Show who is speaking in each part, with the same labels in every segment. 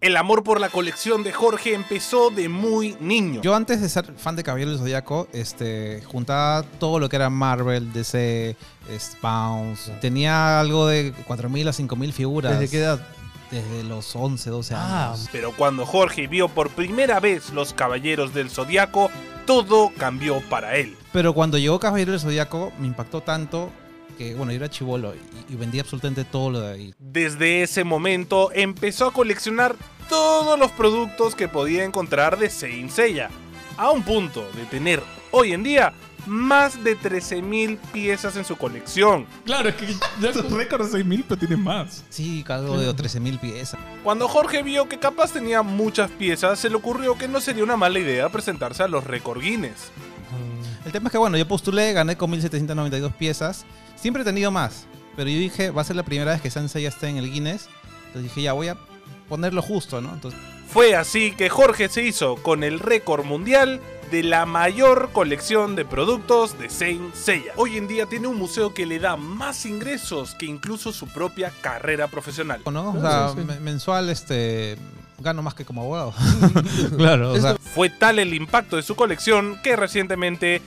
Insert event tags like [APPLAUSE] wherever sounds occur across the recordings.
Speaker 1: El amor por la colección de Jorge empezó de muy niño.
Speaker 2: Yo antes de ser fan de Caballero del Zodíaco, este, juntaba todo lo que era Marvel, DC, Spawns. Tenía algo de 4.000 a 5.000 figuras.
Speaker 3: ¿Desde qué edad?
Speaker 2: Desde los 11, 12
Speaker 3: Ah.
Speaker 2: años.
Speaker 1: Pero cuando Jorge vio por primera vez los Caballeros del Zodiaco, todo cambió para él.
Speaker 2: Pero cuando llegó Caballero del Zodíaco, me impactó tanto que, bueno, yo era chivolo y, y vendía absolutamente todo lo de ahí.
Speaker 1: Desde ese momento empezó a coleccionar todos los productos que podía encontrar de Saint Seiya, a un punto de tener hoy en día más de 13.000 piezas en su colección.
Speaker 4: Claro, es que
Speaker 5: [LAUGHS]
Speaker 4: ya
Speaker 5: Tus récords de 6.000, pero tienes más.
Speaker 2: Sí, algo de 13.000 piezas.
Speaker 1: Cuando Jorge vio que capaz tenía muchas piezas, se le ocurrió que no sería una mala idea presentarse a los Record Guinness.
Speaker 2: El tema es que, bueno, yo postulé, gané con 1.792 piezas. Siempre he tenido más, pero yo dije, va a ser la primera vez que Sansei ya esté en el Guinness. Entonces dije, ya voy a ponerlo justo, ¿no? Entonces,
Speaker 1: Fue así que Jorge se hizo con el récord mundial de la mayor colección de productos de Saint Seiya. Hoy en día tiene un museo que le da más ingresos que incluso su propia carrera profesional.
Speaker 2: ¿no? O sea,
Speaker 5: Claro, sí, sí.
Speaker 2: me- mensual, este, gano más que como
Speaker 4: [LAUGHS]
Speaker 2: abogado. claro, o sea,
Speaker 1: Fue tal el impacto de su colección que recientemente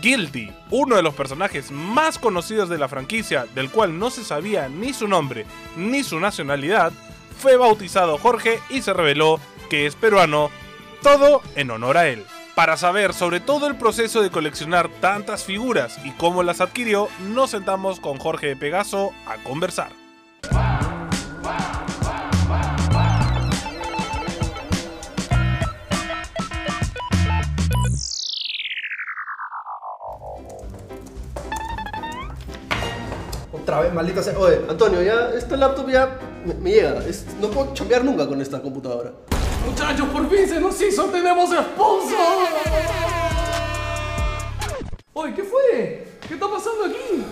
Speaker 1: Guilty, uno de los personajes más conocidos de la franquicia, del cual no se sabía ni su nombre ni su nacionalidad, fue bautizado Jorge y se reveló que es peruano, todo en honor a él. Para saber sobre todo el proceso de coleccionar tantas figuras y cómo las adquirió, nos sentamos con Jorge de Pegaso a conversar.
Speaker 6: Otra vez, maldita sea. Oye, Antonio, ya esta laptop ya me, me llega. Es- no puedo chambear nunca con esta computadora.
Speaker 4: Muchachos, por fin se nos hizo, tenemos sponsor. Oye, ¿qué fue? ¿Qué está pasando aquí?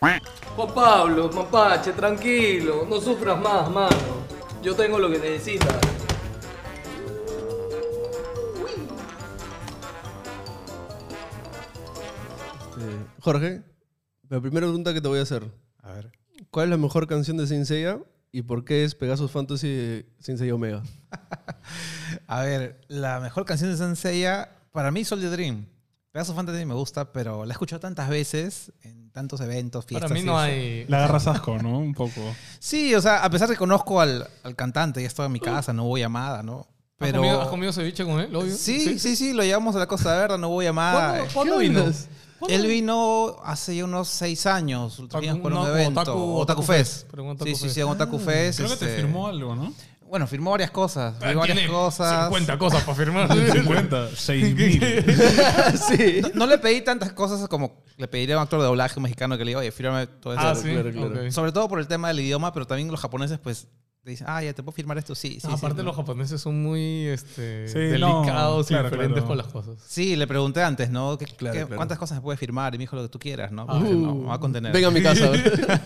Speaker 4: Juan Pablo, mapache, tranquilo, no sufras más, mano. Yo tengo lo que necesitas.
Speaker 6: Este, Jorge, la primera pregunta que te voy a hacer.
Speaker 2: a ver.
Speaker 6: ¿Cuál es la mejor canción de Senseiya y por qué es Pegasus Fantasy de Senseiya [LAUGHS] Omega?
Speaker 2: A ver, la mejor canción de Sansella, para mí, Soldier Dream. Pedazo Fantasy me gusta, pero la he escuchado tantas veces en tantos eventos, fiestas.
Speaker 4: Para mí no
Speaker 2: y eso.
Speaker 4: hay.
Speaker 5: La agarras asco, ¿no? Un poco.
Speaker 2: Sí, o sea, a pesar de que conozco al, al cantante, ya estaba en mi casa, no hubo llamada, ¿no?
Speaker 4: Oh. ¿Has,
Speaker 2: Pero.
Speaker 4: comido, has comido ceviche con él? obvio?
Speaker 2: Sí, sí, Ah, sí, lo llevamos a la Costa Verde, no hubo llamada.
Speaker 4: ¿Cuándo, cuándo vino?
Speaker 6: hablas?
Speaker 4: ¿Cuándo
Speaker 2: Él vino hace ya unos seis años, lo trajimos por
Speaker 4: no,
Speaker 2: un
Speaker 4: como
Speaker 2: evento.
Speaker 4: Otaku-
Speaker 2: Otaku,
Speaker 4: Otaku
Speaker 2: Fest.
Speaker 4: Fest, pero un Otaku
Speaker 2: sí, sí,
Speaker 4: Fest.
Speaker 2: sí, en Otaku Fest.
Speaker 5: Creo que te
Speaker 2: este,
Speaker 5: firmó algo, ¿no?
Speaker 2: Bueno, firmó varias cosas.
Speaker 4: Ah,
Speaker 2: firmó varias
Speaker 4: tiene
Speaker 2: cosas.
Speaker 4: 50 cosas
Speaker 5: [LAUGHS]
Speaker 4: para firmar.
Speaker 5: 50, 6.000.
Speaker 6: Ah, sí.
Speaker 2: No, no le pedí tantas cosas como le pediría a un actor de doblaje mexicano que le diga, oye, fírmame todo eso.
Speaker 4: [LAUGHS] Ah, sí.
Speaker 6: Claro, claro, claro.
Speaker 4: ok.
Speaker 2: Sobre todo por el tema del idioma, pero también los japoneses, pues, te dicen, ah, ya te puedo firmar esto, sí, sí.
Speaker 4: Ah, Aparte,
Speaker 2: sí.
Speaker 4: los japoneses son muy este,
Speaker 5: Sí, no,
Speaker 4: delicados y
Speaker 5: claro,
Speaker 4: diferentes
Speaker 5: claro.
Speaker 4: con las cosas.
Speaker 2: Sí, le pregunté antes, ¿no? ¿Qué-
Speaker 6: Claro,
Speaker 2: qué-
Speaker 6: claro.
Speaker 2: ¿Cuántas cosas me puedes firmar? Y me dijo lo que tú quieras, ¿no?
Speaker 4: Ah,
Speaker 2: Dije,
Speaker 6: Uh,
Speaker 2: no, me va a contener.
Speaker 6: Venga a mi casa.
Speaker 2: [LAUGHS] sí, sí,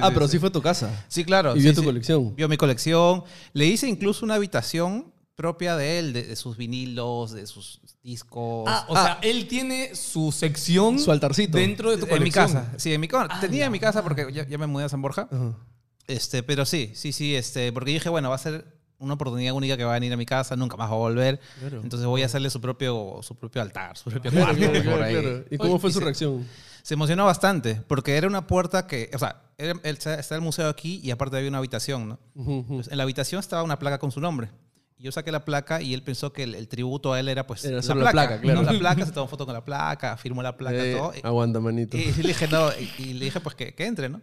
Speaker 6: ah,
Speaker 2: sí,
Speaker 6: pero sí.
Speaker 2: sí.
Speaker 6: fue a tu casa.
Speaker 2: Sí, claro.
Speaker 6: y
Speaker 2: sí,
Speaker 6: vio tu
Speaker 2: sí.
Speaker 6: colección.
Speaker 2: Vio mi colección. Le hice incluso una habitación propia de él, de, de sus vinilos, de sus discos.
Speaker 4: Ah, o sea, él tiene su sección
Speaker 6: Su altarcito.
Speaker 4: dentro de tu
Speaker 2: en mi
Speaker 4: colección.
Speaker 2: casa. Sí, en mi
Speaker 4: Ah,
Speaker 2: casa. Tenía en mi casa porque ya, ya me mudé a San Borja.
Speaker 6: Ajá.
Speaker 2: Este, pero sí, sí, sí, este, porque yo dije, bueno, va a ser una oportunidad única que va a venir a mi casa, nunca más va a volver.
Speaker 6: Claro.
Speaker 2: Entonces voy a hacerle su propio, su propio altar, su propio
Speaker 6: Claro,
Speaker 2: cuarto
Speaker 6: claro,
Speaker 2: por ahí.
Speaker 6: claro, claro. ¿Y cómo fue
Speaker 2: Y
Speaker 6: su
Speaker 2: se-
Speaker 6: reacción?
Speaker 2: Se emocionó bastante, porque era una puerta que, o sea, era- el- está el museo aquí y aparte había una habitación, ¿no?
Speaker 6: Ujú, ujú.
Speaker 2: Entonces, pues, en la habitación estaba una placa con su nombre. Yo saqué la placa y él pensó que el, el tributo a él era pues
Speaker 6: Era
Speaker 2: la,
Speaker 6: solo
Speaker 2: placa,
Speaker 6: la placa, claro.
Speaker 2: ¿no? La placa, se tomó foto con la placa, firmó la placa,
Speaker 6: Eh,
Speaker 2: todo. Eh,
Speaker 6: aguanta, manito.
Speaker 2: Y, y le dije, no, y, y le dije, pues que, que entre, ¿no?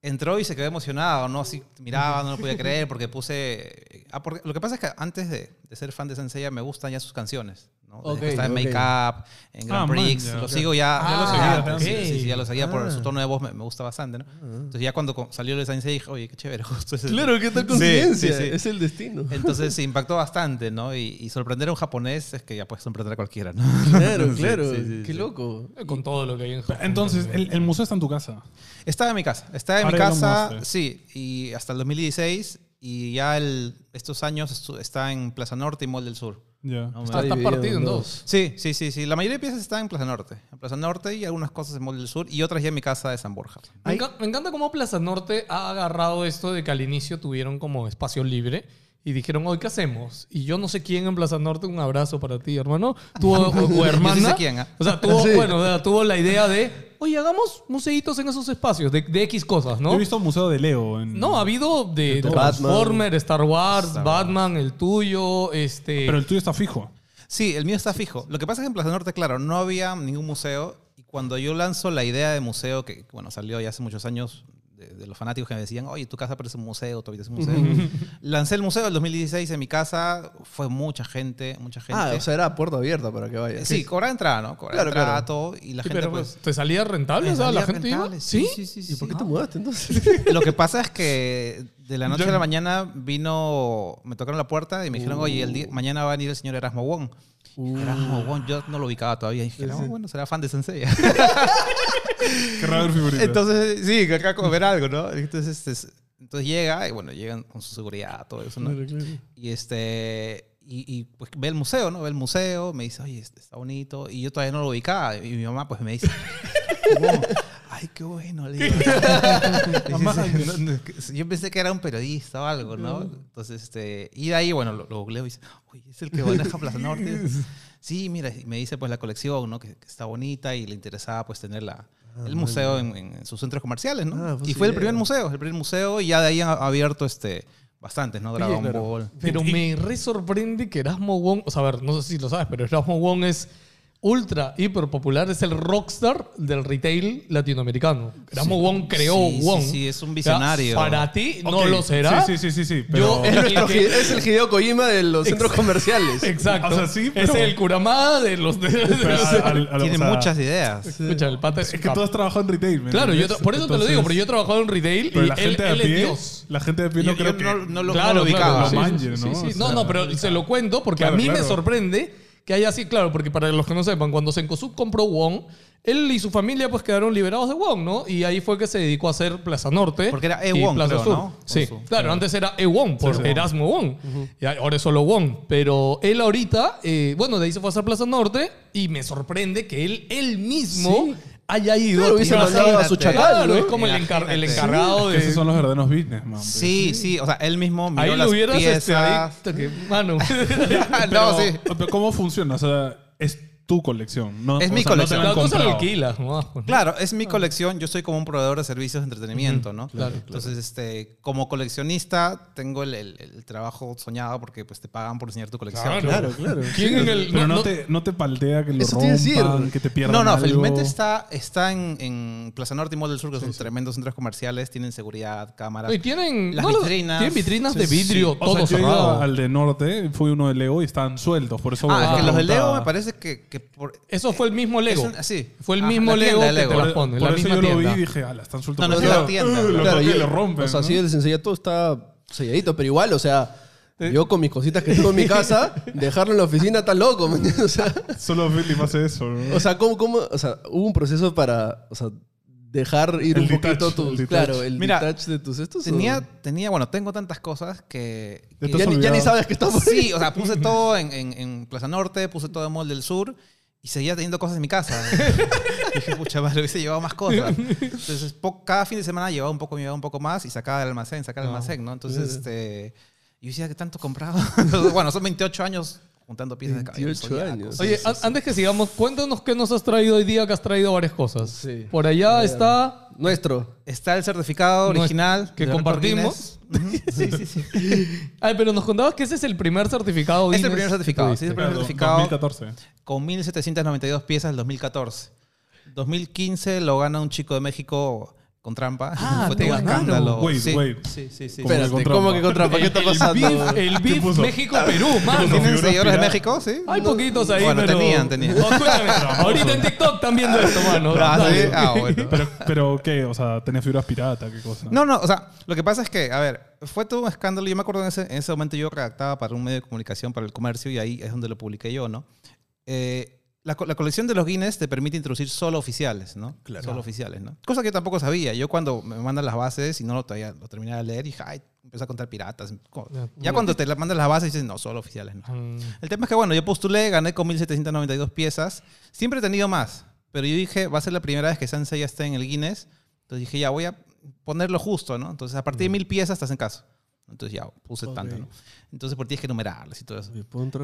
Speaker 2: Entró y se quedó emocionado, ¿no? Así miraba, no lo podía creer porque puse... ah, porque- lo que pasa es que antes de, de ser fan de Senseiya me gustan ya sus canciones. ¿no?
Speaker 3: Ok,
Speaker 2: Después estaba en
Speaker 3: ok.
Speaker 2: Makeup, en Grand
Speaker 5: Ah, man,
Speaker 2: Prix,
Speaker 5: ya,
Speaker 2: lo
Speaker 5: ok.
Speaker 2: sigo ya.
Speaker 3: Ah,
Speaker 5: ya lo seguía,
Speaker 2: ya,
Speaker 5: ok.
Speaker 2: sí, sí, sí, ya lo seguía por
Speaker 3: Ah.
Speaker 2: su tono de voz, me, me gusta bastante, ¿no?
Speaker 6: Ah.
Speaker 2: Entonces ya cuando co- salió el Sensei dije, oye, qué chévere, [LAUGHS] justo es el-
Speaker 3: Claro, ¿qué tal
Speaker 2: Sí,
Speaker 3: coincidencia?
Speaker 2: [LAUGHS] sí, sí.
Speaker 3: Es el destino.
Speaker 2: Entonces se impactó bastante, ¿no? Y, y sorprender a un japonés es que ya puedes sorprender a cualquiera, ¿no?
Speaker 3: Claro,
Speaker 2: [LAUGHS] Sí,
Speaker 3: claro.
Speaker 2: sí, sí,
Speaker 3: Qué
Speaker 2: sí.
Speaker 3: loco.
Speaker 4: Con todo lo que hay en Japón.
Speaker 5: Entonces, el, el museo está en tu casa.
Speaker 2: Estaba en mi casa, estaba en mi
Speaker 5: Ahora ya lo
Speaker 2: casa,
Speaker 5: mudaste.
Speaker 2: sí, y hasta el 2016 y ya el- estos años estu- está en Plaza Norte y Mall del Sur.
Speaker 5: Ya.
Speaker 2: ¿no?
Speaker 3: Está
Speaker 4: Está, está
Speaker 3: dividido
Speaker 4: partido
Speaker 3: en
Speaker 4: en
Speaker 3: dos.
Speaker 4: dos.
Speaker 2: Sí, sí, sí, sí. La mayoría de piezas están en Plaza Norte. En Plaza Norte y algunas cosas en Mall del Sur y otras ya en mi casa de San Borja.
Speaker 4: Me, enca- me encanta cómo Plaza Norte ha agarrado esto de que al inicio tuvieron como espacio libre y dijeron, hoy, ¿qué hacemos? Y yo no sé quién en Plaza Norte, un abrazo para ti, hermano. Tú o, o- o
Speaker 2: [LAUGHS]
Speaker 4: hermana.
Speaker 2: Yo sí sé quién, ¿ah?
Speaker 4: O sea, tuvo,
Speaker 3: Sí.
Speaker 4: bueno, o sea, tuvo la idea de, oye, hagamos museitos en esos espacios de, de X cosas,
Speaker 5: Yo
Speaker 4: ¿no? Mm.
Speaker 5: he visto un museo de Leo. En,
Speaker 4: No, ha habido de,
Speaker 3: todo.
Speaker 4: Transformer, Star Wars,
Speaker 2: Star Wars.
Speaker 4: Batman, el tuyo, este...
Speaker 5: Pero el tuyo está fijo.
Speaker 2: Sí, el mío está fijo. Lo que pasa es que en Plaza Norte, claro, no había ningún museo. Y cuando yo lanzo la idea de museo, que bueno, salió ya hace muchos años, de, de los fanáticos que me decían, oye, tu casa parece un museo, tu habitación es un museo. [LAUGHS] Lancé el museo del 2016 en mi casa, fue mucha gente, mucha gente. Eh,
Speaker 3: Ah, o sea, era puerta abierta para que vayas.
Speaker 2: sí, cobraba entrada, ¿no? Cobraba
Speaker 3: Claro,
Speaker 2: entrada,
Speaker 3: claro.
Speaker 2: todo, y la
Speaker 4: Sí,
Speaker 2: gente
Speaker 4: pero,
Speaker 2: pues...
Speaker 4: ¿Te salía rentable? O sea, la
Speaker 2: salía
Speaker 4: gente iba.
Speaker 2: rentable.
Speaker 4: ¿Sí?
Speaker 2: Sí, sí, sí.
Speaker 3: ¿Y por qué
Speaker 2: sí.
Speaker 3: te mudaste entonces?
Speaker 2: [LAUGHS] Lo que pasa es que de la noche a la mañana vino, me tocaron la puerta y me dijeron, oye, el día-
Speaker 3: Oh.
Speaker 2: mañana va a venir el señor Erasmo Wong.
Speaker 3: [LAUGHS]
Speaker 2: Erasmo Wong, yo no lo ubicaba todavía. Y dije, "Ah, bueno, será fan de Sensei. [LAUGHS]
Speaker 5: Querrá ver figuritas.
Speaker 2: entonces, sí, que acá comer algo, ¿no? Entonces, este, entonces llega y bueno, llegan con su seguridad, todo eso, ¿no? Y este. Y, y, pues ve el museo, ¿no? Ve el museo, me dice, oye, este está bonito. Y yo todavía no lo ubicaba. Y mi mamá pues me dice, [LAUGHS] "Wow, ay, qué bueno. Le digo. [LAUGHS] Dice, "No, no, que- yo pensé que era un periodista o algo, ¿no? Entonces, este, y de ahí, bueno, lo, lo googleo y dice, oye, es el que maneja Plaza Norte. Sí, mira, y me dice pues la colección, ¿no? Que, que está bonita y le interesaba pues tener la, el museo en, en sus centros comerciales, ¿no?
Speaker 3: Ah, pues
Speaker 2: y fue el
Speaker 3: sí,
Speaker 2: primer
Speaker 3: era.
Speaker 2: museo, el primer museo y ya de ahí han abierto este, bastantes, ¿no? Dragon
Speaker 3: claro.
Speaker 2: Ball.
Speaker 4: Pero me re sorprende que Erasmo Wong, o sea, a ver, no sé si lo sabes, pero Erasmo Wong es ultra, hiper popular, es el rockstar del retail latinoamericano. Erasmo Wong creó
Speaker 2: sí, sí,
Speaker 4: Wong.
Speaker 2: sí, es un
Speaker 4: O sea,
Speaker 2: visionario.
Speaker 4: para ti no
Speaker 5: Ok.
Speaker 4: lo será.
Speaker 5: Sí, sí, sí, sí. sí
Speaker 4: Yo-
Speaker 5: pero-
Speaker 4: [LAUGHS]
Speaker 3: Es, nuestro
Speaker 4: El que-
Speaker 3: Hide- es el Hideo Kojima de los centros comerciales.
Speaker 4: Exacto.
Speaker 5: O sea, sí, pero-
Speaker 4: Es el Kuramada de los... de-
Speaker 5: pero
Speaker 4: de-
Speaker 5: al- al- al-
Speaker 2: Tiene
Speaker 5: o sea,
Speaker 2: muchas ideas.
Speaker 4: [LAUGHS] Escucha, el pata es,
Speaker 5: Es
Speaker 4: un
Speaker 5: que tú
Speaker 4: capo.
Speaker 5: has trabajado en retail. ¿me
Speaker 4: Claro, yo
Speaker 5: entiendes?
Speaker 4: tra- por eso te lo digo,
Speaker 5: Entonces-
Speaker 4: pero yo he trabajado en retail
Speaker 5: Pero
Speaker 4: y
Speaker 5: la
Speaker 4: él,
Speaker 5: gente de a
Speaker 4: él es
Speaker 5: pie,
Speaker 4: Dios.
Speaker 5: la gente de pie no
Speaker 2: Yo-
Speaker 5: creo
Speaker 2: yo
Speaker 5: que
Speaker 2: no- no lo-
Speaker 4: claro,
Speaker 2: no lo ubicaba.
Speaker 4: claro,
Speaker 5: Lo
Speaker 4: sí,
Speaker 5: manje,
Speaker 4: sí,
Speaker 5: ¿no?
Speaker 4: sí, sí.
Speaker 5: O sea,
Speaker 4: No, no, pero se lo cuento porque a
Speaker 5: Claro,
Speaker 4: mí me
Speaker 5: claro.
Speaker 4: sorprende que haya así, claro, porque para los que no sepan, cuando Sencosud compró Wong, él y su familia pues quedaron liberados de Wong, ¿no? Y ahí fue que se dedicó a hacer Plaza Norte.
Speaker 2: Porque era
Speaker 4: y
Speaker 2: E-Wong,
Speaker 4: Plaza
Speaker 2: creo,
Speaker 4: Sur.
Speaker 2: ¿no?
Speaker 4: Sí,
Speaker 2: Con su-
Speaker 4: claro, antes era E-Wong por Erasmo Wong. Y ahora es solo Wong. Pero él ahorita, eh, bueno, de ahí se fue a hacer Plaza Norte y me sorprende que él, él mismo
Speaker 3: Ah,
Speaker 4: haya ido.
Speaker 3: Claro, hubiese
Speaker 4: y-
Speaker 3: mandado a su
Speaker 2: Imagínate.
Speaker 3: chacal,
Speaker 4: Claro,
Speaker 3: ¿no?
Speaker 4: es como el, encar- el
Speaker 2: Imagínate.
Speaker 4: encargado
Speaker 5: que
Speaker 4: de...
Speaker 5: Esos son los verdaderos business, man.
Speaker 2: Sí, sí, o sea, él mismo miró
Speaker 4: Ahí lo
Speaker 2: las
Speaker 4: hubieras este, ahí,
Speaker 2: piezas.
Speaker 4: puta que-
Speaker 5: [LAUGHS]
Speaker 4: mano. [LAUGHS]
Speaker 2: no,
Speaker 5: Pero,
Speaker 2: sí.
Speaker 5: pero ¿Cómo funciona? O sea, es tu colección. No,
Speaker 2: Es
Speaker 5: o
Speaker 2: mi
Speaker 5: sea, no te
Speaker 2: colección.
Speaker 5: la han
Speaker 4: la cosa la
Speaker 5: comprado.
Speaker 4: alquilas, ¿no?
Speaker 2: Claro, es mi colección, yo soy como un proveedor de servicios de entretenimiento, ¿no?
Speaker 4: claro, claro.
Speaker 2: Entonces, este, como coleccionista, tengo el, el- el trabajo soñado porque pues te pagan por enseñar tu colección.
Speaker 3: Claro, claro.
Speaker 4: ¿Quién en el
Speaker 5: Pero
Speaker 4: no-
Speaker 5: no,
Speaker 4: no-
Speaker 5: te, no te paltea que lo
Speaker 3: Eso te iba a decir.
Speaker 5: rompan, que te pierdan
Speaker 2: No, no,
Speaker 5: algo.
Speaker 2: felizmente está, está en, en Plaza Norte y Mall del Sur, que son tremendos centros comerciales, tienen seguridad, cámaras.
Speaker 4: Oye, tienen
Speaker 2: Las
Speaker 4: no, los-
Speaker 2: vitrinas.
Speaker 4: Tienen vitrinas
Speaker 2: Sí,
Speaker 4: de
Speaker 2: sí.
Speaker 4: vidrio,
Speaker 5: O sea,
Speaker 4: todo
Speaker 5: yo he ido
Speaker 4: cerrado.
Speaker 5: al de Norte, fui uno de Leo y estaban sueltos, por eso...
Speaker 2: Ah, es que los de Leo
Speaker 5: preguntaba.
Speaker 2: me parece que, que por...
Speaker 4: Eso fue el mismo Lego.
Speaker 2: Es un- sí.
Speaker 4: Fue el
Speaker 2: Ajá,
Speaker 4: mismo
Speaker 2: la
Speaker 4: Lego,
Speaker 2: tienda de
Speaker 4: que te
Speaker 2: Lego.
Speaker 4: las pone,
Speaker 5: Por,
Speaker 4: la
Speaker 5: por eso
Speaker 4: misma
Speaker 5: yo lo vi
Speaker 4: tienda.
Speaker 5: y dije, ah, la están sueltos.
Speaker 2: No, no,
Speaker 5: por
Speaker 2: es
Speaker 5: acá".
Speaker 2: la tienda.
Speaker 5: Uh, Lo
Speaker 3: Claro,
Speaker 5: rompen,
Speaker 3: yo-
Speaker 5: lo rompen.
Speaker 3: O sea,
Speaker 5: ¿no?
Speaker 3: sí, les enseñé todo está selladito, pero igual, o sea, yo con mis cositas que tengo en mi casa, dejarlo en la oficina está loco, ¿me entiendes? O sea,
Speaker 5: Solo Philip hace eso. ¿no?
Speaker 3: o sea, ¿cómo, cómo, o sea, hubo un proceso para, o sea, dejar ir
Speaker 5: El
Speaker 3: un
Speaker 5: detach,
Speaker 3: poquito
Speaker 5: el
Speaker 3: tus,
Speaker 5: detach.
Speaker 3: claro, el
Speaker 2: Mira,
Speaker 3: detach de tus estos? o-
Speaker 2: Tenía, tenía, bueno, tengo tantas cosas que...
Speaker 5: Ya
Speaker 2: que-
Speaker 3: ya, ni,
Speaker 5: te
Speaker 3: ya ni
Speaker 5: olvidado.
Speaker 3: sabes [LAUGHS] que está por ahí.
Speaker 2: Sí, o sea, puse todo en, en- en Plaza Norte, puse todo en Mall del Sur y seguía teniendo cosas en mi casa. [LAUGHS] dije, pucha madre, hubiese llevado más cosas. Entonces, po- cada fin de semana llevaba un poco, llevaba un poco más y sacaba del almacén, sacaba del almacén, ¿no? Entonces, este. Yo decía que tanto compraba. [LAUGHS] Entonces, bueno, son 28 años juntando piezas de cabello.
Speaker 3: 28
Speaker 2: zodiaco,
Speaker 3: años.
Speaker 2: sí,
Speaker 4: Oye,
Speaker 2: sí,
Speaker 4: an-
Speaker 2: sí.
Speaker 4: antes que sigamos, cuéntanos qué nos has traído hoy día, que has traído varias cosas.
Speaker 3: Sí.
Speaker 4: Por allá
Speaker 3: Bien.
Speaker 4: está...
Speaker 3: ah, Nuestro.
Speaker 2: Está el certificado
Speaker 4: Nuestro-
Speaker 2: original
Speaker 4: que
Speaker 2: de récord
Speaker 4: compartimos.
Speaker 2: Guinness. Ujú, sí, sí, sí.
Speaker 4: Ay, pero nos contabas que ese es el primer certificado.
Speaker 2: Es el
Speaker 4: Guinness
Speaker 2: primer
Speaker 4: que
Speaker 2: certificado, sí,
Speaker 4: tuviste.
Speaker 2: es el primer
Speaker 5: Claro,
Speaker 2: certificado.
Speaker 5: 2014.
Speaker 2: con 1.792 piezas del 2014. 2015 lo gana un chico de México con trampa.
Speaker 4: Ah,
Speaker 2: [LAUGHS] Fue
Speaker 4: te
Speaker 2: todo un
Speaker 4: ganaron.
Speaker 2: escándalo.
Speaker 5: Wait,
Speaker 2: sí,
Speaker 5: wait.
Speaker 2: sí, sí, sí.
Speaker 5: ¿Cómo que
Speaker 3: Espérate,
Speaker 5: con
Speaker 3: ¿cómo
Speaker 5: trampa?
Speaker 3: que con trampa?
Speaker 2: [LAUGHS]
Speaker 3: ¿Qué está pasando?
Speaker 4: beef, el beef
Speaker 5: puso?
Speaker 4: México-Perú, mano.
Speaker 2: ¿Tienen
Speaker 5: figuras
Speaker 2: seguidores de
Speaker 5: piratas.
Speaker 2: México? Sí.
Speaker 4: Hay poquitos ahí,
Speaker 2: Bueno,
Speaker 4: pero...
Speaker 2: tenían, tenían.
Speaker 4: No, escúchame, ahorita en TikTok están viendo esto, mano.
Speaker 2: Ah,
Speaker 4: Dale.
Speaker 2: sí. Ah, bueno.
Speaker 5: [LAUGHS] Pero, pero, ¿qué? O sea, tenía figuras pirata, ¿qué cosa?
Speaker 2: No, no, o sea, lo que pasa es que, a ver, fue todo un escándalo. Yo me acuerdo en ese, en ese momento yo redactaba para un medio de comunicación, para el comercio, y ahí es donde lo publiqué yo, ¿no? Eh, la, co- la colección de los Guinness te permite introducir solo oficiales, ¿no? Claro. Solo oficiales, ¿no? Cosa que yo tampoco sabía. Yo cuando me mandan las bases y no lo, todavía lo terminaba de leer, dije, ay, empecé a contar piratas. Co-
Speaker 4: Ya,
Speaker 2: Ya
Speaker 4: bueno.
Speaker 2: cuando te la mandan las bases, dices, no, solo oficiales, ¿no?
Speaker 4: Mm.
Speaker 2: El tema es que, bueno, yo postulé, gané con 1.792 piezas. Siempre he tenido más, pero yo dije, va a ser la primera vez que Sansei ya esté en el Guinness. Entonces dije, ya voy a ponerlo justo, ¿no? Entonces, a partir de 1.000 piezas estás en caso. Entonces ya puse tanto, ¿no? Entonces, por ti tienes que numerarles y todo eso.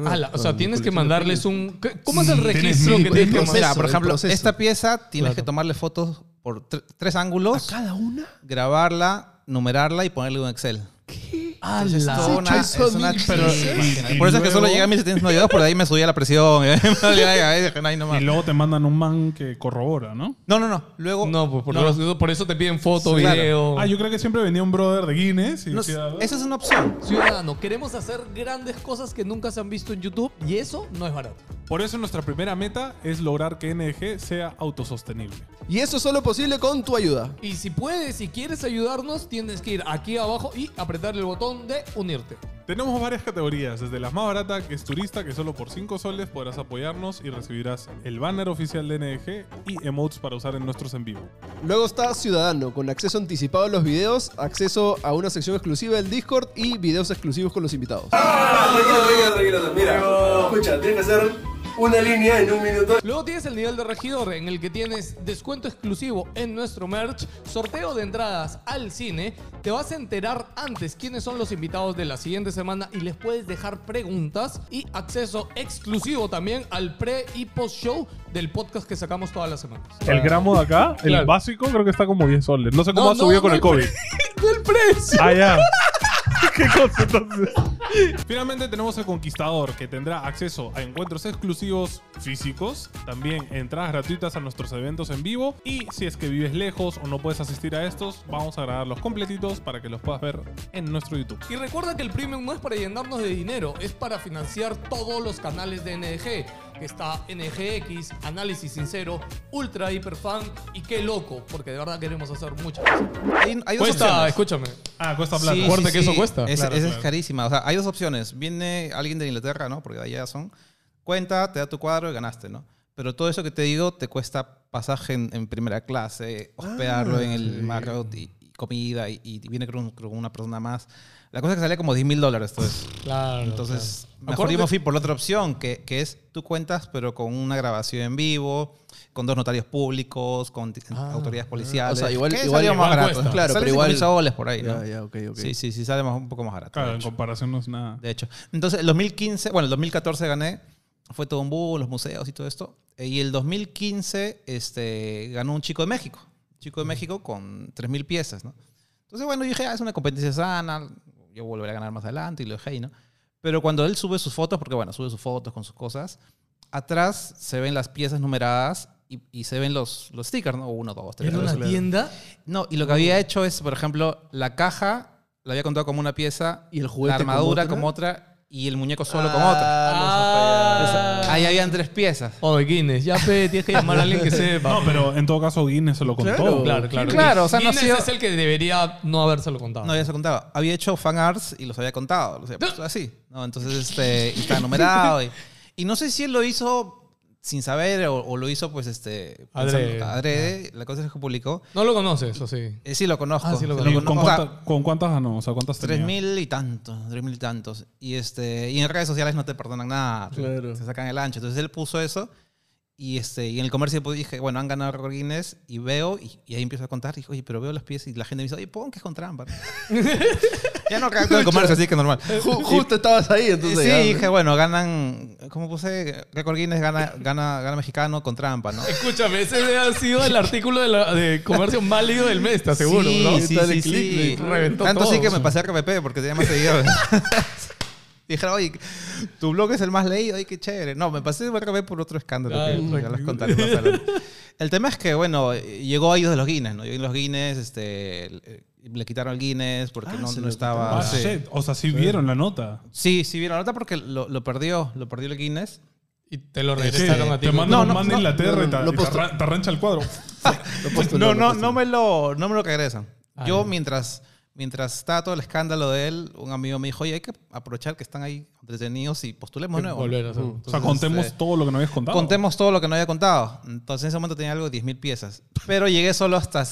Speaker 4: Ala, Ah, o sea, tienes que mandarles un... ¿qué- ¿Cómo es el
Speaker 5: Tienes
Speaker 4: registro
Speaker 5: mil
Speaker 4: que tienes que
Speaker 3: procesos.
Speaker 4: mandar?
Speaker 2: Mira, por
Speaker 3: el
Speaker 2: ejemplo,
Speaker 3: proceso.
Speaker 2: esta pieza tienes
Speaker 4: Claro.
Speaker 2: que tomarle fotos por tre- tres ángulos,
Speaker 3: ¿Cada una?
Speaker 2: grabarla, numerarla y ponerle un Excel. Entonces, es toda
Speaker 4: Ala.
Speaker 2: una-
Speaker 3: hecho eso
Speaker 2: es una
Speaker 3: mil
Speaker 2: chingada.
Speaker 5: veces.
Speaker 2: Por eso es que solo
Speaker 5: Y
Speaker 2: llegué a 1.792, por ahí me subía la presión. [LAUGHS] ¿eh? Ahí nomás.
Speaker 5: Y luego te mandan un man que corrobora, ¿no?
Speaker 2: No, no, no. Luego.
Speaker 4: No, pues por,
Speaker 2: no,
Speaker 4: eso- por eso te piden foto,
Speaker 2: Sí, claro.
Speaker 4: video.
Speaker 5: Ah, yo creo que siempre venía un brother de Guinness y
Speaker 2: no,
Speaker 5: decía...
Speaker 2: esa es una opción.
Speaker 4: Ciudadano, queremos hacer grandes cosas que nunca se han visto en YouTube y eso no es barato.
Speaker 5: Por eso nuestra primera meta es lograr que NG sea autosostenible.
Speaker 3: Y eso es solo posible con tu ayuda.
Speaker 4: Y si puedes, si quieres ayudarnos, tienes que ir aquí abajo y apretar el botón de unirte.
Speaker 5: Tenemos varias categorías, desde la más barata, que es turista, que solo por 5 soles podrás apoyarnos y recibirás el banner oficial de NG y emotes para usar en nuestros en vivo.
Speaker 3: Luego está Ciudadano, con acceso anticipado a los videos, acceso a una sección exclusiva del Discord y videos exclusivos con los invitados.
Speaker 6: Tranquilo, tranquilo, tranquilo. Mira, escucha, tienes que hacer una línea en un minuto.
Speaker 4: Luego tienes el nivel de regidor en el que tienes descuento exclusivo en nuestro merch, sorteo de entradas al cine, te vas a enterar antes quiénes son los invitados de la siguiente semana y les puedes dejar preguntas y acceso exclusivo también al pre y post show del podcast que sacamos todas las semanas.
Speaker 5: El gramo de acá, el
Speaker 4: Claro.
Speaker 5: básico, creo que está como 10 soles. No sé cómo
Speaker 4: No,
Speaker 5: ha
Speaker 4: no,
Speaker 5: subido
Speaker 4: no
Speaker 5: con el
Speaker 4: el
Speaker 5: COVID.
Speaker 4: ¡Del precio!
Speaker 5: Ah, ya. [LAUGHS] ¿Qué cosa entonces? Finalmente tenemos el Conquistador, que tendrá acceso a encuentros exclusivos físicos, también entradas gratuitas a nuestros eventos en vivo y si es que vives lejos o no puedes asistir a estos, vamos a grabar los completitos para que los puedas ver en nuestro YouTube.
Speaker 4: Y recuerda que el premium no es para llenarnos de dinero, es para financiar todos los canales de NG. Que está NGX, Análisis Sincero, Ultra Hiperfan y qué loco, porque de verdad queremos hacer muchas cosas.
Speaker 2: Hay, hay dos
Speaker 4: Cuesta,
Speaker 2: opciones.
Speaker 4: Pues, escúchame.
Speaker 5: Ah, cuesta plata.
Speaker 2: Sí,
Speaker 4: Fuerte
Speaker 2: sí,
Speaker 4: que eso
Speaker 2: sí.
Speaker 4: cuesta.
Speaker 2: Es-
Speaker 5: Claro,
Speaker 2: esa es
Speaker 5: claro.
Speaker 2: carísima. O sea, hay dos opciones. Viene alguien de Inglaterra, ¿no? Porque allá son. Cuenta, te da tu cuadro y ganaste, ¿no? Pero todo eso que te digo te cuesta pasaje en, en primera clase, hospedarlo
Speaker 4: Ah,
Speaker 2: en el Marriott y, y comida y, y viene con, con una persona más. La cosa es que salía como 10 mil dólares. todo eso.
Speaker 4: Claro.
Speaker 2: Entonces, mejor
Speaker 4: Acuérdate-
Speaker 2: yo me fui por la otra opción, que, que es tú cuentas, pero con una grabación en vivo, con dos notarios públicos, con ti- autoridades policiales.
Speaker 3: O sea, igual-
Speaker 2: que
Speaker 3: igual-
Speaker 2: salió más
Speaker 4: igual
Speaker 2: barato.
Speaker 4: cuesta.
Speaker 3: Claro,
Speaker 2: Ah, eh, Sale
Speaker 3: pero igual-
Speaker 2: 5.000 soles por ahí, ¿no?
Speaker 3: Ya, ya, ok, ok.
Speaker 2: Sí, sí, sí, sale más, un poco más barato.
Speaker 5: Claro,
Speaker 2: de,
Speaker 5: en
Speaker 2: hecho.
Speaker 5: comparación no es nada.
Speaker 2: De hecho. Entonces, el 2015, bueno, el 2014 gané, fue todo un boom, los museos y todo esto. Eh, Y el 2015 este, ganó un chico de México, chico de México con 3.000 piezas, ¿no? Entonces, bueno, yo dije, ah, es una competencia sana, yo volveré a ganar más adelante y lo dejé ahí, ¿no? Pero cuando él sube sus fotos, porque bueno, sube sus fotos con sus cosas, atrás se ven las piezas numeradas y, y se ven los, los stickers, ¿no? Uno, dos, tres.
Speaker 4: Era
Speaker 2: cuatro,
Speaker 4: una tienda.
Speaker 2: no, y lo que había hecho es, por ejemplo, la caja la había contado como una pieza,
Speaker 3: ¿Y el juguete
Speaker 2: la armadura
Speaker 3: como
Speaker 2: como otra, y el muñeco solo como
Speaker 4: Ah.
Speaker 2: otra. Entonces, ahí habían tres piezas.
Speaker 4: Oye, Oh, Guinness, ya pe, tienes que llamar a alguien
Speaker 2: [LAUGHS]
Speaker 4: que sepa. Oh,
Speaker 5: No, pero en todo caso Guinness se lo contó.
Speaker 3: Claro.
Speaker 4: Claro, claro.
Speaker 2: Claro, o sea, no ha
Speaker 4: Guinness
Speaker 2: sido-
Speaker 4: es el que debería no habérselo contado.
Speaker 2: No había eso contado. Había hecho fan arts y los había contado. O sea, pues, así. ¿no? Entonces, este,
Speaker 4: [LAUGHS]
Speaker 2: y está numerado. Y, y no sé si él lo hizo sin saber o, o lo hizo, pues, este. pensando-
Speaker 4: Adrede.
Speaker 2: adrede. La cosa es que publicó.
Speaker 4: No lo conoces, o sí.
Speaker 2: Eh, sí, lo conozco.
Speaker 4: Ah, sí lo
Speaker 2: Sí,
Speaker 5: ¿Y
Speaker 4: conozco.
Speaker 2: lo
Speaker 5: ¿Con,
Speaker 2: conozco. O sea,
Speaker 5: cuánta- con cuántas ganó? O sea, ¿cuántas
Speaker 2: Tres
Speaker 5: tenía?
Speaker 2: mil y tantos, tres mil y tantos. Y, este, y en redes sociales no te perdonan nada, te-
Speaker 3: Claro.
Speaker 2: se sacan el ancho. Entonces él puso eso y, este, y en el comercio pues, dije, bueno, han ganado récord Guinness y veo, y, y ahí empiezo a contar, y dije, oye, pero veo las piezas y la gente me dice, oye, pon que es con trampa.
Speaker 3: [LAUGHS]
Speaker 2: ya no cago en el comercio, así que normal.
Speaker 3: Ju- justo estabas ahí,
Speaker 2: Y
Speaker 3: entonces.
Speaker 2: sí,
Speaker 3: ya.
Speaker 2: dije, bueno, ganan, como puse, récord Guinness gana, gana, gana mexicano con trampa, ¿no?
Speaker 4: Escúchame, ese ha sido el artículo de, la- de comercio más leído del mes, te aseguro,
Speaker 2: sí,
Speaker 4: ¿no?
Speaker 2: Sí,
Speaker 3: Tal
Speaker 2: sí,
Speaker 3: clickbait,
Speaker 2: sí.
Speaker 4: reventó
Speaker 2: Tanto sí [LAUGHS]
Speaker 4: todo.
Speaker 2: que me pasé a KPP porque tenía más seguidores. Dijera, oye, tu blog es el más leído, ay, qué chévere. No, me pasé otra vez por otro escándalo
Speaker 4: Ah,
Speaker 2: que ya
Speaker 4: tranquilo.
Speaker 2: les contaré más adelante. El tema es que, bueno, llegó a ellos de los Guinness, ¿no? Llegó en los Guinness, este, le- le quitaron el Guinness porque no, no estaba...
Speaker 5: Ah,
Speaker 2: sí.
Speaker 5: shit. O sea, sí vieron la nota.
Speaker 2: Sí, sí, vieron la nota porque lo, lo perdió, lo perdió el Guinness.
Speaker 4: Y te lo regresaron
Speaker 5: Sí,
Speaker 4: a ti.
Speaker 5: Te
Speaker 4: güey.
Speaker 5: mandan
Speaker 2: No, no,
Speaker 5: manda
Speaker 2: no,
Speaker 5: Inglaterra y te-
Speaker 6: lo
Speaker 5: y te,
Speaker 6: posto-
Speaker 5: arran- te arrancha el cuadro.
Speaker 4: Pues
Speaker 2: Pues No, no, no me lo, no me lo regresan.
Speaker 4: Ah,
Speaker 2: Yo
Speaker 4: ya.
Speaker 2: mientras, mientras estaba todo el escándalo de él, un amigo me dijo, oye, hay que aprovechar que están ahí entretenidos y postulemos nuevo.
Speaker 4: Volver a hacer.
Speaker 5: O sea,
Speaker 2: Entonces,
Speaker 5: contemos
Speaker 2: eh,
Speaker 5: todo lo que nos habías contado.
Speaker 2: Contemos todo lo que no había contado. Entonces en ese momento tenía algo de 10.000 piezas. Pero llegué solo hasta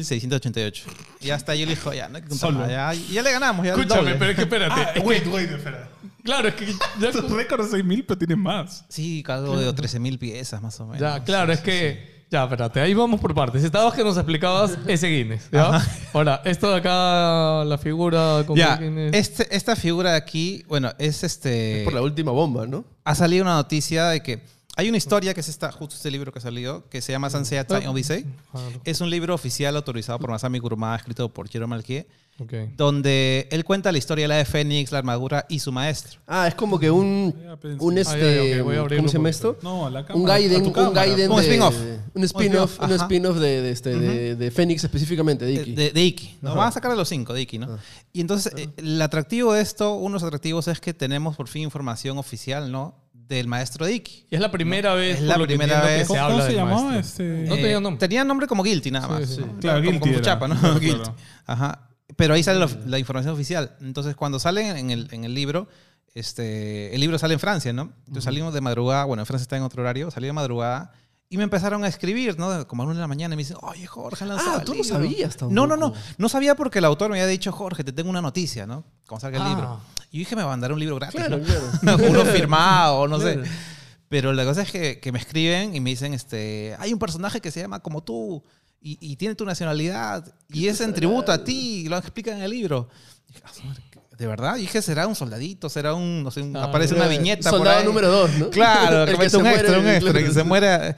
Speaker 2: 6.688. Y hasta yo le dijo, ya, no hay que contar
Speaker 5: Solo.
Speaker 2: nada, Ya, ya le ganamos, ya el
Speaker 4: Escúchame,
Speaker 2: doble".
Speaker 4: pero es que espérate.
Speaker 5: Ah,
Speaker 4: es que-
Speaker 5: wait, wait, espera.
Speaker 4: claro, es que ya,
Speaker 5: Tu récord es 6.000, pero tienes pues, más.
Speaker 2: Sí, algo de 13.000 piezas más o menos.
Speaker 4: ya, claro, es que... Ya, espérate, ahí vamos por partes. Estabas que
Speaker 2: [LAUGHS]
Speaker 4: nos explicabas ese Guinness, ¿ya? Ahora, esto de acá, la figura con
Speaker 2: Ya,
Speaker 4: el Guinness...
Speaker 2: este, esta figura de aquí, bueno, es este...
Speaker 6: Por la última bomba, ¿no?
Speaker 2: ha salido una noticia de que hay una historia que es esta, justo este libro que salió, que se llama Sansei Time Odyssey.
Speaker 6: Ah,
Speaker 2: Es un libro oficial autorizado por Masami Kurumada, escrito por Chiro Malkie,
Speaker 4: Ok.
Speaker 2: donde él cuenta la historia de la de Fénix, la armadura y su maestro.
Speaker 6: Ah, es como que un.
Speaker 5: Ya pensé.
Speaker 6: Un
Speaker 4: Ah, ya, ya,
Speaker 6: este.
Speaker 4: ok, voy a abrirlo
Speaker 6: ¿Cómo se llama
Speaker 4: porque-
Speaker 6: esto?
Speaker 5: No, a la cámara.
Speaker 6: Un
Speaker 5: a
Speaker 6: Gaiden,
Speaker 5: tu
Speaker 6: un
Speaker 5: cámara.
Speaker 6: Gaiden
Speaker 2: Un
Speaker 6: de-
Speaker 2: spin-off.
Speaker 6: Un spin-off,
Speaker 2: Un spin-off,
Speaker 6: un
Speaker 2: ajá.
Speaker 6: spin-off de, de este, de, de Fénix específicamente, de
Speaker 2: De,
Speaker 6: Iki. Ah.
Speaker 2: de- de Iki. Nos van a sacar a los cinco de Iki, ¿no? Y entonces, eh, el atractivo de esto, uno de los atractivos es que tenemos por fin información oficial, ¿no? Del maestro de Iki.
Speaker 4: Y es la primera vez,
Speaker 2: es
Speaker 4: por
Speaker 2: la
Speaker 4: lo que
Speaker 2: primera
Speaker 4: entiendo,
Speaker 2: vez.
Speaker 4: que se
Speaker 5: ¿Cómo,
Speaker 4: habla
Speaker 5: cómo se
Speaker 4: del
Speaker 5: llamaba
Speaker 4: maestro.
Speaker 5: este?
Speaker 4: No tenía nombre.
Speaker 2: Eh, Tenía nombre como Guilty nada más.
Speaker 4: sí.
Speaker 2: ¿no?
Speaker 5: Claro,
Speaker 2: como,
Speaker 5: Guilty
Speaker 2: como
Speaker 5: era.
Speaker 2: Chapa, ¿no?
Speaker 5: [LAUGHS] Claro,
Speaker 2: Guilty.
Speaker 5: claro.
Speaker 2: Ajá. Pero ahí sale la, la información oficial. Entonces, cuando salen en el, en el libro, este, el libro sale en Francia, ¿no? Entonces salimos de madrugada, bueno, en Francia está en otro horario, salí de madrugada y me empezaron a escribir, ¿no? Como a una de la mañana y me dicen, oye, Jorge, han lanzado
Speaker 6: Ah,
Speaker 2: el
Speaker 6: tú no
Speaker 2: libro".
Speaker 6: sabías tampoco.
Speaker 2: No, no, no. No sabía porque el autor me había dicho, Jorge, te tengo una noticia, ¿no? Cuando salga el
Speaker 4: Ah.
Speaker 2: libro. Y yo dije, me va a mandar un libro gratis.
Speaker 6: Claro,
Speaker 2: ¿no? [LAUGHS]
Speaker 6: claro.
Speaker 2: uno firmado, no sé. Pero la cosa es que, que me escriben y me dicen, este, hay un personaje que se llama como tú y, y tiene tu nacionalidad y es en tributo a ti, y lo explican en el libro. Y dije, "Ah, su madre, ¿De verdad? Y dije, será un soldadito, será un, no sé, un-
Speaker 4: Ah,
Speaker 2: aparece una viñeta por
Speaker 6: Soldado
Speaker 2: ahí.
Speaker 6: número 2, ¿no?
Speaker 2: Claro, que,
Speaker 6: [LAUGHS] El
Speaker 2: mete
Speaker 6: se
Speaker 2: un
Speaker 6: muere,
Speaker 2: extra, un extra,
Speaker 6: claro.
Speaker 2: que se muera.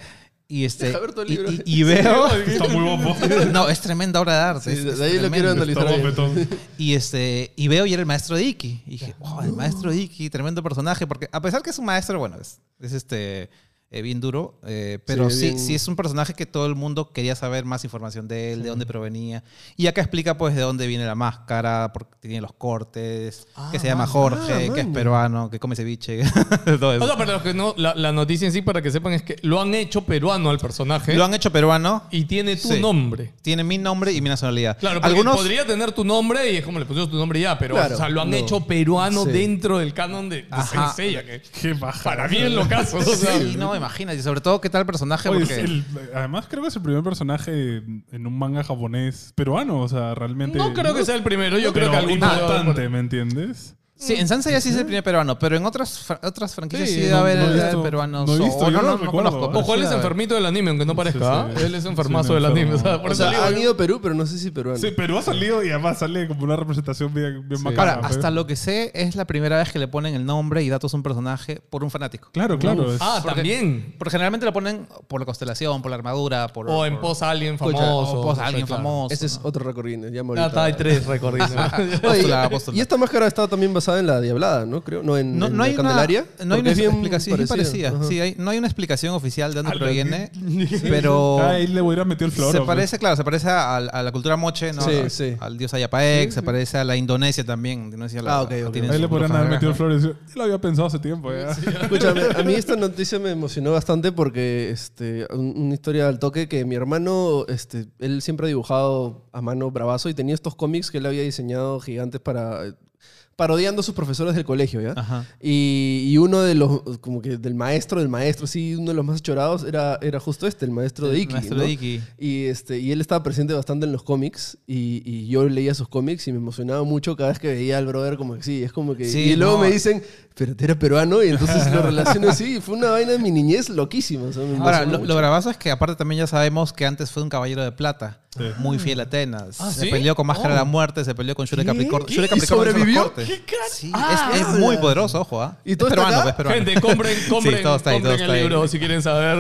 Speaker 2: Y este,
Speaker 6: Deja ver todo el
Speaker 2: y-
Speaker 6: libro.
Speaker 2: y, y
Speaker 6: [LAUGHS]
Speaker 2: veo...
Speaker 5: [LAUGHS] Está muy
Speaker 4: [LAUGHS]
Speaker 5: guapo.
Speaker 2: [LAUGHS] No, es tremenda obra de arte.
Speaker 6: Sí,
Speaker 2: es- es
Speaker 6: de ahí lo quiero
Speaker 2: tremendo.
Speaker 5: Está
Speaker 6: analizar. bien.
Speaker 5: guapetón.
Speaker 4: [LAUGHS]
Speaker 2: Y, este, y veo y era el maestro de Iki. Y dije, wow, el maestro de Iki, tremendo personaje. Porque a pesar que es un maestro, bueno, es, es este, eh, bien duro. eh, pero
Speaker 6: Sí,
Speaker 2: sí,
Speaker 6: bien.
Speaker 2: sí es un personaje que todo el mundo quería saber más información de él, de dónde provenía. Y acá explica pues de dónde viene la máscara, porque tiene los cortes, que se llama Jorge, que es peruano, que come ceviche. [LAUGHS] todo eso.
Speaker 4: O sea, para los que no, la, la noticia en sí, para que sepan, es que lo han hecho peruano al personaje
Speaker 2: Lo han hecho peruano.
Speaker 4: y tiene tu
Speaker 2: Sí.
Speaker 4: nombre.
Speaker 2: Tiene mi nombre y mi nacionalidad.
Speaker 4: Claro, porque
Speaker 2: algunos
Speaker 4: podría tener tu nombre y es como le pusieron tu nombre ya, pero
Speaker 6: Claro,
Speaker 4: o sea, lo han
Speaker 6: no.
Speaker 4: hecho peruano
Speaker 6: Sí.
Speaker 4: dentro del canon de, de
Speaker 2: Ajá.
Speaker 4: Sensei, ya que
Speaker 5: Qué baja.
Speaker 4: Para mí en lo caso. o
Speaker 2: [LAUGHS]
Speaker 4: sea,
Speaker 2: [LAUGHS]
Speaker 4: [LAUGHS]
Speaker 2: Sí, no, imagínate. Sobre todo, ¿qué tal personaje?
Speaker 5: Oye,
Speaker 2: Porque-
Speaker 5: es el- además creo que es el primer personaje en en un manga japonés peruano, o sea, realmente...
Speaker 4: no creo que sea el primero, yo
Speaker 5: Pero
Speaker 4: creo que algún
Speaker 5: importante, ¿me entiendes?
Speaker 2: Sí, en Sansa ya sí es el primer peruano, pero en otras, fra- otras franquicias
Speaker 4: Sí,
Speaker 2: sí, debe
Speaker 4: no-
Speaker 2: haber
Speaker 5: no he
Speaker 2: el- el
Speaker 5: visto-
Speaker 2: peruano.
Speaker 5: no he
Speaker 2: so-
Speaker 5: visto,
Speaker 2: o
Speaker 5: yo
Speaker 2: no,
Speaker 5: no
Speaker 2: no, no
Speaker 5: recuerdo.
Speaker 2: conozco. pero
Speaker 4: Ojo, él
Speaker 2: sí
Speaker 4: es
Speaker 2: debe haber.
Speaker 4: enfermito del anime, aunque no parezca.
Speaker 5: sí.
Speaker 4: Él es
Speaker 5: Sí,
Speaker 4: enfermazo
Speaker 5: un
Speaker 4: del anime.
Speaker 5: enfermo.
Speaker 4: O sea, por
Speaker 6: O
Speaker 4: eso
Speaker 6: sea, han
Speaker 4: digo,
Speaker 6: ido a Perú, pero no sé si peruano.
Speaker 5: Sí, Perú ha salido y además sale como una representación bien, bien bacana,
Speaker 2: Ahora,
Speaker 5: pues.
Speaker 2: hasta lo que sé, es la primera vez que le ponen el nombre y datos a un personaje por un fanático.
Speaker 5: Claro, claro. es-
Speaker 4: Ah, también.
Speaker 2: Porque generalmente lo ponen por la constelación, por la armadura, por.
Speaker 4: O en
Speaker 2: por-
Speaker 4: pos a alguien
Speaker 2: o
Speaker 4: famoso.
Speaker 2: pos a alguien
Speaker 4: Claro.
Speaker 2: famoso.
Speaker 6: Ese es
Speaker 2: ¿no?
Speaker 6: otro récord Guinness, ya me
Speaker 4: Ah, está, hay
Speaker 6: ahorita.
Speaker 4: tres [LAUGHS] recorridos.
Speaker 6: Oye,
Speaker 2: Apóstola, apóstola.
Speaker 6: y esta máscara está también basada en la Diablada, ¿no? Creo, no en,
Speaker 2: No,
Speaker 6: en
Speaker 2: no
Speaker 6: la
Speaker 2: hay una,
Speaker 6: Candelaria.
Speaker 2: no hay
Speaker 6: Porque
Speaker 2: una
Speaker 6: es bien
Speaker 2: explicación es parecida.
Speaker 6: Ajá.
Speaker 2: Sí, hay- no hay una explicación oficial de dónde
Speaker 5: Ah, la- [LAUGHS]
Speaker 2: proviene, pero.
Speaker 5: Ah, ahí le hubiera metido el flor.
Speaker 2: se parece, claro, se parece a, a la cultura moche, ¿no?
Speaker 6: Sí,
Speaker 2: al,
Speaker 6: sí.
Speaker 2: al dios Ayapaek, se parece a la Indonesia también. Indonesia la-
Speaker 6: Ah, ok,
Speaker 2: la
Speaker 6: ok.
Speaker 2: tienen
Speaker 5: Ahí
Speaker 2: su
Speaker 5: le podrían
Speaker 2: propia
Speaker 5: haber metido el
Speaker 2: naranja.
Speaker 5: flor. y decir, Yo lo había pensado hace tiempo. ya".
Speaker 6: Escúchame, a mí esta noticia me emocionó bastante porque este, un- una historia al toque que mi hermano, este, él siempre ha dibujado a mano bravazo y tenía estos cómics que él había diseñado gigantes para parodiando a sus profesores del colegio, ¿ya?
Speaker 2: Ajá.
Speaker 6: Y, y uno de los, como que del maestro, del maestro, sí, uno de los más chorados era, era justo este, el maestro de
Speaker 2: El
Speaker 6: Iki.
Speaker 2: maestro
Speaker 6: ¿no?
Speaker 2: de Iki.
Speaker 6: Y, este, y él estaba presente bastante en los cómics y, y yo leía sus cómics y me emocionaba mucho cada vez que veía al brother como que sí, es como que...
Speaker 2: Sí,
Speaker 6: y luego
Speaker 2: no.
Speaker 6: me dicen, pero era peruano y entonces
Speaker 3: [LAUGHS]
Speaker 6: lo relaciono así. y Fue una vaina de mi niñez loquísima. o sea, me
Speaker 2: Ahora,
Speaker 6: emocionó
Speaker 2: lo,
Speaker 6: mucho.
Speaker 2: lo bravazo es que aparte también ya sabemos que antes fue un caballero de plata. Muy fiel a Atenas.
Speaker 4: ¿Ah,
Speaker 2: se
Speaker 4: sí?
Speaker 2: peleó con Máscara de la
Speaker 4: Oh.
Speaker 2: Muerte, se peleó con Shura Capricornio.
Speaker 3: ¿Qué?
Speaker 2: Shura
Speaker 3: ¿Y
Speaker 2: Capricornio hizo los
Speaker 3: sobrevivió?
Speaker 2: cortes.
Speaker 3: ¿Qué crack?
Speaker 2: Sí,
Speaker 3: Ah,
Speaker 2: es, es
Speaker 3: habla.
Speaker 2: muy poderoso, ojo. ¿ah?
Speaker 3: ¿Y todo
Speaker 2: es
Speaker 3: está
Speaker 2: peruano,
Speaker 3: acá?
Speaker 2: es peruano.
Speaker 4: Gente, compren, compren,
Speaker 2: Sí, todo está ahí, todo
Speaker 4: compren
Speaker 2: está
Speaker 4: el
Speaker 2: ahí.
Speaker 4: libro si quieren saber.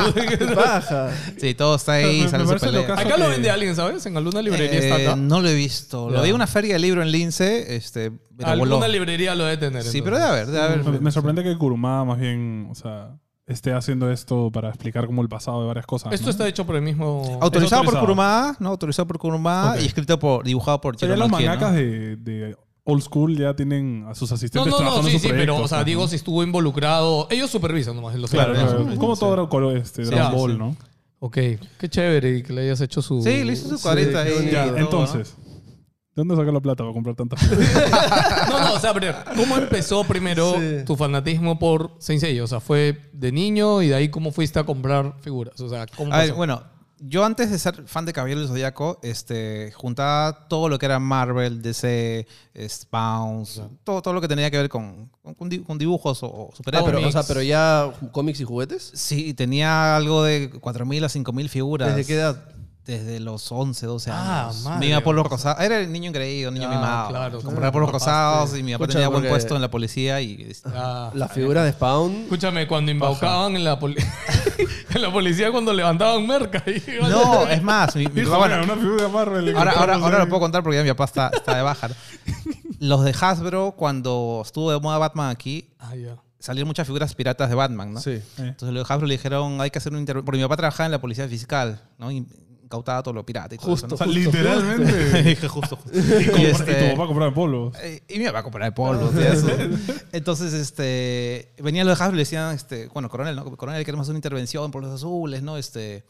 Speaker 4: [LAUGHS]
Speaker 3: Baja.
Speaker 2: Sí, todo está ahí,
Speaker 5: Me-
Speaker 2: sale
Speaker 5: me
Speaker 2: su
Speaker 5: parece
Speaker 2: pelea.
Speaker 5: locazo.
Speaker 4: Acá lo vende alguien, ¿sabes? En alguna librería
Speaker 2: Eh,
Speaker 4: está acá.
Speaker 2: no lo he visto. Lo
Speaker 4: Ya.
Speaker 2: vi en una feria de libro en Lince. Este, pero
Speaker 4: Alguna
Speaker 2: voló.
Speaker 4: librería lo debe tener.
Speaker 2: Sí,
Speaker 4: entonces.
Speaker 2: pero debe haber, debe haber.
Speaker 5: [LAUGHS] Me, me sorprende que Kurumada más bien, o sea, esté haciendo esto para explicar como el pasado de varias cosas.
Speaker 4: Esto
Speaker 5: ¿no?
Speaker 4: está hecho por el mismo.
Speaker 2: Autorizado, por
Speaker 5: autorizado.
Speaker 2: Kurumada, ¿no? Autorizado por Kurumada
Speaker 5: Ok.
Speaker 2: y escrito por, dibujado por
Speaker 5: O sea, ya los
Speaker 2: Hirono Kien, ¿no?
Speaker 5: mangakas de, de Old School ya tienen a sus
Speaker 4: No,
Speaker 5: asistentes
Speaker 4: no, no,
Speaker 5: trabajando
Speaker 4: sí,
Speaker 5: en
Speaker 4: sí,
Speaker 5: sus
Speaker 4: pero, o
Speaker 5: proyectos,
Speaker 4: sea,
Speaker 5: ¿no?
Speaker 4: digo, si estuvo involucrado. Ellos supervisan nomás los
Speaker 5: Claro,
Speaker 4: eventos.
Speaker 5: claro, como todo Dragon Ball, este,
Speaker 4: Sí,
Speaker 5: Dragon
Speaker 4: sí,
Speaker 5: Ball,
Speaker 4: sí.
Speaker 5: ¿no?
Speaker 4: Ok, qué chévere que le hayas hecho su.
Speaker 2: Sí, le hizo su
Speaker 4: su-
Speaker 2: 40 ahí.
Speaker 5: Ya,
Speaker 2: y todo, ¿no?
Speaker 5: entonces. ¿De dónde saca la plata para comprar tantas
Speaker 4: [LAUGHS]
Speaker 5: cosas?
Speaker 4: No, no, o sea, pero ¿cómo empezó primero
Speaker 3: Sí.
Speaker 4: tu fanatismo por Saint Seiya? O sea, fue de niño y de ahí cómo fuiste a comprar figuras. O sea, ¿cómo
Speaker 2: A ver,
Speaker 4: pasó?
Speaker 2: bueno, yo antes de ser fan de Caballero del Zodiaco, este, juntaba todo lo que era Marvel, DC, Spawn, todo, todo lo que tenía que ver con, con- con di- con dibujos o, o
Speaker 3: Ah,
Speaker 2: superhéroes.
Speaker 3: pero, o sea, pero ya cómics y juguetes.
Speaker 2: Sí, tenía algo de 4.000 a 5.000 figuras.
Speaker 3: ¿Desde qué edad?
Speaker 2: Desde los 11, 12
Speaker 4: Ah,
Speaker 2: años.
Speaker 4: madre.
Speaker 2: Me iba a Pueblo Rosado. Era el niño engreído, niño
Speaker 4: Ah,
Speaker 2: mimado.
Speaker 4: claro,
Speaker 2: Compraba
Speaker 4: claro.
Speaker 2: Pueblos
Speaker 4: Papás, pues.
Speaker 2: Rosados y mi papá
Speaker 3: Escucha,
Speaker 2: tenía buen
Speaker 3: porque-
Speaker 2: puesto en la policía y...
Speaker 4: Ah.
Speaker 3: Las figuras de Spawn.
Speaker 4: Escúchame, cuando embaucaban en la, poli- [LAUGHS] en la policía cuando levantaban merca. y iban a-
Speaker 2: No, es más, mi, mi
Speaker 5: Hijo,
Speaker 2: papá-
Speaker 5: mira, una figura Marvel.
Speaker 2: Ahora, ahora, ahora lo puedo contar porque ya mi papá está, está de baja. ¿no? Los de Hasbro, cuando estuvo de moda Batman aquí,
Speaker 4: Ah, ya.
Speaker 2: salieron muchas figuras piratas de Batman, ¿no?
Speaker 3: Sí.
Speaker 2: Entonces los de Hasbro le dijeron, hay que hacer un intervención. Porque mi papá trabajaba en la policía fiscal, ¿no? Y Incautaba todo lo pirata y todo
Speaker 5: O
Speaker 2: eso,
Speaker 5: sea, literalmente.
Speaker 2: [LAUGHS] ¿no? Dije, justo, justo.
Speaker 5: Y, compra-
Speaker 2: Y
Speaker 5: y
Speaker 2: este-
Speaker 5: tu papá compraba en polvos.
Speaker 2: eh, Y mi papá compraba de polvo,
Speaker 3: [LAUGHS]
Speaker 2: tío, eso. Entonces, este, venían los de Hasbro y le decían, este, bueno, coronel, ¿no? Coronel, queremos hacer una intervención por los azules, ¿no? Este,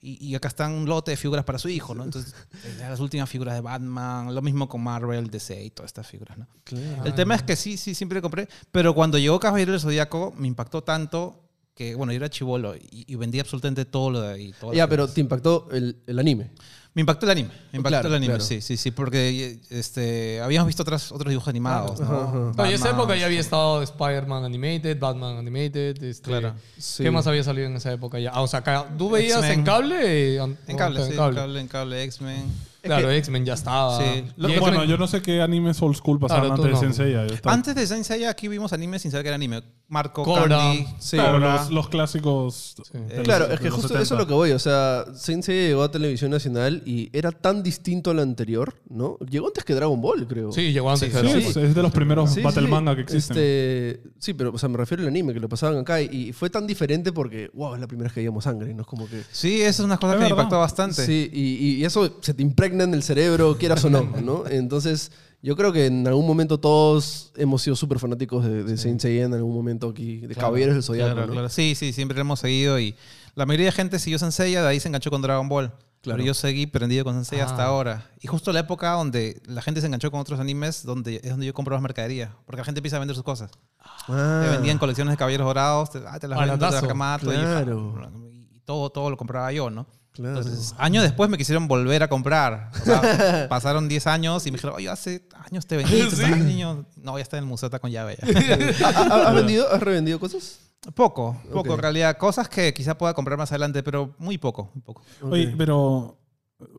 Speaker 2: y, y acá están un lote de figuras para su hijo, ¿no? Entonces, eran las últimas figuras de Batman, lo mismo con Marvel, DC y todas estas figuras, ¿no? El tema es que sí, sí, siempre compré, pero cuando llegó Caballero del Zodíaco me impactó tanto que, bueno, yo era chivolo y, y vendía absolutamente todo lo de ahí. todas las
Speaker 3: Ya, pero
Speaker 2: figuras.
Speaker 3: te impactó el, el anime.
Speaker 2: Me impactó el anime, me impactó
Speaker 3: Oh, Claro,
Speaker 2: el anime,
Speaker 3: claro.
Speaker 2: sí, sí, sí, porque este, habíamos visto otras, otros dibujos animados, ¿no?
Speaker 4: No, en esa
Speaker 2: Batman,
Speaker 4: época ya había estado Spider-Man Animated, Batman Animated. este,
Speaker 2: Claro.
Speaker 4: ¿Qué más había salido en esa época ya? Ah, o sea, acá- ¿tú veías
Speaker 2: X-Men.
Speaker 4: en cable? eh, an-
Speaker 2: En cable,
Speaker 4: o-
Speaker 2: sí, en cable, en cable X-Men.
Speaker 4: Claro, X-Men ya estaba.
Speaker 2: Sí.
Speaker 4: Y X-Men-
Speaker 5: Bueno, yo no sé qué animes old school pasaban
Speaker 4: Claro, tú
Speaker 5: antes de
Speaker 4: no.
Speaker 5: Sensei. ya, yo estaba-
Speaker 2: Antes de Saint Seiya aquí vimos anime sin saber que era anime. Marco,
Speaker 4: Cobra.
Speaker 2: Candy,
Speaker 3: Sí.
Speaker 5: Claro,
Speaker 2: Cobra.
Speaker 5: los, los clásicos. de los-
Speaker 3: Claro,
Speaker 5: de
Speaker 3: es que
Speaker 5: los
Speaker 3: justo
Speaker 5: 70.
Speaker 3: eso es lo que voy. O sea, Sensei llegó a Televisión Nacional y era tan distinto al anterior, ¿no? Llegó antes que Dragon Ball, creo.
Speaker 4: Sí, llegó antes.
Speaker 5: Sí,
Speaker 4: pero-
Speaker 5: es- es de los primeros
Speaker 3: Sí,
Speaker 5: battle
Speaker 3: sí.
Speaker 5: manga que existen.
Speaker 3: Este, sí, pero o sea, me refiero al anime que lo pasaban acá y, y fue tan diferente porque, wow, es la primera vez que veíamos sangre, ¿no? Es como que.
Speaker 2: Sí, esa es una cosa
Speaker 5: Es
Speaker 2: que me
Speaker 5: verdad.
Speaker 2: impactó bastante.
Speaker 3: Sí, y, y eso se te impregna en el cerebro, quieras
Speaker 2: [LAUGHS]
Speaker 3: o no, ¿no? Entonces, yo creo que en algún momento todos hemos sido súper fanáticos de, de Saint Seiya en algún momento aquí, de Caballeros del Zodiaco,
Speaker 2: Claro,
Speaker 3: ¿no?
Speaker 2: claro. Sí, sí, siempre lo hemos seguido y la mayoría de gente siguió Saint Seiya, de ahí se enganchó con Dragon Ball. Pero yo seguí prendido con Saint Seiya hasta
Speaker 4: Ah.
Speaker 2: ahora. Y justo la época donde la gente se enganchó con otros animes, donde es donde yo compro más mercadería. Porque la gente empieza a vender sus cosas.
Speaker 3: Ah,
Speaker 2: Te vendían colecciones de caballeros dorados, te, ah, te las vendo, te las
Speaker 4: Baratazo.
Speaker 2: remato, y-
Speaker 3: Claro.
Speaker 2: Y, todo, todo lo compraba yo, ¿no?
Speaker 3: Claro.
Speaker 2: Entonces, años después me quisieron volver a comprar. O sea,
Speaker 3: [LAUGHS]
Speaker 2: pasaron 10 años y me dijeron, oye, hace años te vendí, te estaba niño". No, ya está en el museo, está con llave.
Speaker 3: [LAUGHS]
Speaker 2: ya.
Speaker 3: ¿Ha- [LAUGHS] ha- ¿Has vendido, has revendido cosas?
Speaker 2: poco, poco
Speaker 3: Ok.
Speaker 2: en realidad. Cosas que quizá pueda comprar más adelante, pero muy poco, muy poco.
Speaker 5: Oye, pero.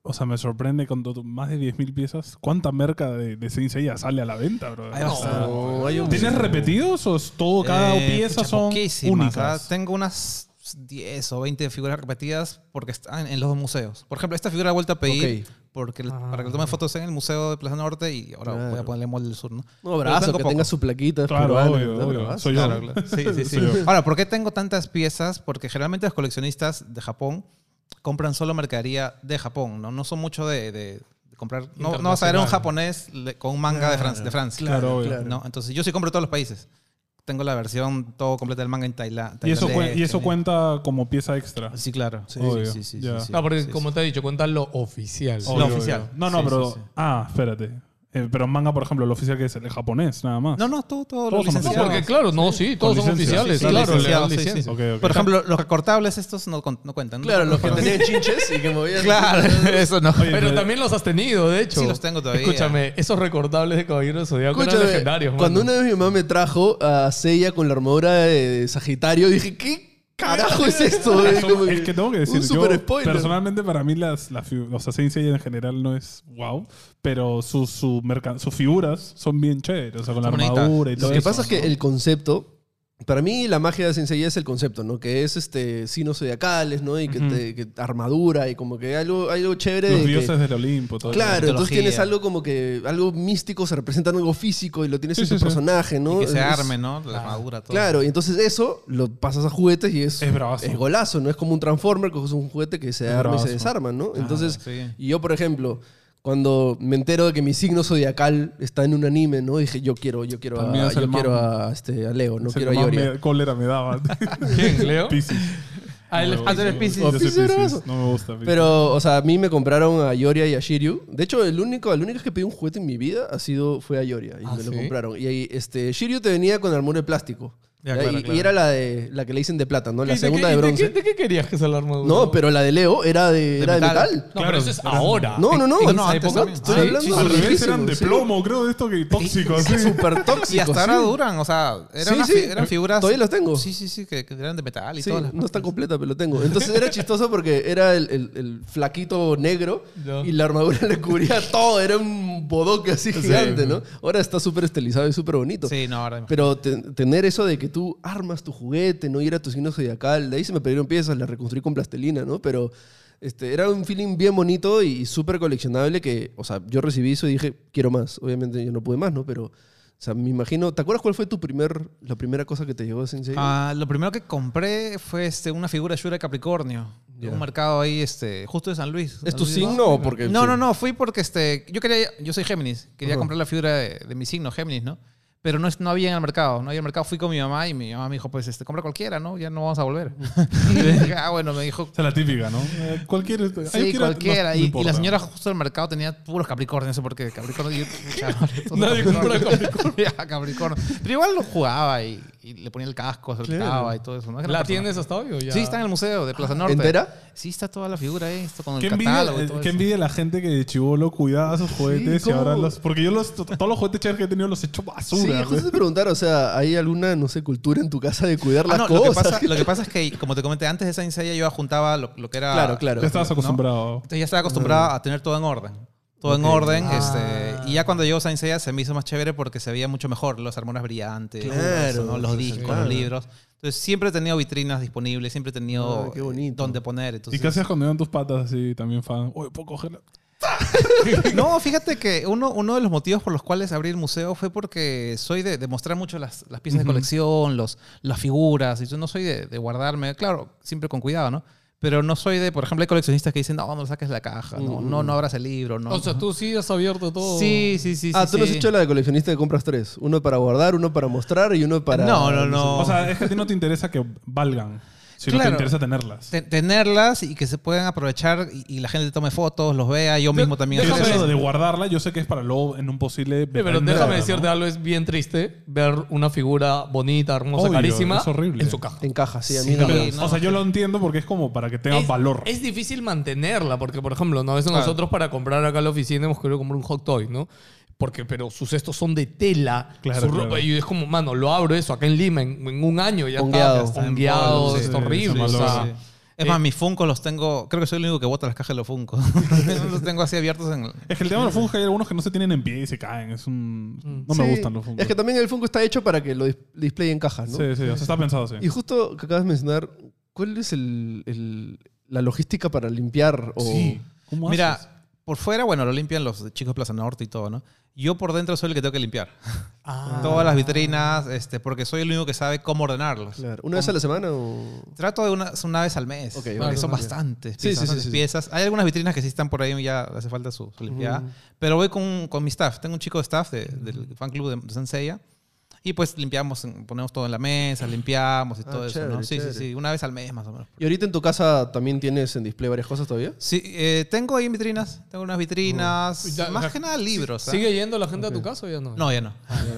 Speaker 5: O sea, me sorprende cuando tú- más de 10.000 piezas. ¿Cuánta merca de, de Saint Seiya sale a la venta, bro?
Speaker 2: Hay bastante.
Speaker 3: No, Ah, hay un-
Speaker 5: ¿Tienes repetidos o es todo, cada
Speaker 2: Eh,
Speaker 5: pieza
Speaker 2: pucha,
Speaker 5: son
Speaker 2: poquísimas.
Speaker 5: únicas?
Speaker 2: Ah, tengo unas 10 o 20 figuras repetidas porque están en los dos museos. Por ejemplo, esta figura la he vuelto a pedir
Speaker 3: Ok.
Speaker 2: porque para que tome
Speaker 5: Ah.
Speaker 2: fotos en el Museo de Plaza Norte y ahora
Speaker 3: Claro.
Speaker 2: voy a ponerle en Mall del Sur,
Speaker 5: [LAUGHS]
Speaker 2: ¿no?
Speaker 3: No,
Speaker 2: Pero
Speaker 3: brazo,
Speaker 2: tengo
Speaker 3: que
Speaker 2: poco.
Speaker 3: tenga su plaquita. es
Speaker 5: Claro,
Speaker 3: peruano,
Speaker 5: obvio,
Speaker 3: ¿no? Ah,
Speaker 5: obvio.
Speaker 3: Bravazo.
Speaker 5: Soy yo.
Speaker 2: Claro, claro. Sí, sí, sí.
Speaker 5: Soy yo.
Speaker 2: [LAUGHS] Ahora, ¿por qué tengo tantas piezas? Porque generalmente los coleccionistas de Japón compran solo mercadería de Japón, ¿no? No son mucho de, de- de comprar... No, no vas a ver a un
Speaker 4: Internacional.
Speaker 2: japonés le- con un manga de, Fran- de Francia.
Speaker 5: Claro, obvio.
Speaker 3: claro.
Speaker 2: ¿no? Entonces, yo sí compro todos los países. Tengo la versión todo completa del manga en Tailandia.
Speaker 5: Y eso, cuen- y eso cuenta como pieza extra.
Speaker 2: Ah, Sí, claro. Sí,
Speaker 5: Obvio.
Speaker 2: sí, sí, sí,
Speaker 5: Ya.
Speaker 2: sí,
Speaker 4: No, Ah, porque
Speaker 2: sí, sí.
Speaker 4: como te he dicho, cuentan lo oficial.
Speaker 5: Obvio, obvio.
Speaker 2: oficial.
Speaker 5: No, no,
Speaker 2: Sí,
Speaker 5: pero.
Speaker 2: sí, sí.
Speaker 5: Ah, espérate. Eh, pero en manga, por ejemplo, el oficial que es el japonés, nada más.
Speaker 2: No, no, todo, todo
Speaker 5: Todos
Speaker 2: lo
Speaker 5: son
Speaker 4: No,
Speaker 2: licenciado.
Speaker 4: porque claro, no, sí, todos
Speaker 5: Con
Speaker 4: son
Speaker 5: licencia.
Speaker 4: oficiales.
Speaker 5: Sí, sí,
Speaker 4: claro, le dan
Speaker 2: licenciados, sí,
Speaker 4: licencia.
Speaker 2: sí.
Speaker 5: Ok, ok.
Speaker 2: Por ejemplo, los recortables estos no, con- no cuentan. ¿no?
Speaker 3: Claro, los
Speaker 2: [LAUGHS]
Speaker 3: que tenían chinches y que movían.
Speaker 2: Claro, [LAUGHS] eso no.
Speaker 5: Oye,
Speaker 4: Pero
Speaker 5: me-
Speaker 4: también los has tenido, de hecho.
Speaker 2: Sí, los tengo todavía.
Speaker 4: Escúchame, esos recordables de Caballero de Zodíaco eran
Speaker 3: Escúchame,
Speaker 4: legendarios.
Speaker 3: cuando
Speaker 4: mano.
Speaker 3: una vez mi mamá me trajo a Seiya con la armadura de Sagitario, dije, ¿qué
Speaker 6: carajo
Speaker 5: [LAUGHS]
Speaker 6: es esto?
Speaker 5: Eso-
Speaker 6: eh? Como
Speaker 5: es que tengo que decir,
Speaker 6: un
Speaker 5: yo
Speaker 6: super spoiler.
Speaker 5: personalmente para mí las, las fi- o sea, Saint Seiya en general no es wow, pero su, su merca- sus figuras son bien chéveres, o sea, con la
Speaker 2: Son bonitas.
Speaker 5: armadura y todo
Speaker 6: Lo que
Speaker 5: eso,
Speaker 6: pasa es que
Speaker 5: ¿no?
Speaker 6: el concepto. Para mí la magia de Sensei es el concepto, ¿no? Que es este sinos zodiacales, ¿no? Y que, te- que armadura y como que algo, algo chévere.
Speaker 5: los
Speaker 6: de que-
Speaker 5: dioses del Olimpo, todo eso.
Speaker 6: Claro, entonces
Speaker 2: mitología.
Speaker 6: tienes algo como que algo místico se representa en algo físico y lo tienes
Speaker 5: Sí,
Speaker 6: en
Speaker 5: sí,
Speaker 6: tu
Speaker 5: sí.
Speaker 6: personaje, ¿no?
Speaker 2: Y que se
Speaker 6: Es-
Speaker 2: arme, ¿no? La armadura, todo.
Speaker 6: Claro, y entonces eso lo pasas a juguetes y es,
Speaker 5: Es bravazo.
Speaker 6: golazo, no es como un transformer, coges un juguete que se
Speaker 5: Es
Speaker 6: arma y
Speaker 5: bravazo.
Speaker 6: se desarma, ¿no? entonces,
Speaker 2: sí.
Speaker 6: y yo por ejemplo, cuando me entero de que mi signo zodiacal está en un anime, ¿no? Dije, yo quiero, yo quiero
Speaker 5: También
Speaker 6: a,
Speaker 5: es el
Speaker 6: yo quiero
Speaker 5: más-
Speaker 6: a, este, a Leo, no
Speaker 5: Es el
Speaker 6: quiero a
Speaker 5: que más
Speaker 6: Ioria.
Speaker 5: me- cólera me daba.
Speaker 4: ¿Quién,
Speaker 5: [LAUGHS]
Speaker 4: Leo? [LAUGHS]
Speaker 5: Piscis.
Speaker 4: Ah, él es
Speaker 5: No me
Speaker 4: Piscis.
Speaker 5: gusta. Yo soy
Speaker 4: Ah,
Speaker 6: Piscis,
Speaker 5: Piscis,
Speaker 6: bravazo.
Speaker 5: No me gusta. Piscis.
Speaker 6: Pero, o sea, a mí me compraron a Ioria y a Shiryu. De hecho, el único, el único que pedí un juguete en mi vida ha sido, fue a Ioria. Y
Speaker 4: Ah,
Speaker 6: me lo
Speaker 4: ¿sí?
Speaker 6: compraron. Y ahí, este, Shiryu te venía con armadura de plástico.
Speaker 2: Ya,
Speaker 6: ¿ya?
Speaker 2: claro,
Speaker 6: y, y
Speaker 2: claro.
Speaker 6: era la, de, la que le dicen de plata, ¿no? La
Speaker 4: ¿Y
Speaker 6: segunda
Speaker 4: qué-
Speaker 6: de
Speaker 4: y
Speaker 6: bronce.
Speaker 4: qué- ¿De qué querías que se la armadura?
Speaker 6: No, pero la de Leo era de, era de
Speaker 2: metal.
Speaker 6: metal.
Speaker 4: No, pero eso es ahora.
Speaker 6: No, no, no.
Speaker 2: en
Speaker 6: en
Speaker 2: esa
Speaker 6: esa
Speaker 2: época-
Speaker 6: época-
Speaker 2: antes,
Speaker 6: Estoy
Speaker 4: ¿no?
Speaker 6: hablando
Speaker 4: Sí,
Speaker 5: Al revés eran de
Speaker 6: sí.
Speaker 5: plomo, creo, de esto que
Speaker 2: [LAUGHS]
Speaker 5: tóxico. así.
Speaker 6: Súper tóxico.
Speaker 2: Y hasta ahora
Speaker 6: sí.
Speaker 2: duran, o sea,
Speaker 6: Sí,
Speaker 2: eran, una
Speaker 6: sí.
Speaker 2: fi- eran figuras.
Speaker 6: Todavía las tengo.
Speaker 2: Sí, sí, sí, que, que eran de metal y
Speaker 6: Sí,
Speaker 2: todas las
Speaker 6: no está completa, pero lo tengo. Entonces era chistoso porque era el, el- el flaquito negro
Speaker 4: Ya.
Speaker 6: y la armadura [LAUGHS] le cubría todo. Era un bodoque así gigante, ¿no? Ahora está súper estilizado y súper bonito.
Speaker 2: Sí, no, ahora.
Speaker 6: Pero te- tener eso de que tú armas tu juguete, no ir a tu signo zodiacal, de ahí se me perdieron piezas, las reconstruí con plastilina, ¿no? Pero este, era un feeling bien bonito y súper coleccionable que, o sea, yo recibí eso y dije, quiero más. Obviamente yo no pude más, ¿no? Pero, o sea, me imagino, ¿te acuerdas cuál fue tu primer, la primera cosa que te llegó de Sensei?
Speaker 2: Ah, lo primero que compré fue este, una figura de Shura de Capricornio. De
Speaker 6: Ya.
Speaker 2: un mercado ahí, este, justo de San Luis. San
Speaker 6: ¿Es tu
Speaker 2: Luis.
Speaker 6: signo o porque...?
Speaker 2: No, no, no, fui porque este, yo quería, yo soy Géminis, quería
Speaker 6: Ajá.
Speaker 2: comprar la figura de, de mi signo, Géminis, ¿no? Pero no, es- no había en el mercado, no había en el mercado, fui con mi mamá y mi mamá me dijo, pues este, compra cualquiera, ¿no? Ya no vamos a volver. Y le dije, [LAUGHS] ah, bueno, me dijo,
Speaker 5: Esa es la típica, ¿no? Eh, Cualquier. ay,
Speaker 2: sí,
Speaker 5: quiero- no-
Speaker 2: cualquiera.
Speaker 5: no
Speaker 2: y, y
Speaker 5: importa.
Speaker 2: la señora justo del mercado tenía puros Capricornio, no sé por qué, Capricornio. y yo,
Speaker 5: [LAUGHS]
Speaker 2: [LAUGHS] pucha, vale, todo [LAUGHS]
Speaker 4: Nadie
Speaker 2: Capricornio.
Speaker 4: compra
Speaker 2: Ya, Capricornio. Pero igual lo jugaba y, y le ponía el casco, se lo quitaba y todo eso. ¿no? Era
Speaker 4: ¿La
Speaker 2: personal.
Speaker 4: tienes hasta hoy o ya?
Speaker 2: Sí, está en el museo de Plaza Norte.
Speaker 6: ¿Entera?
Speaker 2: Sí, está toda la figura ahí, está con el
Speaker 5: Ah. Qué envidia, eh,
Speaker 2: catálogo y todo
Speaker 5: qué
Speaker 2: eso.
Speaker 5: envidia la gente que de chivolo cuidaba sus juguetes y
Speaker 6: ¿cómo?
Speaker 5: ahora los. Porque yo los, todos los juguetes chéveres que he tenido los he hecho
Speaker 6: Sí,
Speaker 5: basura. güey.
Speaker 6: justo te preguntar, o sea, ¿hay alguna, no sé, cultura en tu casa de cuidar
Speaker 2: Ah,
Speaker 6: las
Speaker 2: no, lo, que
Speaker 6: cosas?
Speaker 2: pasa,
Speaker 6: [LAUGHS]
Speaker 2: lo que pasa es que, como te comenté antes de esa ensayo, yo juntaba lo, lo que era.
Speaker 6: Claro, claro.
Speaker 5: Ya estabas
Speaker 2: ¿no?
Speaker 5: acostumbrado.
Speaker 2: Entonces ya estaba
Speaker 6: Mm.
Speaker 2: acostumbrado a tener todo en orden. Todo en orden.
Speaker 4: Ah.
Speaker 2: Este, y ya cuando llegó Saint Seiya se me hizo más chévere porque se veía mucho mejor. Los armonas brillantes,
Speaker 6: Claro,
Speaker 2: eso, ¿no? los
Speaker 6: sí,
Speaker 2: discos,
Speaker 6: claro.
Speaker 2: los libros. Entonces siempre he tenido vitrinas disponibles, siempre he tenido
Speaker 6: Ah, qué bonito.
Speaker 2: eh, dónde poner.
Speaker 5: ¿Y
Speaker 2: Entonces, [LAUGHS]
Speaker 5: qué hacías cuando iban tus patas así también fan? Oye, ¿puedo cogerla?
Speaker 2: No, fíjate que uno, uno de los motivos por los cuales abrí el museo fue porque soy de, de mostrar mucho las, las piezas de colección, los, las figuras, y yo no soy de, de guardarme, claro, siempre con cuidado, ¿no? Pero no soy de, por ejemplo, hay coleccionistas que dicen, no, no lo saques de la caja, no, no, no abras el libro, no.
Speaker 4: O sea, tú sí has abierto todo.
Speaker 2: Sí, sí, sí.
Speaker 6: Ah,
Speaker 2: sí,
Speaker 6: tú no has
Speaker 2: sí.
Speaker 6: hecho la de coleccionista de compras tres. Uno para guardar, uno para mostrar y uno para...
Speaker 2: No, no, no.
Speaker 5: O sea, es que a ti no te interesa que valgan, sino que
Speaker 2: Claro.
Speaker 5: te interesa tenerlas.
Speaker 2: Te- Tenerlas y que se puedan aprovechar y, y la gente tome fotos, los vea, yo mismo también.
Speaker 5: Yo
Speaker 2: hacer
Speaker 5: eso
Speaker 2: eso.
Speaker 5: de guardarla, yo sé que es para luego en un posible.
Speaker 4: Sí, pero
Speaker 5: venderla,
Speaker 4: déjame
Speaker 5: ¿no?
Speaker 4: decirte algo, es bien triste ver una figura bonita, hermosa,
Speaker 5: Obvio,
Speaker 4: carísima
Speaker 5: es horrible.
Speaker 4: en su caja.
Speaker 6: En caja, sí, a mí
Speaker 2: Sí,
Speaker 6: no.
Speaker 2: pero-
Speaker 5: O sea, yo lo entiendo porque es como para que tenga
Speaker 4: es,
Speaker 5: valor.
Speaker 4: es difícil mantenerla, porque por ejemplo, ¿no? a veces nosotros para comprar acá en la oficina hemos querido comprar un hot toy, ¿no? Porque, pero sus estos son de tela,
Speaker 5: Claro,
Speaker 4: su ropa,
Speaker 5: claro.
Speaker 4: y es como, mano, lo abro eso acá en Lima en, en un año, ya
Speaker 2: Ah,
Speaker 6: Hongueado.
Speaker 4: está, hongueado,
Speaker 5: Sí,
Speaker 4: es
Speaker 5: sí,
Speaker 4: horrible.
Speaker 5: se
Speaker 4: o sea, ah,
Speaker 5: malora.
Speaker 2: Es más, mis funcos los tengo. Creo que soy el único que bota las cajas de los funcos. [LAUGHS] los tengo así abiertos en.
Speaker 5: Es que el tema de los fungos hay algunos que no se tienen en pie y se caen. Es un... No me
Speaker 6: Sí,
Speaker 5: gustan los fungos.
Speaker 6: Es que también el Funko está hecho para que lo dis- display en caja, ¿no?
Speaker 5: Sí, sí, o sea, está pensado así.
Speaker 6: Y justo que acabas de mencionar, ¿cuál es el, el- la logística para limpiar? O...
Speaker 5: Sí. ¿Cómo haces?
Speaker 2: Mira, por fuera, bueno, lo limpian los chicos de Plaza Norte y todo, ¿no? Yo por dentro soy el que tengo que limpiar.
Speaker 5: Ah.
Speaker 4: Ah.
Speaker 2: Todas las vitrinas, este, porque soy el único que sabe cómo ordenarlos.
Speaker 6: Claro. ¿Una vez a la semana o...?
Speaker 2: Trato de una, una vez al mes,
Speaker 6: Ok,
Speaker 2: porque
Speaker 6: vale.
Speaker 2: son
Speaker 6: Ah, ya.
Speaker 2: bastantes
Speaker 6: Sí,
Speaker 2: piezas.
Speaker 6: sí, sí,
Speaker 2: bastantes
Speaker 6: sí, sí.
Speaker 2: piezas. Hay algunas vitrinas que sí están por ahí, ya hace falta su, su limpiada. Pero voy con, con mi staff. Tengo un chico de staff de- del fan club de, de Senseiya. Y pues limpiamos, ponemos todo en la mesa, limpiamos y
Speaker 6: Ah,
Speaker 2: todo eso, ¿no?
Speaker 6: chévere,
Speaker 2: Sí,
Speaker 6: chévere.
Speaker 2: sí, sí. Una vez al mes más o menos.
Speaker 6: ¿Y ahorita en tu casa también tienes en display varias
Speaker 5: [LAUGHS]
Speaker 6: cosas todavía?
Speaker 2: Sí, eh, tengo ahí vitrinas. Tengo unas vitrinas.
Speaker 4: Uy, ya,
Speaker 2: más
Speaker 4: ya.
Speaker 2: que nada libros. ¿ah?
Speaker 4: ¿Sigue yendo la gente a tu casa o ya
Speaker 2: [LAUGHS]
Speaker 4: no?
Speaker 2: No, ya no.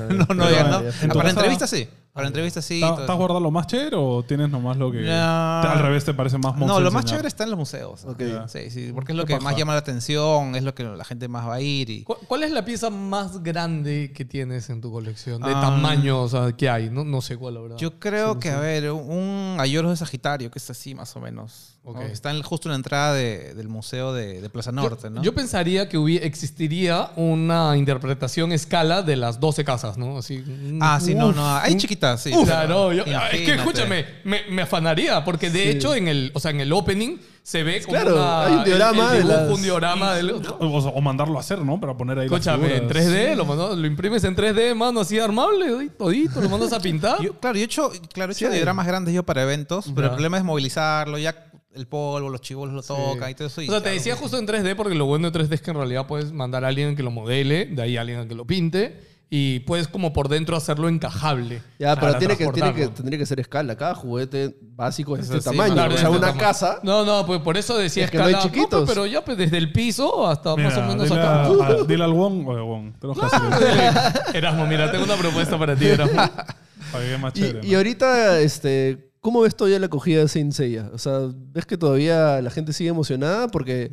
Speaker 2: No, no, ya no.
Speaker 6: Ah, ya.
Speaker 2: Ah, Para
Speaker 5: casa-
Speaker 2: entrevistas sí.
Speaker 4: Ah,
Speaker 2: Para la entrevista sí.
Speaker 5: ¿Estás
Speaker 2: todo
Speaker 5: estás
Speaker 2: eso.
Speaker 5: guardado lo más chévere o tienes nomás lo que.
Speaker 2: No.
Speaker 5: te- Al revés te parece más
Speaker 2: No,
Speaker 5: monstruo
Speaker 2: lo más
Speaker 5: enseñar?
Speaker 2: chévere está en los museos.
Speaker 6: Ok.
Speaker 2: Sí, sí, porque es lo que
Speaker 5: Qué
Speaker 2: más
Speaker 5: paja.
Speaker 2: llama la atención, es lo que la gente más va a ir. Y...
Speaker 4: ¿Cu- ¿Cuál es la pieza más grande que tienes en tu colección? De
Speaker 2: Ah.
Speaker 4: tamaño, o sea, que hay. No, no sé cuál, la verdad.
Speaker 2: Yo creo que, a ver, un Ayoros de Sagitario, que es así más o menos. ¿no?
Speaker 4: Ok.
Speaker 2: Que Está en- justo en la entrada de- del museo de, de Plaza
Speaker 4: Yo-
Speaker 2: Norte, ¿no?
Speaker 4: Yo pensaría que hubi- existiría una interpretación escala de las 12 casas, ¿no? Así,
Speaker 2: ah, sí, no,
Speaker 4: uf,
Speaker 2: no. Hay chiquitas, sí. pero
Speaker 4: uf. Claro, yo- es
Speaker 2: imagínate.
Speaker 4: que escúchame, me, me afanaría, porque de
Speaker 6: Sí.
Speaker 4: hecho en el, o sea, en el opening se ve como
Speaker 6: Claro,
Speaker 4: una-
Speaker 6: hay un
Speaker 4: el- el
Speaker 6: diorama de
Speaker 4: dibujo,
Speaker 6: las-
Speaker 4: un diorama del-
Speaker 5: O, o mandarlo a hacer, ¿no? Para poner ahí. las
Speaker 4: Escúchame, en
Speaker 5: figuras.
Speaker 4: 3D, lo, mandas- lo imprimes en 3D, mano, así armable, ahí todito, lo mandas a pintar.
Speaker 2: Yo- claro, yo he hecho, claro, he hecho dioramas grandes yo para eventos, pero el
Speaker 4: Ya.
Speaker 2: problema es movilizarlo, ya el polvo, los chivolos lo tocan y todo eso.
Speaker 4: o
Speaker 2: y
Speaker 4: sea, te
Speaker 2: claro,
Speaker 4: decía justo en 3D porque lo bueno de 3D es que en realidad puedes mandar a alguien que lo modele, de ahí a alguien que lo pinte y puedes como por dentro hacerlo encajable.
Speaker 6: Ya, pero
Speaker 4: para
Speaker 6: tiene que, tiene que,
Speaker 4: transportarlo.
Speaker 6: tendría que ser escala. Cada juguete básico es
Speaker 2: Eso
Speaker 6: de este
Speaker 2: sí,
Speaker 6: tamaño.
Speaker 2: claro,
Speaker 6: o
Speaker 4: es
Speaker 6: sea,
Speaker 4: de
Speaker 6: una
Speaker 4: tamaño.
Speaker 6: casa.
Speaker 4: No, no, pues por eso decía
Speaker 6: Es que no hay
Speaker 4: escala. pues,
Speaker 6: chiquitos.
Speaker 4: pero ya pues, desde el piso hasta
Speaker 5: Mira,
Speaker 4: más o menos
Speaker 5: dile,
Speaker 4: acá.
Speaker 5: a- a- dile al Wong. Oye, Wong, te lo haces.
Speaker 4: [LAUGHS] Erasmo, mira, tengo una propuesta para ti, Erasmo.
Speaker 5: Para que es más
Speaker 6: Y,
Speaker 5: chévere.
Speaker 6: y
Speaker 5: ¿no?
Speaker 6: ahorita, este, ¿cómo ves todavía la acogida de Saint Seiya? O sea, ¿ves que todavía la gente sigue emocionada? Porque,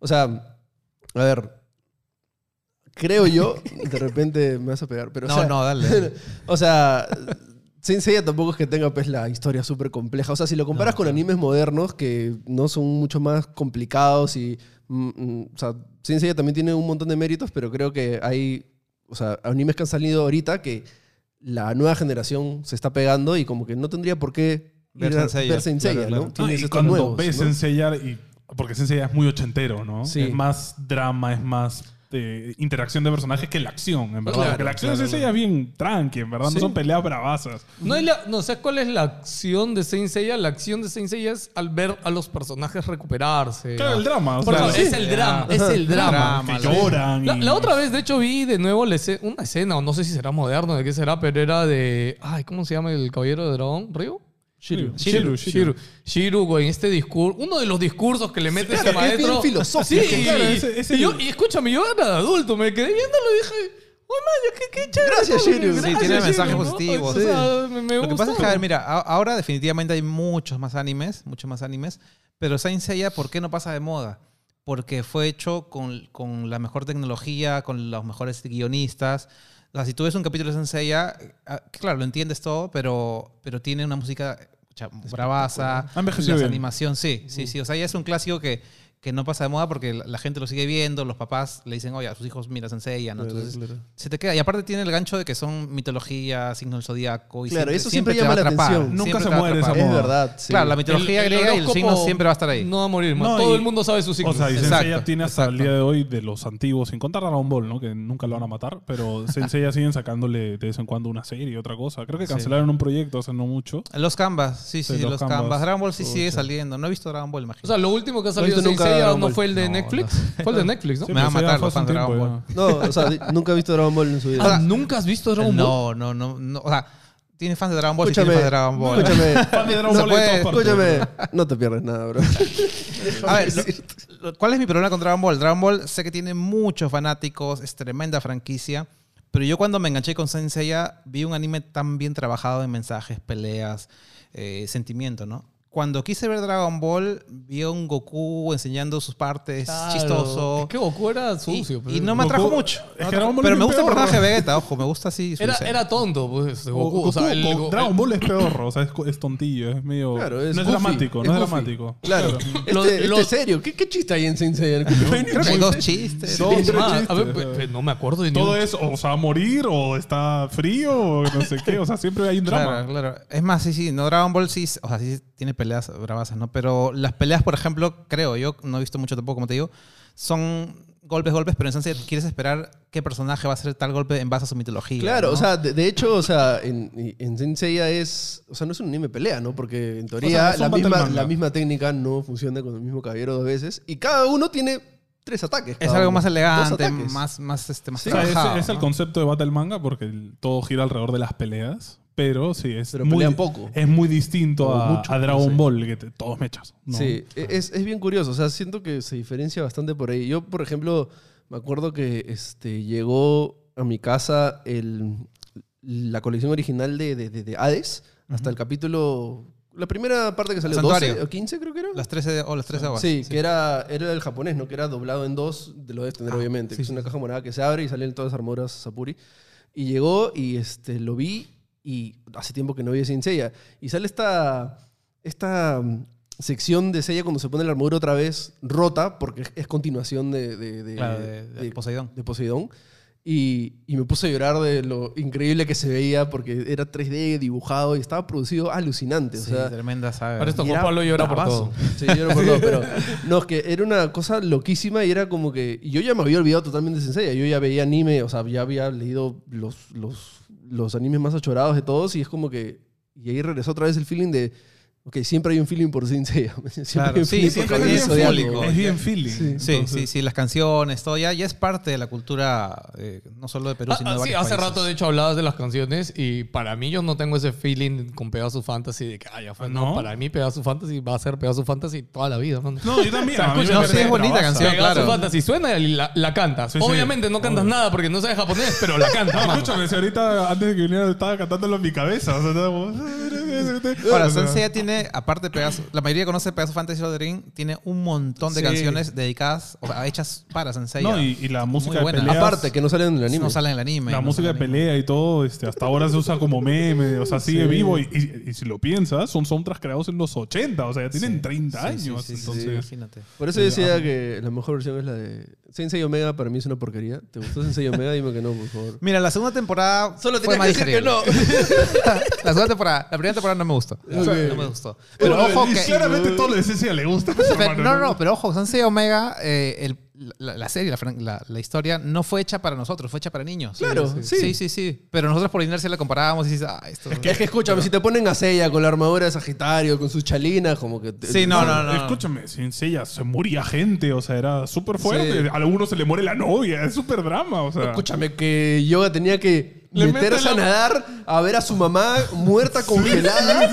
Speaker 6: o sea, a ver, creo yo, de repente me vas a pegar, pero o
Speaker 2: No,
Speaker 6: sea,
Speaker 2: no, dale.
Speaker 6: o sea, Saint Seiya tampoco es que tenga pues la historia súper compleja. O sea, si lo comparas con animes modernos que no son mucho más complicados y, mm, mm, o sea, Saint Seiya también tiene un montón de méritos, pero creo que hay, o sea, animes que han salido ahorita que la nueva generación se está pegando y como que no tendría por qué
Speaker 2: Ver
Speaker 6: ir a-
Speaker 2: Saint Seiya,
Speaker 6: ver Saint
Speaker 2: claro,
Speaker 6: Seiya,
Speaker 2: claro.
Speaker 6: ¿no?
Speaker 5: No,
Speaker 6: Tienes
Speaker 5: y
Speaker 6: estos
Speaker 5: cuando
Speaker 6: nuevos,
Speaker 5: ves
Speaker 6: ¿no?
Speaker 5: enseñar, y, porque enseñar es muy ochentero, ¿no?
Speaker 6: Sí.
Speaker 5: Es más drama, es más eh, interacción de personajes que la acción, en verdad.
Speaker 4: Claro,
Speaker 5: Porque la acción de Sensei es bien tranqui, en verdad. No son peleas bravasas.
Speaker 4: No, hay la- no sé cuál es la acción de Saint Seiya. La acción de Saint Seiya es al ver a los personajes recuperarse.
Speaker 5: Claro,
Speaker 4: ¿no?
Speaker 5: el drama. o
Speaker 4: Por
Speaker 5: sea,
Speaker 4: eso, es el drama,
Speaker 5: [LAUGHS]
Speaker 4: es el [LAUGHS] drama.
Speaker 5: que lloran.
Speaker 4: La,
Speaker 5: y-
Speaker 4: la otra vez, de hecho, vi de nuevo la esce- una escena, o no sé si será moderno, de qué será, pero era de. Ay, ¿cómo se llama el caballero de dragón? ¿Ryu?
Speaker 5: Shiru. Shiru,
Speaker 4: Shiru, Shiru. Shiru, güey, en este discurso, uno de los discursos que le mete
Speaker 6: claro,
Speaker 4: ese
Speaker 6: que es
Speaker 4: maestro.
Speaker 6: bien filosófico.
Speaker 4: Sí,
Speaker 5: Claro, ese- ese-
Speaker 4: y, yo, y escúchame, yo era de adulto, me quedé viéndolo y dije, oh, man, qué, qué chévere.
Speaker 6: Gracias,
Speaker 4: está,
Speaker 6: Shiru. Sí,
Speaker 4: gracias,
Speaker 2: tiene
Speaker 4: Shiru",
Speaker 2: mensajes
Speaker 4: ¿no?
Speaker 2: positivos.
Speaker 4: O sea, me, me
Speaker 2: Lo que pasa es que,
Speaker 4: gustó.
Speaker 2: a ver, mira, a- ahora definitivamente hay muchos más animes, muchos más animes, pero Saint Seiya, ¿por qué no pasa de moda? Porque fue hecho con, con la mejor tecnología, con los mejores guionistas. O sea, si tú ves un capítulo de Saint Seiya, eh, ah, claro, lo entiendes todo, pero, pero tiene una música pucha, bravaza,
Speaker 5: Ha envejecido
Speaker 2: las
Speaker 5: bien.
Speaker 2: animación, sí, sí, sí. O sea, ya es un clásico que, que no pasa de moda porque la, la gente lo sigue viendo, los papás le dicen, oye, a sus hijos mira Saint Seiya, ¿no? Entonces, se te queda. Y aparte tiene el gancho de que son mitología, signos del zodíaco. Y
Speaker 6: Claro,
Speaker 2: siempre-
Speaker 6: eso siempre
Speaker 2: te va
Speaker 6: llama la
Speaker 2: a atrapar,
Speaker 6: atención.
Speaker 5: Nunca
Speaker 2: siempre te
Speaker 5: se
Speaker 2: va a
Speaker 5: muere esa
Speaker 2: atrapar.
Speaker 6: Es
Speaker 5: moda.
Speaker 6: verdad, sí.
Speaker 2: Claro, la mitología
Speaker 4: El- el
Speaker 2: griega y el
Speaker 4: horóscopo
Speaker 2: signo siempre va a estar ahí.
Speaker 4: No va a morir, man.
Speaker 5: No,
Speaker 4: todo
Speaker 5: y-
Speaker 4: el mundo sabe sus
Speaker 5: O
Speaker 4: signos.
Speaker 5: sea, y
Speaker 2: Exacto,
Speaker 5: Sensei tiene hasta el
Speaker 2: exacto.
Speaker 5: día de hoy de los antiguos, sin contar Dragon Ball, ¿no? Que nunca lo van a matar, pero Sensei siguen sacándole de vez en cuando una serie y otra cosa. Creo que cancelaron un proyecto hace no mucho.
Speaker 2: Los canvas, sí, sí,
Speaker 5: Sí,
Speaker 2: los,
Speaker 5: los
Speaker 2: canvas.
Speaker 5: canvas.
Speaker 2: Dragon Ball sí sigue saliendo. No he visto Dragon Ball,
Speaker 4: O
Speaker 2: imagino.
Speaker 4: sea, lo último que ha salido
Speaker 6: visto
Speaker 4: Saint
Speaker 6: nunca
Speaker 4: Seiya
Speaker 6: Dragon
Speaker 4: no
Speaker 6: Ball.
Speaker 4: fue el de
Speaker 2: No,
Speaker 4: Netflix. Fue el de Netflix, ¿no?
Speaker 5: Sí,
Speaker 2: Me van a
Speaker 5: pues, ya
Speaker 2: matar
Speaker 5: fue
Speaker 2: los
Speaker 5: hace un
Speaker 2: fans de
Speaker 5: tiempo,
Speaker 2: Dragon
Speaker 5: ya.
Speaker 6: No, o sea, di- nunca he visto Dragon Ball en su vida.
Speaker 4: Ah, ¿Nunca has visto Dragon Ball?
Speaker 2: no, no, no, no. O sea, tiene fans de Dragon Ball, sí tiene
Speaker 6: Escúchame,
Speaker 2: fans de Dragon Ball.
Speaker 5: Fan de
Speaker 6: escúchame,
Speaker 5: Dragon
Speaker 2: Se
Speaker 5: Ball en
Speaker 2: puede-
Speaker 5: todas partes.
Speaker 6: escúchame, no te pierdes nada, bro.
Speaker 2: A ver, lo- lo- ¿cuál es mi problema con Dragon Ball? Dragon Ball sé que tiene muchos fanáticos, es tremenda franquicia, pero yo cuando me enganché con Saint Seiya vi un anime tan bien trabajado en mensajes, peleas, eh, sentimiento, ¿no? Cuando quise ver Dragon Ball, vi a un Goku enseñando sus partes,
Speaker 4: Claro.
Speaker 2: chistoso.
Speaker 4: Es que Goku era
Speaker 2: y-
Speaker 4: sucio.
Speaker 2: y,
Speaker 4: pues.
Speaker 2: no me
Speaker 5: Goku-
Speaker 2: atrajo mucho.
Speaker 5: es que
Speaker 2: No me
Speaker 5: Dragon
Speaker 2: atrajo-
Speaker 5: Ball
Speaker 2: pero
Speaker 5: es
Speaker 2: me gusta el
Speaker 5: peor,
Speaker 2: personaje
Speaker 5: ¿no?
Speaker 2: de Vegeta, ojo, me gusta así. su
Speaker 4: Era,
Speaker 2: diseño.
Speaker 4: era tonto, pues, Goku.
Speaker 5: Goku,
Speaker 4: o sea, el,
Speaker 5: Goku-
Speaker 4: Go-
Speaker 5: Dragon Ball es peor, o sea, es, co- es tontillo, es medio.
Speaker 6: Claro, es
Speaker 5: no es
Speaker 6: goofy,
Speaker 5: dramático,
Speaker 6: es
Speaker 5: no es
Speaker 6: goofy.
Speaker 5: dramático.
Speaker 6: Claro.
Speaker 4: Lo-
Speaker 6: Este,
Speaker 4: lo-
Speaker 6: este serio, ¿qué, qué chiste hay en Saint Seiya?
Speaker 2: Creo que hay dos chistes.
Speaker 5: Dos,
Speaker 4: Es
Speaker 5: tres
Speaker 4: más,
Speaker 5: chistes,
Speaker 4: a ver,
Speaker 5: o sea.
Speaker 4: pues, pues, no me acuerdo de
Speaker 5: Todo
Speaker 4: ningún-
Speaker 5: es o se va a morir o está frío o no sé qué. O sea, siempre hay un
Speaker 2: Claro,
Speaker 5: drama.
Speaker 2: claro. Es más, sí, sí, no, Dragon Ball sí, o sea, sí tiene peleas bravasas, ¿no? Pero las peleas, por ejemplo, creo, yo no he visto mucho tampoco, como te digo, son golpes, golpes, pero entonces quieres esperar qué personaje va a hacer tal golpe en base a su mitología.
Speaker 6: Claro,
Speaker 2: ¿no?
Speaker 6: o sea, de, de hecho, o sea, en, en Saint Seiya es. O sea, no es un anime pelea, ¿no? Porque en teoría
Speaker 5: O sea, es un
Speaker 6: la,
Speaker 5: battle
Speaker 6: misma,
Speaker 5: manga.
Speaker 6: la misma técnica no funciona con el mismo caballero dos veces. Y cada uno tiene tres ataques.
Speaker 2: es
Speaker 6: cada
Speaker 2: algo
Speaker 6: uno.
Speaker 2: más
Speaker 6: Dos
Speaker 2: elegante,
Speaker 6: ataques.
Speaker 2: más, más, este, más
Speaker 5: O sea, es-
Speaker 2: trabajado,
Speaker 5: es, el
Speaker 2: ¿no?
Speaker 5: concepto de Battle Manga porque el- todo gira alrededor de las peleas. Pero sí, es,
Speaker 6: Pero
Speaker 5: muy,
Speaker 6: pelean poco.
Speaker 5: es muy distinto
Speaker 6: O
Speaker 5: a,
Speaker 6: mucho,
Speaker 5: a Dragon
Speaker 6: sí.
Speaker 5: Ball, que te- todos mechas. ¿no?
Speaker 6: Sí, e, es, es bien curioso. O sea, siento que se diferencia bastante por ahí. Yo, por ejemplo, me acuerdo que este, llegó a mi casa el, la colección original de, de, de- de Hades hasta el capítulo. La primera parte que salió,
Speaker 2: Santuario.
Speaker 6: 12 o 15, creo que era.
Speaker 2: Las 13 o las 13 aguas.
Speaker 6: Sí, que era, era el japonés, ¿no? Que era doblado en dos, de lo debes tener
Speaker 2: Ah,
Speaker 6: obviamente. que es una caja morada que se abre y salen todas las armoras Sapuri. Y llegó y este, lo vi y hace tiempo que no vi Sin Seiya. Y sale esta, esta mm, sección de Seiya cuando se pone la armadura otra vez rota, porque es, es continuación de, de, de-
Speaker 2: Claro, de- de Poseidón.
Speaker 6: de Poseidón. Y, y me puse a llorar de lo increíble que se veía porque era 3D dibujado y estaba producido alucinante.
Speaker 2: Sí,
Speaker 6: o sea,
Speaker 2: tremenda saga.
Speaker 4: Para esto
Speaker 6: y
Speaker 4: Juan
Speaker 6: era
Speaker 4: Pablo llora por
Speaker 6: bravazo.
Speaker 4: todo.
Speaker 6: Sí, lloro por todo, pero... No, es que era una cosa loquísima y era como que... y Yo ya me había olvidado totalmente de Sensei. Yo ya veía anime, o sea, ya había leído los, los, los animes más achorados de todos y es como que... Y ahí regresó otra vez el feeling de... Ok, siempre hay un feeling por Sensei. [LAUGHS] Siempre
Speaker 2: Claro,
Speaker 6: hay un
Speaker 2: sí,
Speaker 6: feeling
Speaker 2: sí,
Speaker 6: por
Speaker 2: es
Speaker 6: Caballeros
Speaker 2: bien
Speaker 6: Zodiaco.
Speaker 2: fúlico.
Speaker 5: Es bien feeling.
Speaker 2: Sí, sí, sí, las canciones, todo ya, ya es parte de la cultura, eh, no solo de Perú,
Speaker 4: Ah,
Speaker 2: sino
Speaker 4: ah,
Speaker 2: de
Speaker 4: sí,
Speaker 2: varios
Speaker 4: hace
Speaker 2: países.
Speaker 4: rato de hecho hablabas de las canciones y para mí yo no tengo ese feeling con Pegasus Fantasy de que, ah, ya fue.
Speaker 5: ¿Ah,
Speaker 4: no?
Speaker 5: no?
Speaker 4: para mí Pegasus Fantasy va a ser Pegasus Fantasy toda la vida, mano.
Speaker 5: No, yo
Speaker 4: [LAUGHS]
Speaker 5: también.
Speaker 4: sea,
Speaker 5: a mí me
Speaker 4: escucha, no,
Speaker 5: parece
Speaker 4: sí, es
Speaker 2: bonita
Speaker 5: bravaza. [LAUGHS]
Speaker 2: canción.
Speaker 4: Pegasus
Speaker 2: claro.
Speaker 4: Fantasy suena y la, la cantas.
Speaker 5: Sí, sí.
Speaker 4: Obviamente no cantas nada porque no sabes japonés, pero la cantas.
Speaker 5: No,
Speaker 4: mano.
Speaker 5: escúchame, si ahorita antes de que viniera estaba cantándolo en mi cabeza. O sea, estaba eh, como-
Speaker 2: Ahora,
Speaker 5: O sea,
Speaker 2: Sensei ya tiene, aparte de Pegaso, la mayoría conoce Pegaso Fantasy of the Ring, tiene un montón de
Speaker 5: Sí.
Speaker 2: canciones dedicadas, o sea, hechas para Sensei.
Speaker 5: No, y, y la música de
Speaker 2: buena.
Speaker 5: pelea.
Speaker 6: Aparte, que no salen en el anime.
Speaker 2: no sale en el anime.
Speaker 5: La
Speaker 2: no
Speaker 5: música
Speaker 2: sale
Speaker 5: de
Speaker 2: en el
Speaker 5: pelea y todo, este, hasta ahora se usa como meme, o sea, sigue vivo. Y, y- y si lo piensas, son soundtracks creados en los 80, o sea, ya tienen 30
Speaker 2: anime. Sí, sí,
Speaker 5: años.
Speaker 2: sí, sí,
Speaker 5: entonces,
Speaker 2: imagínate.
Speaker 6: Por eso decía que la mejor versión es la de... Sensei Omega para mí es una porquería. ¿Te gustó Sensei Omega? Dime que no, por favor.
Speaker 2: Mira, la segunda temporada.
Speaker 4: [LAUGHS]
Speaker 6: Solo
Speaker 2: fue
Speaker 6: tenías
Speaker 2: más
Speaker 6: que decir que
Speaker 2: digerible. [LAUGHS] la segunda temporada, la primera temporada no me gustó. No me gustó. Pero
Speaker 5: Bueno,
Speaker 2: ojo
Speaker 5: y
Speaker 2: que.
Speaker 5: Claramente todo la esencia le gusta.
Speaker 2: Pero- no, no, pero ojo, Sensei Omega, eh, el- la, la serie, la, fran- la- la historia, no fue hecha para nosotros, fue hecha para niños.
Speaker 6: Claro, sí.
Speaker 2: Sí, sí, sí. Pero nosotros por inercia la comparábamos y dices, ah, esto.
Speaker 6: Es que escúchame, si te ponen a Seiya con la armadura de Sagitario, con sus chalinas, como que... te-
Speaker 2: Sí, no, no, no.
Speaker 5: Escúchame, sin sella, se moría gente, o sea, era súper fuerte.
Speaker 6: Sí.
Speaker 5: A alguno se le muere la novia, es súper drama, o sea.
Speaker 6: Escúchame, que Yoga tenía que
Speaker 5: Le mete
Speaker 6: meterse a
Speaker 5: la-
Speaker 6: nadar a ver a su mamá muerta
Speaker 2: [LAUGHS]
Speaker 6: congelada.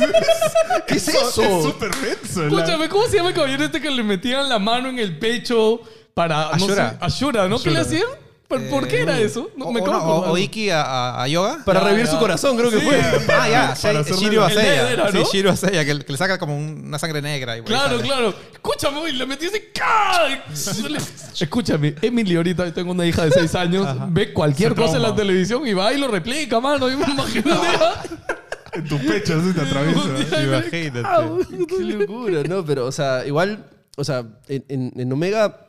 Speaker 6: ¿Qué es eso?
Speaker 5: Es súper denso. la-
Speaker 4: Escúchame, ¿cómo se llama el caballero este que le metían la mano en el pecho para. No
Speaker 2: Ashura.
Speaker 4: sé, Ashura, ¿no? ¿Qué le hacían? ¿Por, por qué era eso? No,
Speaker 2: Eh, o,
Speaker 4: me
Speaker 2: o
Speaker 4: acabo
Speaker 2: no,
Speaker 4: de
Speaker 2: o-
Speaker 4: acordar.
Speaker 2: o Iki a, a- a Yoga.
Speaker 6: Para
Speaker 4: Ya,
Speaker 6: revivir
Speaker 4: ya.
Speaker 6: su corazón, creo que
Speaker 5: Sí,
Speaker 6: fue.
Speaker 2: Ah, ya,
Speaker 5: para
Speaker 2: Shai-
Speaker 5: hacerle-
Speaker 2: Shiryu
Speaker 4: El dedo
Speaker 2: Aseya.
Speaker 4: era,
Speaker 2: Sí,
Speaker 4: ¿no?
Speaker 2: Shiryu Aseya, que, que le saca como una sangre negra. y-
Speaker 4: Claro,
Speaker 2: y-
Speaker 4: claro. Escúchame, y le metí ese ca- Escúchame, Emily ahorita, yo tengo una hija de 6 años, ve cualquier
Speaker 5: Se
Speaker 4: cosa en la
Speaker 5: trauma.
Speaker 4: televisión y va y lo replica, mano. Yo me imagino.
Speaker 5: En tu pecho, así te
Speaker 4: [LAUGHS]
Speaker 5: atraviesa.
Speaker 2: Imagínate.
Speaker 6: Qué locura, ¿no? Pero, o sea, igual, o sea, en, en- en Omega,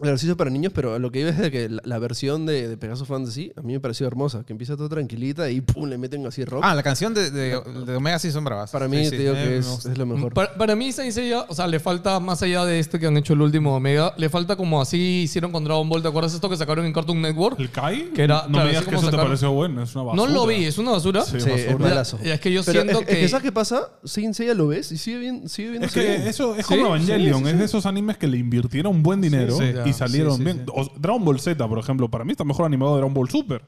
Speaker 6: el ejercicio para niños, pero lo que iba es de que la, la versión de, de Pegasus Fantasy a mí me pareció hermosa, que empieza todo tranquilita y pum, le meten así rock.
Speaker 2: Ah, la canción de, de, de Omega sí son bravas.
Speaker 6: para mí,
Speaker 2: Sí,
Speaker 6: te
Speaker 2: sí,
Speaker 6: digo
Speaker 2: eh,
Speaker 6: que
Speaker 2: me
Speaker 6: es,
Speaker 2: gusta.
Speaker 6: es lo mejor.
Speaker 4: Para, para mí, Saint Seiya, o sea, le falta, más allá de este que han hecho el último Omega, le falta como así hicieron con Dragon Ball. ¿Te acuerdas esto que sacaron en Cartoon Network?
Speaker 5: ¿El Kai?
Speaker 4: Que era-
Speaker 5: no
Speaker 4: claro,
Speaker 5: me digas
Speaker 4: así
Speaker 5: que
Speaker 4: como
Speaker 5: eso te
Speaker 4: sacaron-
Speaker 5: pareció bueno, es una basura.
Speaker 4: No lo vi, es una basura.
Speaker 5: Sí,
Speaker 6: Sí, es
Speaker 5: basura.
Speaker 6: malazo.
Speaker 4: Ya, es que yo
Speaker 6: Pero
Speaker 4: siento
Speaker 6: es, es
Speaker 4: que-
Speaker 6: ¿Sabes qué pasa? Sin Seiya lo ves y sigue, bien, sigue viendo
Speaker 5: Es que eso es como Evangelion, es de esos animes que le invirtieron un buen dinero
Speaker 2: Sí, sí.
Speaker 5: y
Speaker 2: Ya,
Speaker 5: salieron
Speaker 2: sí, sí,
Speaker 5: bien.
Speaker 2: sí.
Speaker 5: O- Dragon Ball Z, por ejemplo, para mí está mejor animado Dragon Ball Super.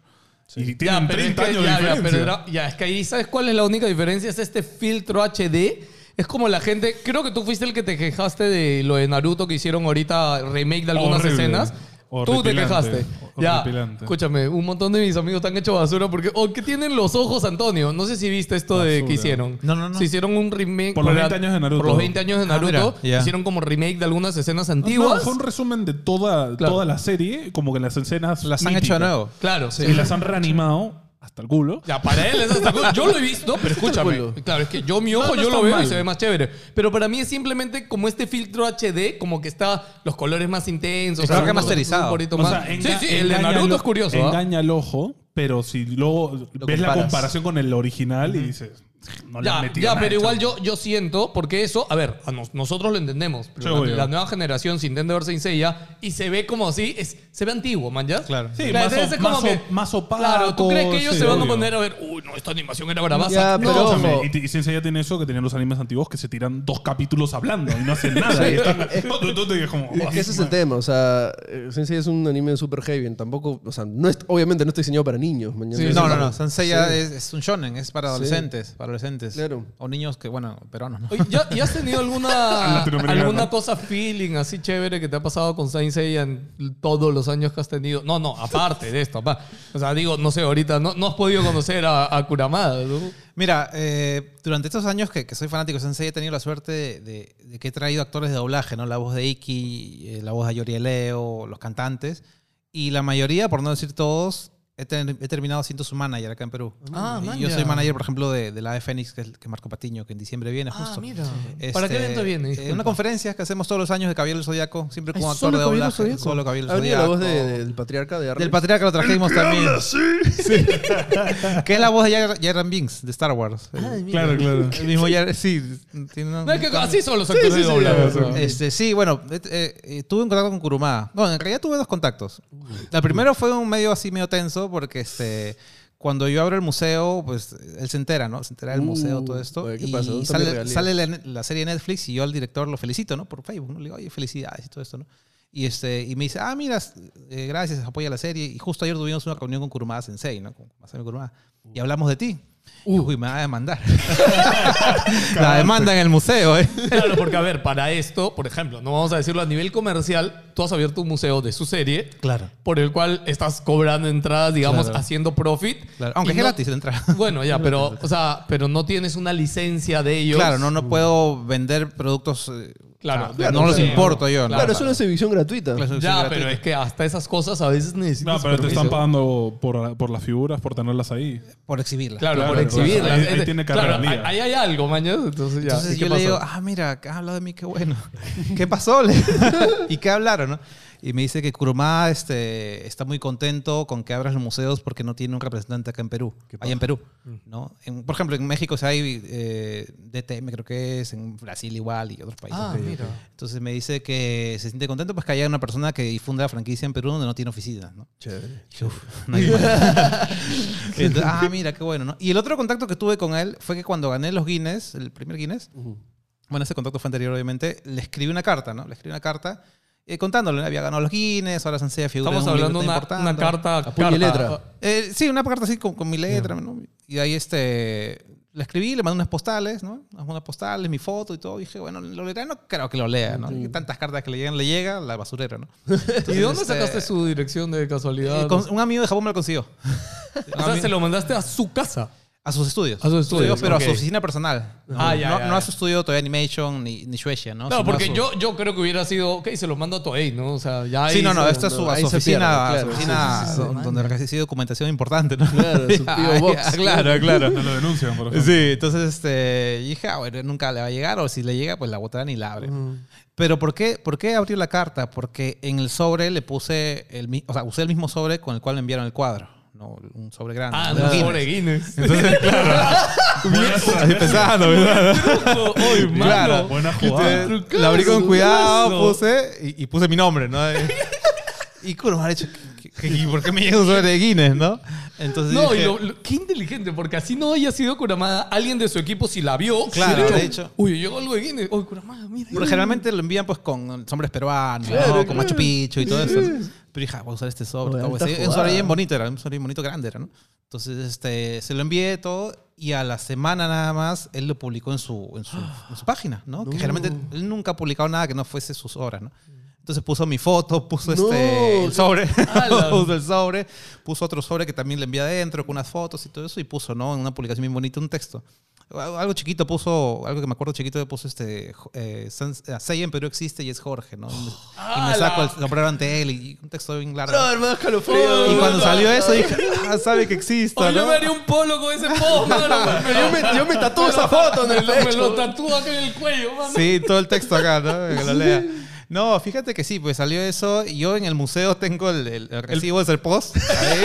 Speaker 5: Y
Speaker 4: Ya,
Speaker 5: tienen
Speaker 4: pero
Speaker 5: 30
Speaker 4: es que-
Speaker 5: años
Speaker 4: ya,
Speaker 5: de
Speaker 4: ya,
Speaker 5: diferencia.
Speaker 4: pero era- ya, es que ahí, ¿sabes cuál es la única diferencia? Es este filtro HD. Es como la gente. Creo que tú fuiste el que te quejaste de lo de Naruto que hicieron ahorita, remake de algunas
Speaker 5: Horrible.
Speaker 4: escenas. Tú te
Speaker 5: Horripilante.
Speaker 4: quejaste. Ya,
Speaker 5: Horripilante.
Speaker 4: escúchame, un montón de mis amigos te han hecho basura porque. ¿O qué tienen los ojos, Antonio? No sé si viste esto de que
Speaker 5: Basura.
Speaker 4: hicieron.
Speaker 2: No, no, no.
Speaker 4: Se hicieron un remake.
Speaker 5: Por los
Speaker 4: la-
Speaker 5: 20 años de Naruto.
Speaker 4: Por los 20 años de
Speaker 2: Ah, mira,
Speaker 4: Naruto.
Speaker 2: ya.
Speaker 4: Hicieron como remake de algunas escenas
Speaker 5: Pues No,
Speaker 4: antiguas.
Speaker 5: fue un resumen de toda,
Speaker 4: Claro.
Speaker 5: toda la serie, como que las escenas.
Speaker 2: Las han hecho de
Speaker 5: míticas.
Speaker 2: nuevo.
Speaker 4: Claro, sí.
Speaker 5: Y las han reanimado hasta el culo.
Speaker 4: Ya, para él es hasta culo. Yo lo he visto, pero escúchame.
Speaker 6: culo.
Speaker 4: Claro, es que yo mi ojo
Speaker 5: No, no
Speaker 4: yo
Speaker 5: está
Speaker 4: lo veo
Speaker 5: mal.
Speaker 4: y se ve más chévere. Pero para mí es simplemente como este filtro HD, como que está los colores más intensos.
Speaker 2: Está
Speaker 4: algo
Speaker 2: remasterizado.
Speaker 4: un poquito
Speaker 5: O sea,
Speaker 4: más.
Speaker 5: enga-
Speaker 4: sí, sí, el de
Speaker 5: engaña
Speaker 4: Naruto
Speaker 5: lo-
Speaker 4: es curioso. ¿ah?
Speaker 5: Engaña el ojo, pero si luego ves la
Speaker 2: comparas.
Speaker 5: comparación con el original y dices, no le han
Speaker 4: Ya,
Speaker 5: metido
Speaker 4: ya,
Speaker 5: nada,
Speaker 4: pero igual
Speaker 5: chaval.
Speaker 4: yo, yo siento, porque eso, a ver, a nos- nosotros lo entendemos.
Speaker 5: Sí,
Speaker 4: pero la,
Speaker 5: obvio.
Speaker 4: la nueva generación se intenta ver Saint Seiya y se ve como así, es, se ve antiguo, man, ¿ya?
Speaker 2: Claro.
Speaker 5: Sí,
Speaker 4: Claro,
Speaker 5: más
Speaker 4: entonces
Speaker 5: o-
Speaker 4: es como
Speaker 5: más o-
Speaker 4: que-
Speaker 5: más opaco,
Speaker 4: Claro, ¿tú crees que ellos
Speaker 5: sí,
Speaker 4: se van a
Speaker 5: obvio.
Speaker 4: poner a ver, uy, no, esta animación era bravaza?
Speaker 6: Ya,
Speaker 4: No,
Speaker 6: pero-
Speaker 5: Escúchame,
Speaker 6: ojo.
Speaker 5: y, y Sensei ya tiene eso que tenían los animes antiguos que se tiran dos capítulos hablando y no hacen nada. y están, tú- tú te quedas como, "Oh,
Speaker 6: Es que ese es el tema, o sea, eh, Sensei es un anime super heavy, tampoco, o sea, no es, obviamente no está diseñado para niños. mañana.
Speaker 4: Sí,
Speaker 6: Es
Speaker 2: No,
Speaker 6: una-
Speaker 2: no, no. Sansella es, es un shonen, es para adolescentes, para adolescentes.
Speaker 6: Claro.
Speaker 2: O niños que, bueno, peruanos, ¿no?
Speaker 4: Oye, ¿Ya, ya has tenido alguna,
Speaker 5: Latinoamericano.
Speaker 4: alguna cosa feeling así chévere que te ha pasado con Saint Seiya en todos los años que has tenido? No, no, aparte de esto, pa. O sea, digo, no sé, ahorita no, no has podido conocer a, a Kuramada, ¿no?
Speaker 2: Mira, eh, durante estos años que, que soy fanático de Sensei he tenido la suerte de, de- de que he traído actores de doblaje, ¿no? La voz de Iki, eh, la voz de Ayori Leo, los cantantes. Y la mayoría, por no decir todos, he, ter- he terminado siendo su manager acá en Perú.
Speaker 4: Ah,
Speaker 2: Y
Speaker 4: man,
Speaker 2: yo
Speaker 4: ya.
Speaker 2: soy manager, por ejemplo, de, de la de Fénix, que es que Marco Patiño, que en diciembre viene
Speaker 6: Ah,
Speaker 2: justo.
Speaker 4: ¿Para qué
Speaker 2: Este,
Speaker 4: evento viene?
Speaker 2: eh, una conferencia que hacemos todos los años de Caballero del Zodíaco, siempre con
Speaker 6: Ay,
Speaker 2: un actor
Speaker 6: solo
Speaker 2: de
Speaker 6: Caballero del
Speaker 2: doblaje.
Speaker 6: Zodíaco.
Speaker 2: Solo Caballero
Speaker 6: Ha
Speaker 2: del
Speaker 6: venido
Speaker 2: Zodíaco.
Speaker 6: Ah, la voz de- del patriarca de Arre.
Speaker 2: Del patriarca lo trajimos también. [LAUGHS] que es la voz de Jar- Jaran Binks de Star Wars. El,
Speaker 5: Claro, claro.
Speaker 2: el mismo Jar- sí. tiene una-
Speaker 4: No es que así son los actores de doblaje, ¿no?
Speaker 2: Este, sí, bueno, eh, eh, eh, tuve un contacto con Kurumada. No, en realidad tuve dos contactos. La primera fue un medio así medio tenso porque este cuando yo abro el museo, pues él se entera, ¿no? Se entera del
Speaker 6: Uh,
Speaker 2: museo, todo esto.
Speaker 6: oye, ¿qué
Speaker 2: y
Speaker 6: pasa? ¿Dónde están mis
Speaker 2: sale,
Speaker 6: regalías?
Speaker 2: sale la, la serie de Netflix y yo al director lo felicito, ¿no? Por Facebook, ¿no? Le digo, oye, felicidades y todo esto, ¿no? Y, este, y me dice, ah, mira, eh, gracias, apoya la serie. Y justo ayer tuvimos una reunión con Kurumada Sensei, ¿no? Con Masami Kurumada.
Speaker 6: Uh.
Speaker 2: Y hablamos de ti. Uy, me va a
Speaker 6: [LAUGHS]
Speaker 2: demandar. [LAUGHS] la demanda en el museo, ¿eh?
Speaker 4: Claro, porque a ver, para esto, por ejemplo, no vamos a decirlo a nivel comercial, tú has abierto un museo de su serie.
Speaker 2: Claro.
Speaker 4: Por el cual estás cobrando entradas, digamos,
Speaker 2: Claro.
Speaker 4: haciendo profit.
Speaker 2: Claro, aunque
Speaker 4: Y
Speaker 2: es
Speaker 4: no-
Speaker 2: gratis la entrada. [LAUGHS]
Speaker 4: Bueno, ya, pero, o sea, pero no tienes una licencia de ellos.
Speaker 2: Claro, no, no puedo vender productos. eh,
Speaker 4: Mm. Claro,
Speaker 2: o sea,
Speaker 4: claro,
Speaker 2: no los
Speaker 4: claro.
Speaker 2: importo yo. ¿no?
Speaker 6: Claro,
Speaker 4: Claro,
Speaker 6: es una exhibición gratuita.
Speaker 2: Claro, es
Speaker 4: Ya,
Speaker 2: gratuito.
Speaker 4: pero es que hasta esas cosas a veces necesitas.
Speaker 5: No, pero te están
Speaker 4: permiso.
Speaker 5: pagando por, por las figuras, por tenerlas ahí.
Speaker 2: Por exhibirla.
Speaker 4: Claro,
Speaker 5: Claro,
Speaker 4: por
Speaker 5: claro.
Speaker 4: exhibirlas.
Speaker 5: Ahí- ahí
Speaker 4: Es de-
Speaker 5: tiene que
Speaker 4: claro,
Speaker 5: haber
Speaker 4: ahí
Speaker 5: liga.
Speaker 4: ahí hay algo, mañana. Entonces ya.
Speaker 2: Entonces
Speaker 4: ¿y
Speaker 2: yo le
Speaker 4: qué pasó?
Speaker 2: digo, ah, mira, que has hablado de mí, qué
Speaker 4: [LAUGHS]
Speaker 2: bueno. [LAUGHS] ¿Qué pasó? Le- [LAUGHS] ¿Y qué hablaron? no? Y me dice que Kurumá este, está muy contento con que abras los museos porque no tiene un representante acá en Perú. Allá en Perú.
Speaker 4: Mm.
Speaker 2: ¿no? En- por ejemplo, en México sí hay eh, DTM, creo que es, en Brasil igual y otros países.
Speaker 4: Ah, mira.
Speaker 2: Entonces me dice que se siente contento pues que haya una persona que difunda la franquicia en Perú donde no tiene oficina, ¿no? Dije, "Uf, no hay
Speaker 4: [LAUGHS]
Speaker 2: manera". Entonces, ah, mira, qué bueno, ¿no? Y el otro contacto que tuve con él fue que cuando gané los Guinness, el primer Guinness, bueno, ese contacto fue anterior, obviamente, le escribí una carta, ¿no? Le escribí una carta eh, contándole, ¿no? había ganado los Guinness, ahora se enseña figuras.
Speaker 4: Estamos
Speaker 2: en un libro
Speaker 4: hablando de
Speaker 2: tan
Speaker 4: una,
Speaker 2: importante.
Speaker 4: una carta.
Speaker 6: puño y
Speaker 4: carta.
Speaker 6: letra.
Speaker 2: Eh, sí, una carta así con, con mi letra, ¿no? Y ahí este, le escribí, le mandé unas postales, ¿no? Unas postales, mi foto y todo. Y dije, bueno, lo leerá, no creo que lo lea, ¿no? Y Tantas cartas que le llegan, le llega, la basurera,
Speaker 4: [LAUGHS]
Speaker 2: ¿no?
Speaker 4: ¿Y de dónde
Speaker 2: este,
Speaker 4: sacaste su dirección de casualidad?
Speaker 2: Eh, con- un amigo de Japón me lo consiguió.
Speaker 4: [LAUGHS] o sea, se lo mandaste a su casa.
Speaker 2: A sus estudios.
Speaker 4: A sus estudios,
Speaker 2: pero
Speaker 4: ok.
Speaker 2: a su oficina personal. no,
Speaker 4: Ah, ya,
Speaker 2: no,
Speaker 4: ya,
Speaker 2: no a
Speaker 4: ya.
Speaker 2: su estudio de Animation ni, ni Shueisha, ¿no?
Speaker 4: No,
Speaker 2: Sino a
Speaker 4: porque
Speaker 2: su-
Speaker 4: yo, yo creo que hubiera sido, ok, se los mando a Toei, ¿no? O sea, ya ahí
Speaker 2: Sí, no, no,
Speaker 4: se-
Speaker 2: esta es su, a
Speaker 6: ahí
Speaker 2: su
Speaker 6: se
Speaker 2: oficina,
Speaker 6: pierde,
Speaker 2: a su
Speaker 6: claro.
Speaker 2: oficina
Speaker 4: Sí, sí, sí,
Speaker 2: do-
Speaker 4: se manda.
Speaker 2: donde recibí documentación importante, ¿no?
Speaker 6: Claro,
Speaker 2: [LAUGHS]
Speaker 6: su
Speaker 2: Ah,
Speaker 6: P.O. Box.
Speaker 2: ya, Claro, claro.
Speaker 5: No lo denuncian, por
Speaker 2: [LAUGHS]
Speaker 5: ejemplo.
Speaker 2: Sí, entonces este, dije, ah, bueno, nunca le va a llegar, o si le llega, pues la botarán y la abren. Pero ¿por qué, ¿por qué abrió la carta? Porque en el sobre le puse, el, mi- o sea, usé el mismo sobre con el cual me enviaron el cuadro, ¿no? Un sobre grande.
Speaker 4: Ah,
Speaker 2: un
Speaker 4: no,
Speaker 2: [LAUGHS] Guinness.
Speaker 4: pobre Guinness. [LAUGHS]
Speaker 2: Entonces, claro. Así pensando, ¿verdad?
Speaker 4: Oye, mano.
Speaker 2: Claro.
Speaker 5: Buena jugada.
Speaker 2: Entonces, La abrí con cuidado, puse y, y puse mi nombre, ¿no? y culo, me ha dicho, ¿qué- qué- ¿y por qué me llega un sobre de Guinness, no? Entonces
Speaker 4: No, y
Speaker 2: dije,
Speaker 4: lo- lo- qué inteligente, porque así no haya sido Kuramada. Alguien de su equipo, si la vio,
Speaker 2: Claro,
Speaker 4: hubiera
Speaker 2: de hecho.
Speaker 4: Uy, llegó algo de Guinness. Oye, Kuramada, mira.
Speaker 2: Porque generalmente lo envían pues con sombreros peruanos, ¿no? con Machu Picchu y todo eso. Pero hija, voy a usar este sobre.
Speaker 6: Oye,
Speaker 2: tal,
Speaker 6: alta
Speaker 2: pues. Sí, un
Speaker 6: jugada.
Speaker 2: sobre bien bonito, era un sobre bien bonito grande, era, ¿no? Entonces este, se lo envié todo y a la semana nada más él lo publicó en su, en su, en su página, ¿no? Que generalmente él nunca ha publicado nada que no fuese sus obras, ¿no? Entonces puso mi foto, puso este, el sobre,
Speaker 4: ¡Hala!
Speaker 2: [LAUGHS] puso el sobre, puso otro sobre que también le envía adentro con unas fotos y todo eso y puso, ¿no? En una publicación bien bonita un texto. Algo algo chiquito puso, algo que me acuerdo chiquito, puso este, jo- eh, San- eh, Seiya en Perú existe y es Jorge, ¿no? Y me- Y me saco el sombrero ante él y un texto bien largo.
Speaker 6: hermano,
Speaker 2: Y cuando salió eso dije, ah, sabe que existo,
Speaker 4: Oye, yo
Speaker 2: ¿no?
Speaker 4: me haría un polo con ese
Speaker 2: [LAUGHS]
Speaker 4: polo, mano.
Speaker 6: Yo me, yo me tatúo esa foto en
Speaker 4: [LAUGHS] Me
Speaker 6: el
Speaker 4: lo, me
Speaker 6: pecho.
Speaker 4: lo tatúo acá en el cuello, mano.
Speaker 2: Sí, todo el texto acá, ¿no? Que lo lea. No, fíjate que sí, pues salió eso. y Yo en el museo tengo el, el- el recibo de Serpost. Ahí.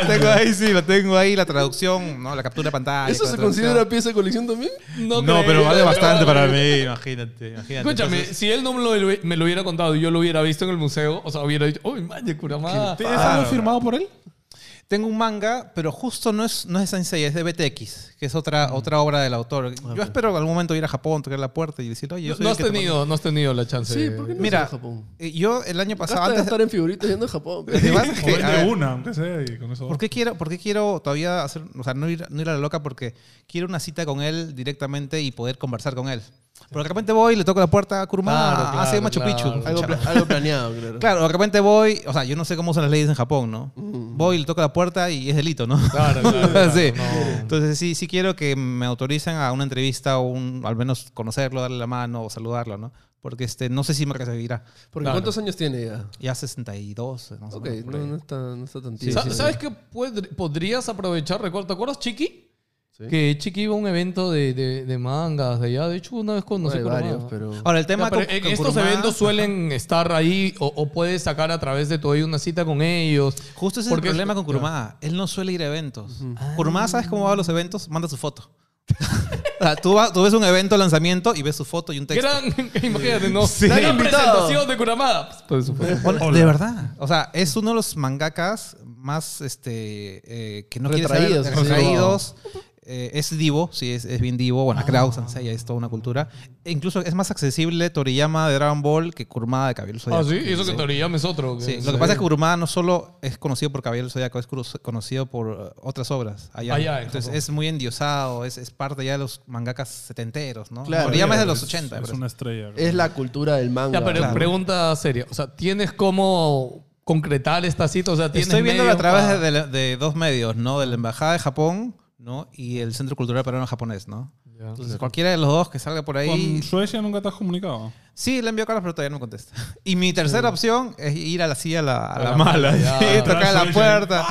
Speaker 2: Lo tengo ahí, sí, lo tengo ahí, la traducción, ¿no? La captura de pantalla.
Speaker 6: ¿Eso
Speaker 2: toda
Speaker 6: se
Speaker 2: la traducción.
Speaker 6: considera pieza de colección también?
Speaker 2: No,
Speaker 4: No, creo,
Speaker 2: pero vale
Speaker 4: no
Speaker 2: bastante
Speaker 4: creo.
Speaker 2: para mí, imagínate, imagínate.
Speaker 4: Escúchame, si él no me lo, me lo hubiera contado y yo lo hubiera visto en el museo, o sea, hubiera dicho, uy, man, de Kuramada.
Speaker 5: ¿Tienes algo firmado por él?
Speaker 2: Tengo un manga, pero justo no es, no es de Sensei, es de BTX, que es otra, otra obra del autor. Yo espero en algún momento ir a Japón, tocar la puerta y decir, oye, yo
Speaker 4: No,
Speaker 2: soy
Speaker 4: no
Speaker 2: el
Speaker 4: has
Speaker 2: que te
Speaker 4: tenido, no has tenido la chance.
Speaker 6: Sí,
Speaker 4: de-
Speaker 6: ¿por qué no
Speaker 2: Mira,
Speaker 6: se va a Japón?
Speaker 2: mandé". Eh, Yo el año pasado,
Speaker 6: Basta de
Speaker 2: antes
Speaker 6: estar en figuritas yendo a
Speaker 2: lo
Speaker 6: Japón.
Speaker 2: que pasa es
Speaker 5: O
Speaker 2: que, a
Speaker 5: vende
Speaker 2: ver,
Speaker 5: una, aunque sea, y con eso.
Speaker 2: ¿Por qué quiero, por qué quiero todavía hacer, o sea, no ir, no ir a la loca? Porque quiero una cita con él directamente y poder conversar con él. Porque de repente voy, le toco la puerta a Kuruma,
Speaker 4: Claro,
Speaker 2: ah, sí,
Speaker 4: claro,
Speaker 2: Machu
Speaker 4: claro.
Speaker 2: Picchu.
Speaker 6: Algo,
Speaker 2: Chao.
Speaker 6: pla- algo planeado, claro.
Speaker 2: Claro, de repente voy, o sea, yo no sé cómo son las leyes en Japón, ¿no? Voy, le toco la puerta y es delito, ¿no?
Speaker 4: Mm. Claro,
Speaker 2: [LAUGHS]
Speaker 4: claro, claro,
Speaker 2: Sí.
Speaker 4: no.
Speaker 2: Entonces sí, sí quiero que me autoricen a una entrevista o un, al menos conocerlo, darle la mano o saludarlo, ¿no? Porque este, no sé si me recibirá.
Speaker 6: Porque
Speaker 4: Claro.
Speaker 6: ¿cuántos años tiene ya?
Speaker 2: Ya 62, más o
Speaker 6: Ok,
Speaker 2: menos, por
Speaker 6: no,
Speaker 2: ahí.
Speaker 6: no está, no está tan
Speaker 4: Sa- ¿Sabes qué pod- podrías aprovechar? Recuerda, ¿Te acuerdas, Chiqui?
Speaker 6: Sí.
Speaker 4: Que Chiqui iba a un evento de, de- de mangas de allá. De hecho, una vez
Speaker 6: No
Speaker 4: conocí
Speaker 6: hay
Speaker 4: por
Speaker 6: varios,
Speaker 4: manga.
Speaker 6: pero...
Speaker 2: Ahora, el tema
Speaker 4: Ya, pero
Speaker 2: con-
Speaker 4: en
Speaker 2: con
Speaker 4: estos
Speaker 2: Kurumada-
Speaker 4: eventos suelen estar ahí o, o puedes sacar a través de tu ahí una cita con ellos.
Speaker 2: Justo ese es el
Speaker 4: Porque es-
Speaker 2: problema con Kurumada. Él no suele ir a eventos. Kurumada, ¿sabes cómo va a los eventos? Manda su foto. [LAUGHS] O sea, tú, vas- tú ves un evento, lanzamiento, y ves su foto y un texto.
Speaker 4: Gran, [LAUGHS] imagínate, ¿no?
Speaker 2: Sí.
Speaker 4: Gran
Speaker 6: Invitado.
Speaker 4: presentación de Kuramada. Pues, pues,
Speaker 2: Hola, De verdad. O sea, es uno de los mangakas más este eh, que no quiere saber-
Speaker 6: Retraídos, sí.
Speaker 2: retraídos. Eh, es divo, sí, es, es bien divo.
Speaker 4: Ah.
Speaker 2: Bueno, Kraus, Sansei, es toda una cultura. E incluso es más accesible Toriyama de Dragon Ball que Kurumada de Caballero
Speaker 4: Ah,
Speaker 2: Zodíaco.
Speaker 4: sí, y eso que Toriyama es otro.
Speaker 2: Sí, Lo que pasa es que Kurumada no solo es conocido por Caballero Zodíaco, es cru- conocido por eh, otras obras allá.
Speaker 4: Allá, en
Speaker 2: Entonces
Speaker 4: Japón.
Speaker 2: es muy endiosado, es, es parte ya de los mangakas setenteros, ¿no?
Speaker 6: Claro.
Speaker 2: Toriyama es de
Speaker 5: Es-
Speaker 2: los 80. me
Speaker 5: Es
Speaker 2: parece.
Speaker 5: una estrella.
Speaker 6: Es la cultura del manga.
Speaker 4: Ya, pero
Speaker 2: Claro.
Speaker 4: pregunta seria. O sea, ¿tienes cómo concretar esta cita? O sea, ¿tienes
Speaker 2: Estoy viéndolo a
Speaker 4: medios
Speaker 2: través
Speaker 4: pa-
Speaker 2: de, de- de dos medios, ¿no? De la Embajada de Japón, ¿no? Y el Centro Cultural Peruano Japonés, ¿no? Entonces, cualquiera de los dos que salga por ahí.
Speaker 5: Con Suecia nunca te has comunicado.
Speaker 2: Sí, le envío cartas, pero todavía no me contesta. [LAUGHS] Y mi tercera opción es ir a la silla a la, a la
Speaker 4: la
Speaker 2: mala, [LAUGHS]
Speaker 4: mala,
Speaker 2: ¿sí?
Speaker 4: ya.
Speaker 2: tocar la puerta.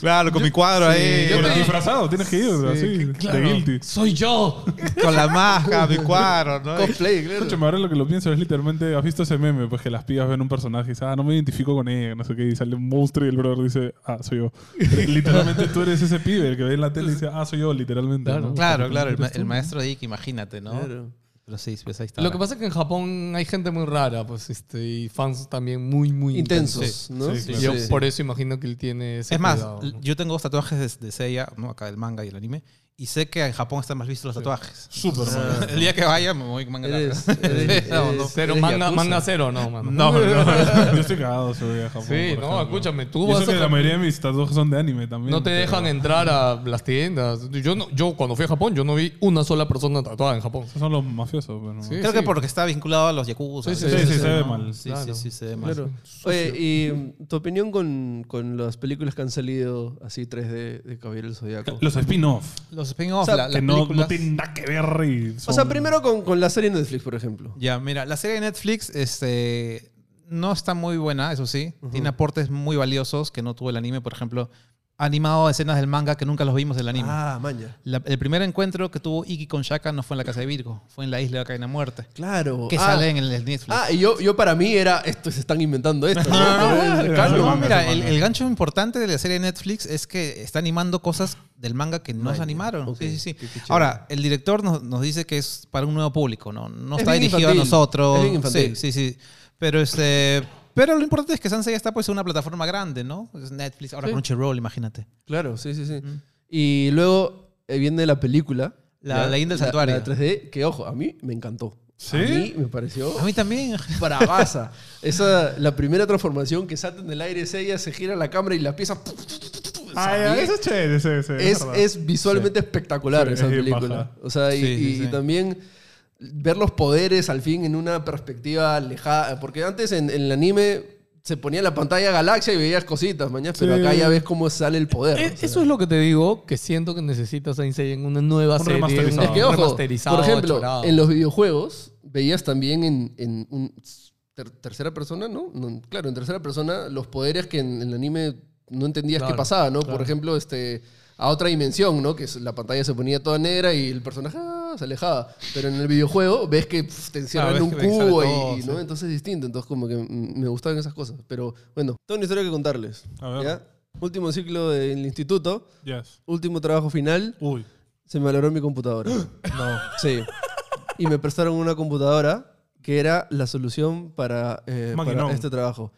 Speaker 2: Claro, con mi cuadro ahí.
Speaker 4: yo
Speaker 5: Pero
Speaker 4: te-
Speaker 5: disfrazado, tienes que ir, así, de guilty.
Speaker 4: Soy yo.
Speaker 2: Con la máscara, mi cuadro, ¿no?
Speaker 6: Cosplay, claro.
Speaker 5: Escúchame, ahora lo que lo pienso es literalmente, has visto ese meme, pues que las pibas ven un personaje y dicen, ah, no me identifico con ella, no sé qué, y sale un monstruo y el brother dice, ah, soy yo. literalmente tú eres ese pibe, el que ve en la tele y dice, ah, soy yo, literalmente.
Speaker 4: Claro.
Speaker 5: ¿no?
Speaker 2: Claro,
Speaker 5: Porque
Speaker 2: claro, el, ma-
Speaker 5: eres tú,
Speaker 2: el
Speaker 5: ¿no?
Speaker 2: maestro Dick, imagínate, ¿no?
Speaker 6: Claro.
Speaker 2: Pero sí, pues ahí está.
Speaker 4: Lo que pasa es que en Japón hay gente muy rara, pues, este, y fans también muy, muy
Speaker 6: Intensos,
Speaker 4: intensos.
Speaker 6: ¿no?
Speaker 5: Sí,
Speaker 4: Y
Speaker 5: claro.
Speaker 4: yo por eso imagino que él tiene ese
Speaker 2: Es más,
Speaker 4: cuidado,
Speaker 2: l-
Speaker 5: [LAUGHS]
Speaker 4: ¿no?
Speaker 2: yo tengo dos tatuajes de, de Seiya, ¿no? acá del manga y el anime, y sé que en Japón están más vistos los tatuajes.
Speaker 5: Súper mal.
Speaker 2: El día que vaya me voy con manga larga.
Speaker 6: Eres-
Speaker 4: [LAUGHS]
Speaker 6: eres-
Speaker 2: No, no.
Speaker 6: eres-
Speaker 4: Cero,
Speaker 6: eres
Speaker 4: manga,
Speaker 6: yakuza.
Speaker 4: manga cero, no, mano.
Speaker 2: No, no.
Speaker 5: Yo estoy cagado si voy a Japón.
Speaker 4: [LAUGHS] Sí,
Speaker 5: por
Speaker 4: no,
Speaker 5: ejemplo.
Speaker 4: escúchame, tú
Speaker 5: Y
Speaker 4: vas
Speaker 5: eso que
Speaker 4: a
Speaker 5: la
Speaker 4: Japón-
Speaker 5: mayoría de mis tatuajes son de anime también.
Speaker 4: No te
Speaker 5: pero-
Speaker 4: dejan entrar a las tiendas. Yo, no, yo cuando fui a Japón, yo no vi una sola persona tatuada en Japón.
Speaker 5: Esos son los mafiosos, pero...
Speaker 4: Sí.
Speaker 2: Creo que porque está vinculado a los yakuza.
Speaker 4: Sí, sí,
Speaker 5: Sí, sí,
Speaker 4: sí,
Speaker 5: se ve
Speaker 4: ¿no?
Speaker 5: mal.
Speaker 2: Sí, sí,
Speaker 4: Claro.
Speaker 2: sí, se ve mal.
Speaker 6: Claro. Oye, y mm, tu opinión con, con las películas que han salido así 3D de Caballero del Zodíaco.
Speaker 5: Los spin-off,
Speaker 2: Los spin-off,
Speaker 6: O sea,
Speaker 2: la- las
Speaker 5: que no, no
Speaker 2: películas-
Speaker 5: tienen nada que ver y
Speaker 6: O
Speaker 5: son-
Speaker 6: sea, primero con, con la serie Netflix, por ejemplo.
Speaker 2: Ya, mira, la serie de Netflix este, no está muy buena, eso sí. Tiene aportes muy valiosos que no tuvo el anime, por ejemplo. Ha animado escenas del manga que nunca los vimos del anime.
Speaker 6: Ah, maña.
Speaker 2: La- el primer encuentro que tuvo Iki con Shaka no fue en la casa de Virgo, fue en la isla de la cadena muerte.
Speaker 6: Claro.
Speaker 2: Que
Speaker 6: ah,
Speaker 2: sale en el Netflix.
Speaker 6: Ah, y yo, yo para mí era, esto se están inventando esto.
Speaker 2: No, no, no, no,
Speaker 5: Claro,
Speaker 2: no,
Speaker 5: manga,
Speaker 2: mira,
Speaker 5: manga.
Speaker 2: el, el gancho importante de la serie de Netflix es que está animando cosas del manga que no se animaron.
Speaker 6: ok,
Speaker 2: Sí, sí, sí.
Speaker 6: qué- qué chévere.
Speaker 2: Ahora, el director nos, nos dice que es para un nuevo público, ¿no? No
Speaker 6: Es
Speaker 2: está
Speaker 6: bien
Speaker 2: dirigido a
Speaker 6: infantil,
Speaker 2: nosotros.
Speaker 6: es bien infantil.
Speaker 2: Sí, sí, sí. Pero este. Pero lo importante es que Sansei está pues en una plataforma grande, ¿no? Es Netflix, ahora
Speaker 6: Sí.
Speaker 2: Crunchyroll, imagínate.
Speaker 6: Claro, sí, sí, sí. Y luego eh, viene la película.
Speaker 2: La
Speaker 6: ¿ya?
Speaker 2: leyenda del santuario.
Speaker 6: La, 3D, que ojo, a mí me encantó.
Speaker 5: ¿Sí?
Speaker 6: A mí me pareció
Speaker 2: A mí también.
Speaker 6: bravaza. Esa, la primera transformación que salta en el aire es ella, se gira la cámara y la pieza... ¡puf, puf, puf, puf! O sea,
Speaker 5: Ay,
Speaker 6: a mí
Speaker 5: ay, eso es chévere, sí, sí,
Speaker 6: es,
Speaker 5: verdad.
Speaker 6: es visualmente espectacular
Speaker 5: Sí,
Speaker 6: esa
Speaker 5: es bien
Speaker 6: película.
Speaker 5: paja.
Speaker 6: O sea, y,
Speaker 2: Sí, sí,
Speaker 6: y-
Speaker 2: sí.
Speaker 6: y también ver los poderes al fin en una perspectiva alejada. Porque antes en, en el anime se ponía la pantalla galaxia y veías cositas, mañana, pero
Speaker 5: Sí.
Speaker 6: acá ya ves cómo sale el poder.
Speaker 4: Eh,
Speaker 6: o sea.
Speaker 4: Eso es lo que te digo, que siento que necesitas a Insei en una nueva
Speaker 5: Un
Speaker 4: serie.
Speaker 5: remasterizado.
Speaker 4: un
Speaker 6: Es que, ojo,
Speaker 4: remasterizado,
Speaker 6: por ejemplo,
Speaker 4: achorado.
Speaker 6: en los videojuegos veías también en, en un ter- tercera persona, ¿no? No, Claro, en tercera persona los poderes que en, en el anime no entendías
Speaker 4: Claro,
Speaker 6: qué pasaba, ¿no?
Speaker 4: claro.
Speaker 6: Por ejemplo, este a otra dimensión, ¿no? Que es- la pantalla se ponía toda negra y el personaje ah, se alejaba. Pero en el videojuego ves que pf, te encierran
Speaker 2: ves
Speaker 6: en un
Speaker 2: que ves que sale
Speaker 6: cubo y,
Speaker 2: todo,
Speaker 6: y,
Speaker 2: sí.
Speaker 6: ¿no? Entonces es distinto. Entonces como que mm, me gustaban esas cosas. Pero bueno, tengo una historia que contarles.
Speaker 5: A ver.
Speaker 6: ¿ya? Último ciclo del instituto,
Speaker 5: Yes.
Speaker 6: último trabajo final.
Speaker 5: Uy.
Speaker 6: Se me valoró
Speaker 5: [GASPS]
Speaker 6: mi computadora. No. Sí. Y me prestaron una computadora que era la solución para, eh, para
Speaker 5: Maquinón.
Speaker 6: este trabajo.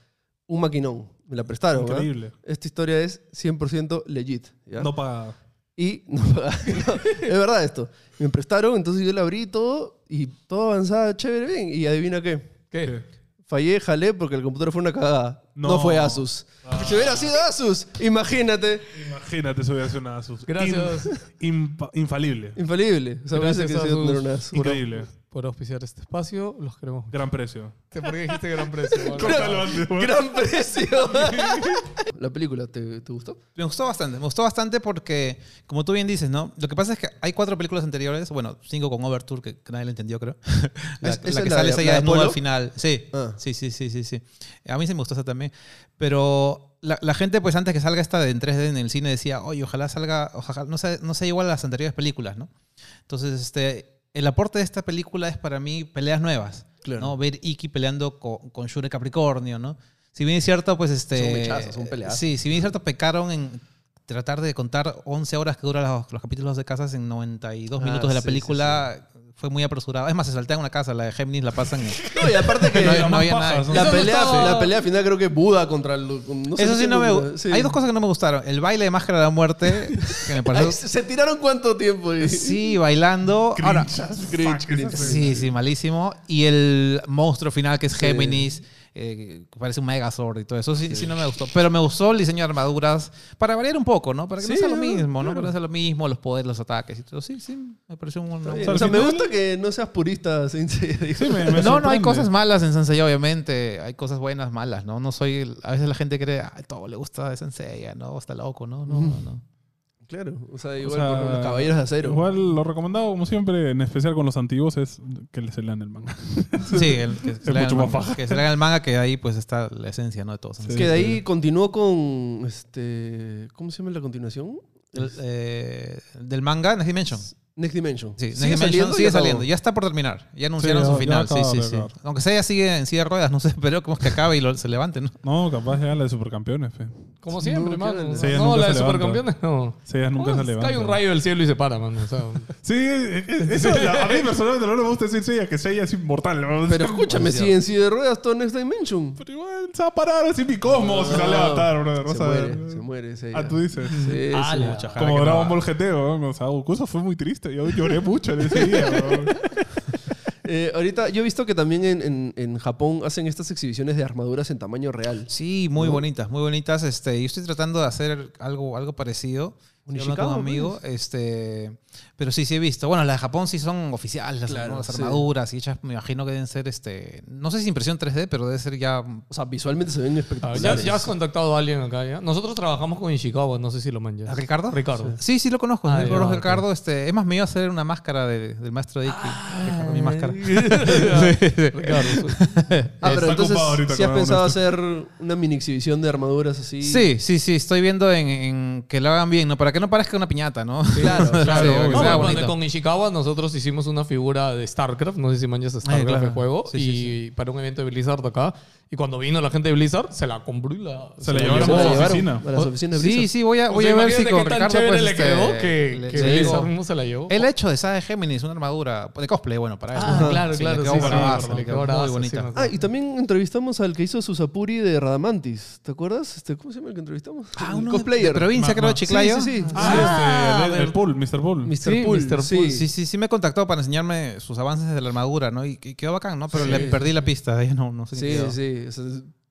Speaker 6: un maquinón. Me la prestaron. ¿ah?
Speaker 5: Increíble.
Speaker 6: Esta historia es 100% legit. ¿ya?
Speaker 5: No pagada.
Speaker 6: Y no, [LAUGHS] no, es verdad esto. Me prestaron, entonces yo la abrí y todo y todo avanzaba chévere bien. Y adivina qué.
Speaker 4: ¿Qué?
Speaker 6: Fallé, jalé porque el computador fue una cagada. No,
Speaker 5: No. Ah.
Speaker 6: fue Asus. Si hubiera sido Asus, imagínate.
Speaker 5: Imagínate, eso hubiera sido una Asus.
Speaker 4: Gracias.
Speaker 5: In- impa-
Speaker 6: [LAUGHS]
Speaker 5: infalible.
Speaker 6: Infalible. O sea,
Speaker 4: Gracias,
Speaker 6: hubiese querido
Speaker 4: Asus.
Speaker 6: tener una Asus.
Speaker 5: Increíble.
Speaker 4: Por auspiciar este espacio, los queremos.
Speaker 5: Gran precio.
Speaker 4: [LAUGHS] ¿Por qué dijiste gran precio?
Speaker 2: [LAUGHS]
Speaker 4: Bueno,
Speaker 5: Córtalo antes, weón.
Speaker 6: [LAUGHS] Gran precio. ¿La película te, te gustó?
Speaker 2: Me gustó bastante, me gustó bastante porque, como tú bien dices, ¿no? Lo que pasa es que hay cuatro películas anteriores, bueno, cinco con Overture, que, que nadie la entendió, creo. La,
Speaker 6: ¿Es-
Speaker 2: la
Speaker 6: esa
Speaker 2: que
Speaker 6: es [LAUGHS] la
Speaker 2: sale
Speaker 6: de-
Speaker 2: esa
Speaker 6: la
Speaker 2: ya
Speaker 6: de
Speaker 2: desnuda al
Speaker 6: Apolo?
Speaker 2: final. Sí,
Speaker 6: Ah.
Speaker 2: sí, sí, sí, sí, sí. A mí sí me gustó esa también. Pero la, la gente, pues antes que salga esta de en 3D en el cine, decía, oye, ojalá salga, ojalá, no sea, no sea igual a las anteriores películas, ¿no? Entonces, este, el aporte de esta película es para mí peleas nuevas.
Speaker 6: Claro.
Speaker 2: ¿no? Ver Iki peleando con, con Shure Capricornio, ¿no? Si bien es cierto, pues este...
Speaker 6: Son mechazos, son peleazos.
Speaker 2: Sí, si bien es cierto, pecaron en tratar de contar 11 horas que duran los, los capítulos de casas en 92
Speaker 6: Ah,
Speaker 2: minutos de la
Speaker 6: sí, sí,
Speaker 2: película. Fue muy apresurado. Es más, se saltean una casa, la de Géminis la pasan. en-
Speaker 6: [LAUGHS] No, y aparte que
Speaker 2: no, había- no
Speaker 5: más
Speaker 2: había nada.
Speaker 5: pajas, ¿no?
Speaker 6: la,
Speaker 4: Eso no
Speaker 6: pelea,
Speaker 4: estaba-
Speaker 6: la pelea final creo que Buda contra... los
Speaker 2: Eso sí, no me. Hay dos cosas que no me gustaron. El baile de Máscara de la Muerte, que me pareció.
Speaker 6: ¿Se tiraron cuánto tiempo? Y- [LAUGHS]
Speaker 2: sí, bailando. Ahora,
Speaker 5: Cringe as fuck,
Speaker 6: cringe, cringe. [LAUGHS]
Speaker 5: esa es-
Speaker 2: sí, sí, malísimo. Y el monstruo final, que es Géminis, eh, que parece un Megazord y todo eso. Sí, sí, no me gustó. Pero me gustó el diseño de armaduras para variar un poco, ¿no? Para que no
Speaker 6: Sí,
Speaker 2: sea lo
Speaker 6: ¿no?
Speaker 2: mismo, ¿no? Para que no sea lo mismo, los poderes, los ataques y todo. Sí, sí, me pareció un. un-
Speaker 6: O sea, me gusta que no seas purista, [LAUGHS] sin
Speaker 5: Sí, me- me
Speaker 2: No, no, hay
Speaker 5: sorprende.
Speaker 2: cosas malas en Sensei, obviamente. Hay cosas buenas, malas, ¿no? No soy. A veces la gente cree, ah, todo le gusta de Sensei, ya, ¿no? Está loco, ¿no? No, no, no.
Speaker 6: Claro, o sea,
Speaker 5: O
Speaker 6: igual
Speaker 5: sea,
Speaker 6: por los caballeros de acero.
Speaker 5: Igual lo recomendado, como siempre, en especial con los antiguos, es que les lean el manga.
Speaker 2: Sí, el, que, se
Speaker 5: Es
Speaker 2: le haga
Speaker 5: mucho
Speaker 2: el manga,
Speaker 5: más paja.
Speaker 2: que se le haga el manga, que ahí pues está la esencia, ¿no? De todo Sensei.
Speaker 6: que de ahí continuó con este. ¿Cómo se llama la continuación?
Speaker 2: El, eh, del manga, Next Dimension. Sí,
Speaker 6: Next Dimension.
Speaker 2: Next
Speaker 6: ¿Sigue
Speaker 2: Dimension
Speaker 6: saliendo?
Speaker 2: sigue
Speaker 6: Ya acabó.
Speaker 2: saliendo. Ya está por terminar. Ya anunciaron
Speaker 5: ya-
Speaker 2: su
Speaker 5: ya
Speaker 2: final. Sí,
Speaker 5: acaba
Speaker 2: sí,
Speaker 5: de
Speaker 2: sí.
Speaker 5: acabar.
Speaker 2: Aunque sea, ya sigue en silla de ruedas. No sé, [LAUGHS] pero como es que acabe y lo- se levante, ¿no?
Speaker 5: No, capaz ya la de supercampeones, fe.
Speaker 4: Como siempre,
Speaker 6: No,
Speaker 4: mano.
Speaker 5: sí, nunca se
Speaker 4: no, la de
Speaker 5: levanta.
Speaker 4: supercampeones, no.
Speaker 5: Sí, ya nunca
Speaker 4: Bueno,
Speaker 5: se levanta.
Speaker 4: Pues, Cae un rayo del cielo y se para, mano.
Speaker 2: [LAUGHS]
Speaker 4: O sea,
Speaker 5: Sí, eh, eh, eso, la- a mí personalmente no me gusta decir Seiya, que Seiya es inmortal. ¿no?
Speaker 6: Pero escúchame, si en silla de ruedas todo Next Dimension.
Speaker 5: Pero igual se va a parar así mi cosmos y se va a levantar, brother. Vas
Speaker 6: Se
Speaker 5: a ver.
Speaker 6: muere, se muere. Se
Speaker 5: Ah, tú dices.
Speaker 6: Sí, Ah, sí.
Speaker 5: Como Dragon Ball GT, weón. O sea, Goku eso fue muy triste. Yo lloré mucho en ese día,
Speaker 6: [LAUGHS]
Speaker 5: Este, weón.
Speaker 6: Eh, ahorita yo he visto que también en, en- en Japón hacen estas exhibiciones de armaduras en tamaño real.
Speaker 2: Sí, muy bonitas, muy bonitas. Este, yo estoy tratando de hacer algo, algo parecido.
Speaker 6: Un
Speaker 2: Estoy hablando
Speaker 6: Ishikawa,
Speaker 2: con un amigo, este, pero sí, sí he visto. Bueno, las de Japón sí son oficiales, las,
Speaker 6: Claro,
Speaker 2: las
Speaker 6: sí.
Speaker 2: armaduras y hechas, me imagino que deben ser, este, no sé si impresión 3D, pero debe ser ya.
Speaker 6: O sea, visualmente se ven
Speaker 4: ah, ya,
Speaker 6: espectaculares.
Speaker 4: ya has contactado a alguien acá, ¿ya? Nosotros trabajamos con Ishikawa, no sé si lo manches.
Speaker 2: ¿A Ricardo?
Speaker 4: Ricardo.
Speaker 2: Sí, sí lo conozco.
Speaker 4: Ah,
Speaker 2: sí, lo conozco,
Speaker 4: ya,
Speaker 2: Ricardo, este, es más me iba a hacer una máscara de- del maestro de Iki. Ricardo, mi máscara. [LAUGHS]
Speaker 4: Ricardo.
Speaker 6: Ah, pero
Speaker 5: Está
Speaker 6: entonces,
Speaker 5: ocupado ahorita
Speaker 6: si has
Speaker 5: con
Speaker 6: pensado
Speaker 5: esto.
Speaker 6: hacer una mini exhibición de armaduras así?
Speaker 2: Sí, sí, sí, estoy viendo en, en que lo hagan bien, ¿no? Para que no parezca una piñata, ¿no? [LAUGHS]
Speaker 6: Claro,
Speaker 2: Sí,
Speaker 6: claro,
Speaker 2: para que
Speaker 4: No,
Speaker 2: sea
Speaker 4: cuando-
Speaker 2: bonito.
Speaker 4: con Ishikawa nosotros hicimos una figura de StarCraft, no sé si manchas StarCraft
Speaker 2: claro.
Speaker 4: el juego,
Speaker 2: Sí,
Speaker 4: y
Speaker 2: sí,
Speaker 4: para un evento de Blizzard acá. Y cuando vino la gente de Blizzard, se la compró y la...
Speaker 5: Se la
Speaker 6: Se la
Speaker 5: llevaron a la
Speaker 6: llevaron
Speaker 5: oficina.
Speaker 6: a las oficinas de
Speaker 2: Sí,
Speaker 6: Blizzard.
Speaker 2: sí, voy a,
Speaker 4: O
Speaker 2: voy
Speaker 4: sea,
Speaker 2: a ver si
Speaker 4: imagínate
Speaker 2: con
Speaker 4: qué tan
Speaker 2: Ricardo
Speaker 4: chévere
Speaker 2: pues,
Speaker 4: le
Speaker 2: este,
Speaker 4: quedó que,
Speaker 2: le-
Speaker 4: que
Speaker 2: le
Speaker 4: Blizzard
Speaker 2: digo,
Speaker 4: mismo se la llevó.
Speaker 2: Él ha hecho de Sada Géminis una armadura de cosplay, bueno, para él.
Speaker 4: Ah,
Speaker 2: ¿no?
Speaker 4: claro,
Speaker 2: Sí,
Speaker 4: claro,
Speaker 2: Le quedó
Speaker 4: sí, sí,
Speaker 2: bravazo,
Speaker 4: sí,
Speaker 2: le quedó
Speaker 4: bravazo,
Speaker 2: muy
Speaker 4: sí, me
Speaker 2: bonita.
Speaker 4: acuerdo.
Speaker 6: Ah, y también entrevistamos al que hizo Susapuri de Radamantis. ¿Te acuerdas? Este, ¿Cómo se llama el que entrevistamos?
Speaker 2: Ah,
Speaker 6: El
Speaker 2: uno de-
Speaker 6: cosplayer. Ah,
Speaker 2: de provincia,
Speaker 5: Ma-
Speaker 2: creo, de
Speaker 5: ma-
Speaker 2: Chiclayo.
Speaker 6: Sí, sí, sí.
Speaker 5: Ah, este, el- el, Pool, Mr. Pool.
Speaker 6: Mr.
Speaker 2: Sí,
Speaker 6: Pool.
Speaker 2: Mr.
Speaker 6: sí.
Speaker 2: Pool. Sí, sí, sí me contactó para enseñarme sus avances de la armadura, ¿no? Y, y quedó bacán, ¿no? Pero le perdí la pista, [LAUGHS] ahí no, no sé
Speaker 6: Sí,
Speaker 2: qué quedó.
Speaker 6: sí, sí. O sea,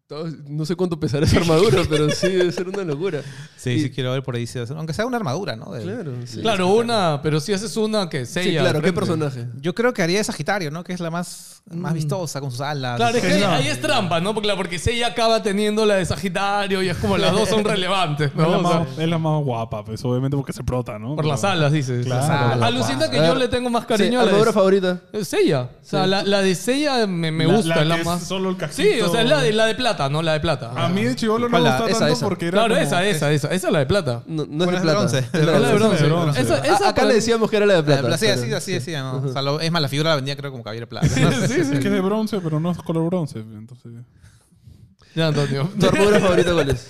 Speaker 6: todos- no sé cuánto pesará esa armadura, pero sí debe ser una locura.
Speaker 2: Sí, sí, quiero ver por ahí. si hace- Aunque sea una armadura, ¿no? Del-
Speaker 6: Claro, sí.
Speaker 4: Claro, una, pero si haces una que sella.
Speaker 6: Sí, claro, ¿qué
Speaker 4: frente.
Speaker 6: personaje?
Speaker 2: Yo creo que haría de Sagitario, ¿no? Que es la más, más vistosa, con sus alas.
Speaker 4: Mm. Claro, es que ahí,
Speaker 5: Señor.
Speaker 4: ahí es trampa, ¿no? Porque, la- porque Seiya acaba teniendo la de Sagitario y es como las dos son relevantes,
Speaker 5: Es
Speaker 4: ¿no?
Speaker 5: la,
Speaker 4: O sea,
Speaker 5: más, es la más guapa, pues, obviamente porque se prota, ¿no?
Speaker 4: por las
Speaker 5: Pero-
Speaker 4: alas, dices.
Speaker 5: Claro.
Speaker 2: Las alas,
Speaker 4: Alucina que
Speaker 6: guau.
Speaker 4: yo
Speaker 6: A ver.
Speaker 4: le tengo más
Speaker 6: Sí,
Speaker 4: cariño a la
Speaker 6: armadura
Speaker 4: de
Speaker 6: favorita.
Speaker 4: Es Seiya. O sea, la, la de Seiya me, me
Speaker 5: La-
Speaker 4: gusta,
Speaker 5: la
Speaker 4: es la
Speaker 5: que es
Speaker 4: más.
Speaker 5: solo el casquito.
Speaker 4: sí, o sea, es la de, la de plata, no la de plata.
Speaker 5: A mí de Chivolo no me
Speaker 6: ¿Cuál?
Speaker 5: gusta
Speaker 6: Esa,
Speaker 5: tanto
Speaker 6: esa.
Speaker 5: porque era.
Speaker 4: Claro,
Speaker 5: como-
Speaker 4: esa, esa, esa. Esa es la de plata.
Speaker 6: No,
Speaker 2: Bueno,
Speaker 6: no es de
Speaker 2: es de
Speaker 6: plata.
Speaker 2: bronce.
Speaker 6: Es la
Speaker 4: Es la de
Speaker 6: bronce.
Speaker 4: bronce.
Speaker 5: de bronce.
Speaker 4: Esa,
Speaker 6: Ah,
Speaker 4: esa
Speaker 6: acá
Speaker 4: para-
Speaker 6: le decíamos que era la de plata.
Speaker 2: La, sí,
Speaker 6: pero-
Speaker 2: así, así, así, ¿no? O sea, lo- es más, la figura la vendía creo como caballero plata.
Speaker 5: [LAUGHS]
Speaker 2: [LAUGHS]
Speaker 5: Sí, sí, que es de bronce, pero no es color bronce. Entonces.
Speaker 4: Ya, Antonio.
Speaker 6: ¿Tu armadura favorita cuál es?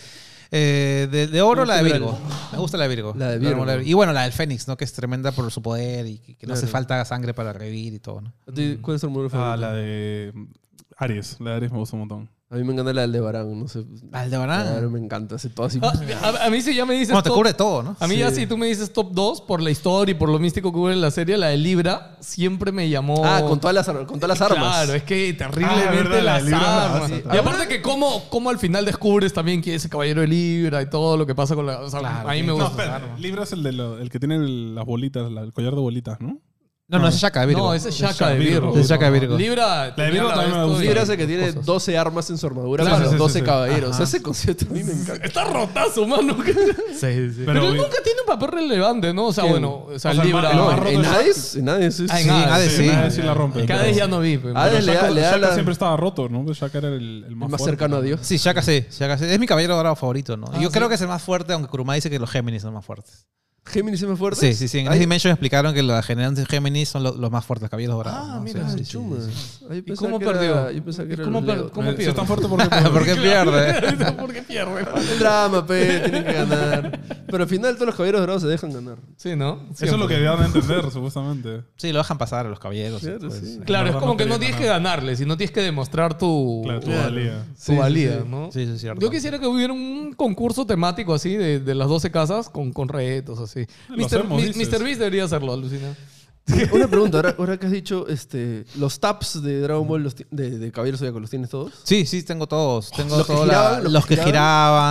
Speaker 2: Eh, de, de oro, la de Virgo.
Speaker 6: Cultural.
Speaker 2: Me gusta la de Virgo.
Speaker 6: La de Virgo.
Speaker 2: Y bueno, la del Fénix, ¿no? Que es tremenda por su poder y que, que no hace falta sangre para revivir y todo, ¿no?
Speaker 6: ¿A ti ¿Cuál es tu armadura
Speaker 5: Ah,
Speaker 6: favorita?
Speaker 5: la de Aries. La de Aries me gusta un montón.
Speaker 6: A mí me encanta la de Aldebarán, no sé. Claro,
Speaker 2: Aldebarán.
Speaker 6: me encanta, hace todo así.
Speaker 4: Ah, A, a mí si ya me dices
Speaker 2: Bueno, te
Speaker 4: top-
Speaker 2: cubre todo, ¿no?
Speaker 4: A mí ya si tú me dices top 2 por la historia y por lo místico que hubo en la serie, la de Libra siempre me llamó...
Speaker 6: Ah, con todas las, ar- con todas las armas.
Speaker 4: Claro, es que terriblemente
Speaker 5: Ah, verdad, la de
Speaker 4: las
Speaker 5: Libra es la
Speaker 4: armas.
Speaker 5: base,
Speaker 4: Y aparte que cómo, cómo al final descubres también que ese caballero de Libra y todo lo que pasa con la... O sea, a mí me
Speaker 5: No,
Speaker 4: gusta.
Speaker 5: espera, Libra es el, de lo- el que tiene el- las bolitas, la- el collar de bolitas, ¿no?
Speaker 2: No, no, ese es Shaka de Virgo.
Speaker 4: No, ese es Shaka de
Speaker 5: Virgo.
Speaker 4: Virgo.
Speaker 5: Ese es
Speaker 2: Shaka de Virgo.
Speaker 4: Libra.
Speaker 5: La de Virgo
Speaker 4: tenía
Speaker 5: también me
Speaker 4: esto
Speaker 5: gusta.
Speaker 4: de-
Speaker 6: Libra es el que tiene 12 armas en su armadura
Speaker 5: Claro,
Speaker 6: con
Speaker 5: sí,
Speaker 6: los
Speaker 5: sí,
Speaker 6: 12
Speaker 5: sí.
Speaker 6: caballeros. O sea, ese concepto a mí me encanta.
Speaker 4: Está rotazo, mano.
Speaker 2: Sí, sí.
Speaker 5: Pero-
Speaker 4: Pero, él nunca tiene un papel relevante, ¿no? O sea,
Speaker 6: ¿Quién?
Speaker 4: bueno, o sea,
Speaker 5: O sea,
Speaker 4: Libra.
Speaker 5: el
Speaker 6: No,
Speaker 5: más
Speaker 6: en,
Speaker 5: roto
Speaker 6: en
Speaker 5: es-
Speaker 6: Hades, en Hades es-
Speaker 4: Ah, en
Speaker 2: Sí,
Speaker 4: Hades,
Speaker 2: Hades sí.
Speaker 5: Nadie sí la rompe.
Speaker 4: Cada vez ya no vi. pues, pero-
Speaker 6: Hades le da,
Speaker 5: Shaka,
Speaker 6: le da
Speaker 5: Shaka
Speaker 6: la-
Speaker 5: siempre estaba roto, ¿no? Pero Shaka era el, el más,
Speaker 6: el más
Speaker 5: fuerte.
Speaker 6: cercano a Dios.
Speaker 2: Sí, Shaka sí, Shaka sí. Es mi caballero dorado favorito, ¿no? Yo
Speaker 4: Ah, sí.
Speaker 2: creo que es el más fuerte, aunque Kuruma dice que los Géminis son los más fuertes.
Speaker 6: Géminis es más fuerte.
Speaker 2: Sí, sí, sí. En
Speaker 6: Ay,
Speaker 2: Next Dimension explicaron que los generantes Géminis son los, los más fuertes, los caballeros dorados.
Speaker 4: Ah,
Speaker 2: ¿no?
Speaker 4: mira,
Speaker 2: Sí, sí, sí,
Speaker 6: chuma.
Speaker 2: sí, sí.
Speaker 6: Ay, yo
Speaker 4: ¿Y
Speaker 6: pensaba
Speaker 4: cómo
Speaker 6: que era-
Speaker 4: perdió?
Speaker 6: yo pensaba que
Speaker 4: ¿Y
Speaker 6: era
Speaker 4: cómo
Speaker 6: los
Speaker 4: per-
Speaker 6: Leo.
Speaker 4: cómo
Speaker 5: Eh, si es tan
Speaker 4: pierde?
Speaker 5: fuerte porque
Speaker 2: [LAUGHS] ¿Por qué pierde?
Speaker 6: [LAUGHS]
Speaker 4: [LAUGHS] ¿Por qué pierde?
Speaker 6: El drama, pe, tienen que ganar. Pero al final todos los caballeros dorados se dejan ganar.
Speaker 4: Sí, ¿no?
Speaker 5: Eso es lo que debían entender, supuestamente.
Speaker 2: Sí, lo dejan pasar a los caballeros.
Speaker 6: Claro,
Speaker 2: pues.
Speaker 6: sí.
Speaker 4: Claro, es
Speaker 5: Verdad,
Speaker 4: como
Speaker 5: no
Speaker 4: que no
Speaker 5: quería
Speaker 4: tienes que
Speaker 5: ganar.
Speaker 4: ganarle, sino tienes que demostrar tu,
Speaker 5: Claro, tu
Speaker 4: tu
Speaker 5: valía.
Speaker 6: Sí, sí,
Speaker 4: valía,
Speaker 6: sí.
Speaker 4: ¿no?
Speaker 2: Sí, sí, es cierto.
Speaker 4: Yo quisiera que hubiera un concurso temático así de, de las 12 casas con, con retos así.
Speaker 5: Lo
Speaker 4: Mr.
Speaker 5: hacemos,
Speaker 4: Mi-
Speaker 5: dices.
Speaker 4: Mr. Beast debería hacerlo, alucina.
Speaker 6: Una pregunta, ahora, ahora que has dicho, este, los taps de Dragon Ball, los ti- de, de Caballeros Zodíaco, ¿los tienes todos?
Speaker 2: Sí, sí, tengo todos. Tengo
Speaker 6: Los que
Speaker 2: todos
Speaker 6: giraban, los
Speaker 2: los que
Speaker 6: que giraban.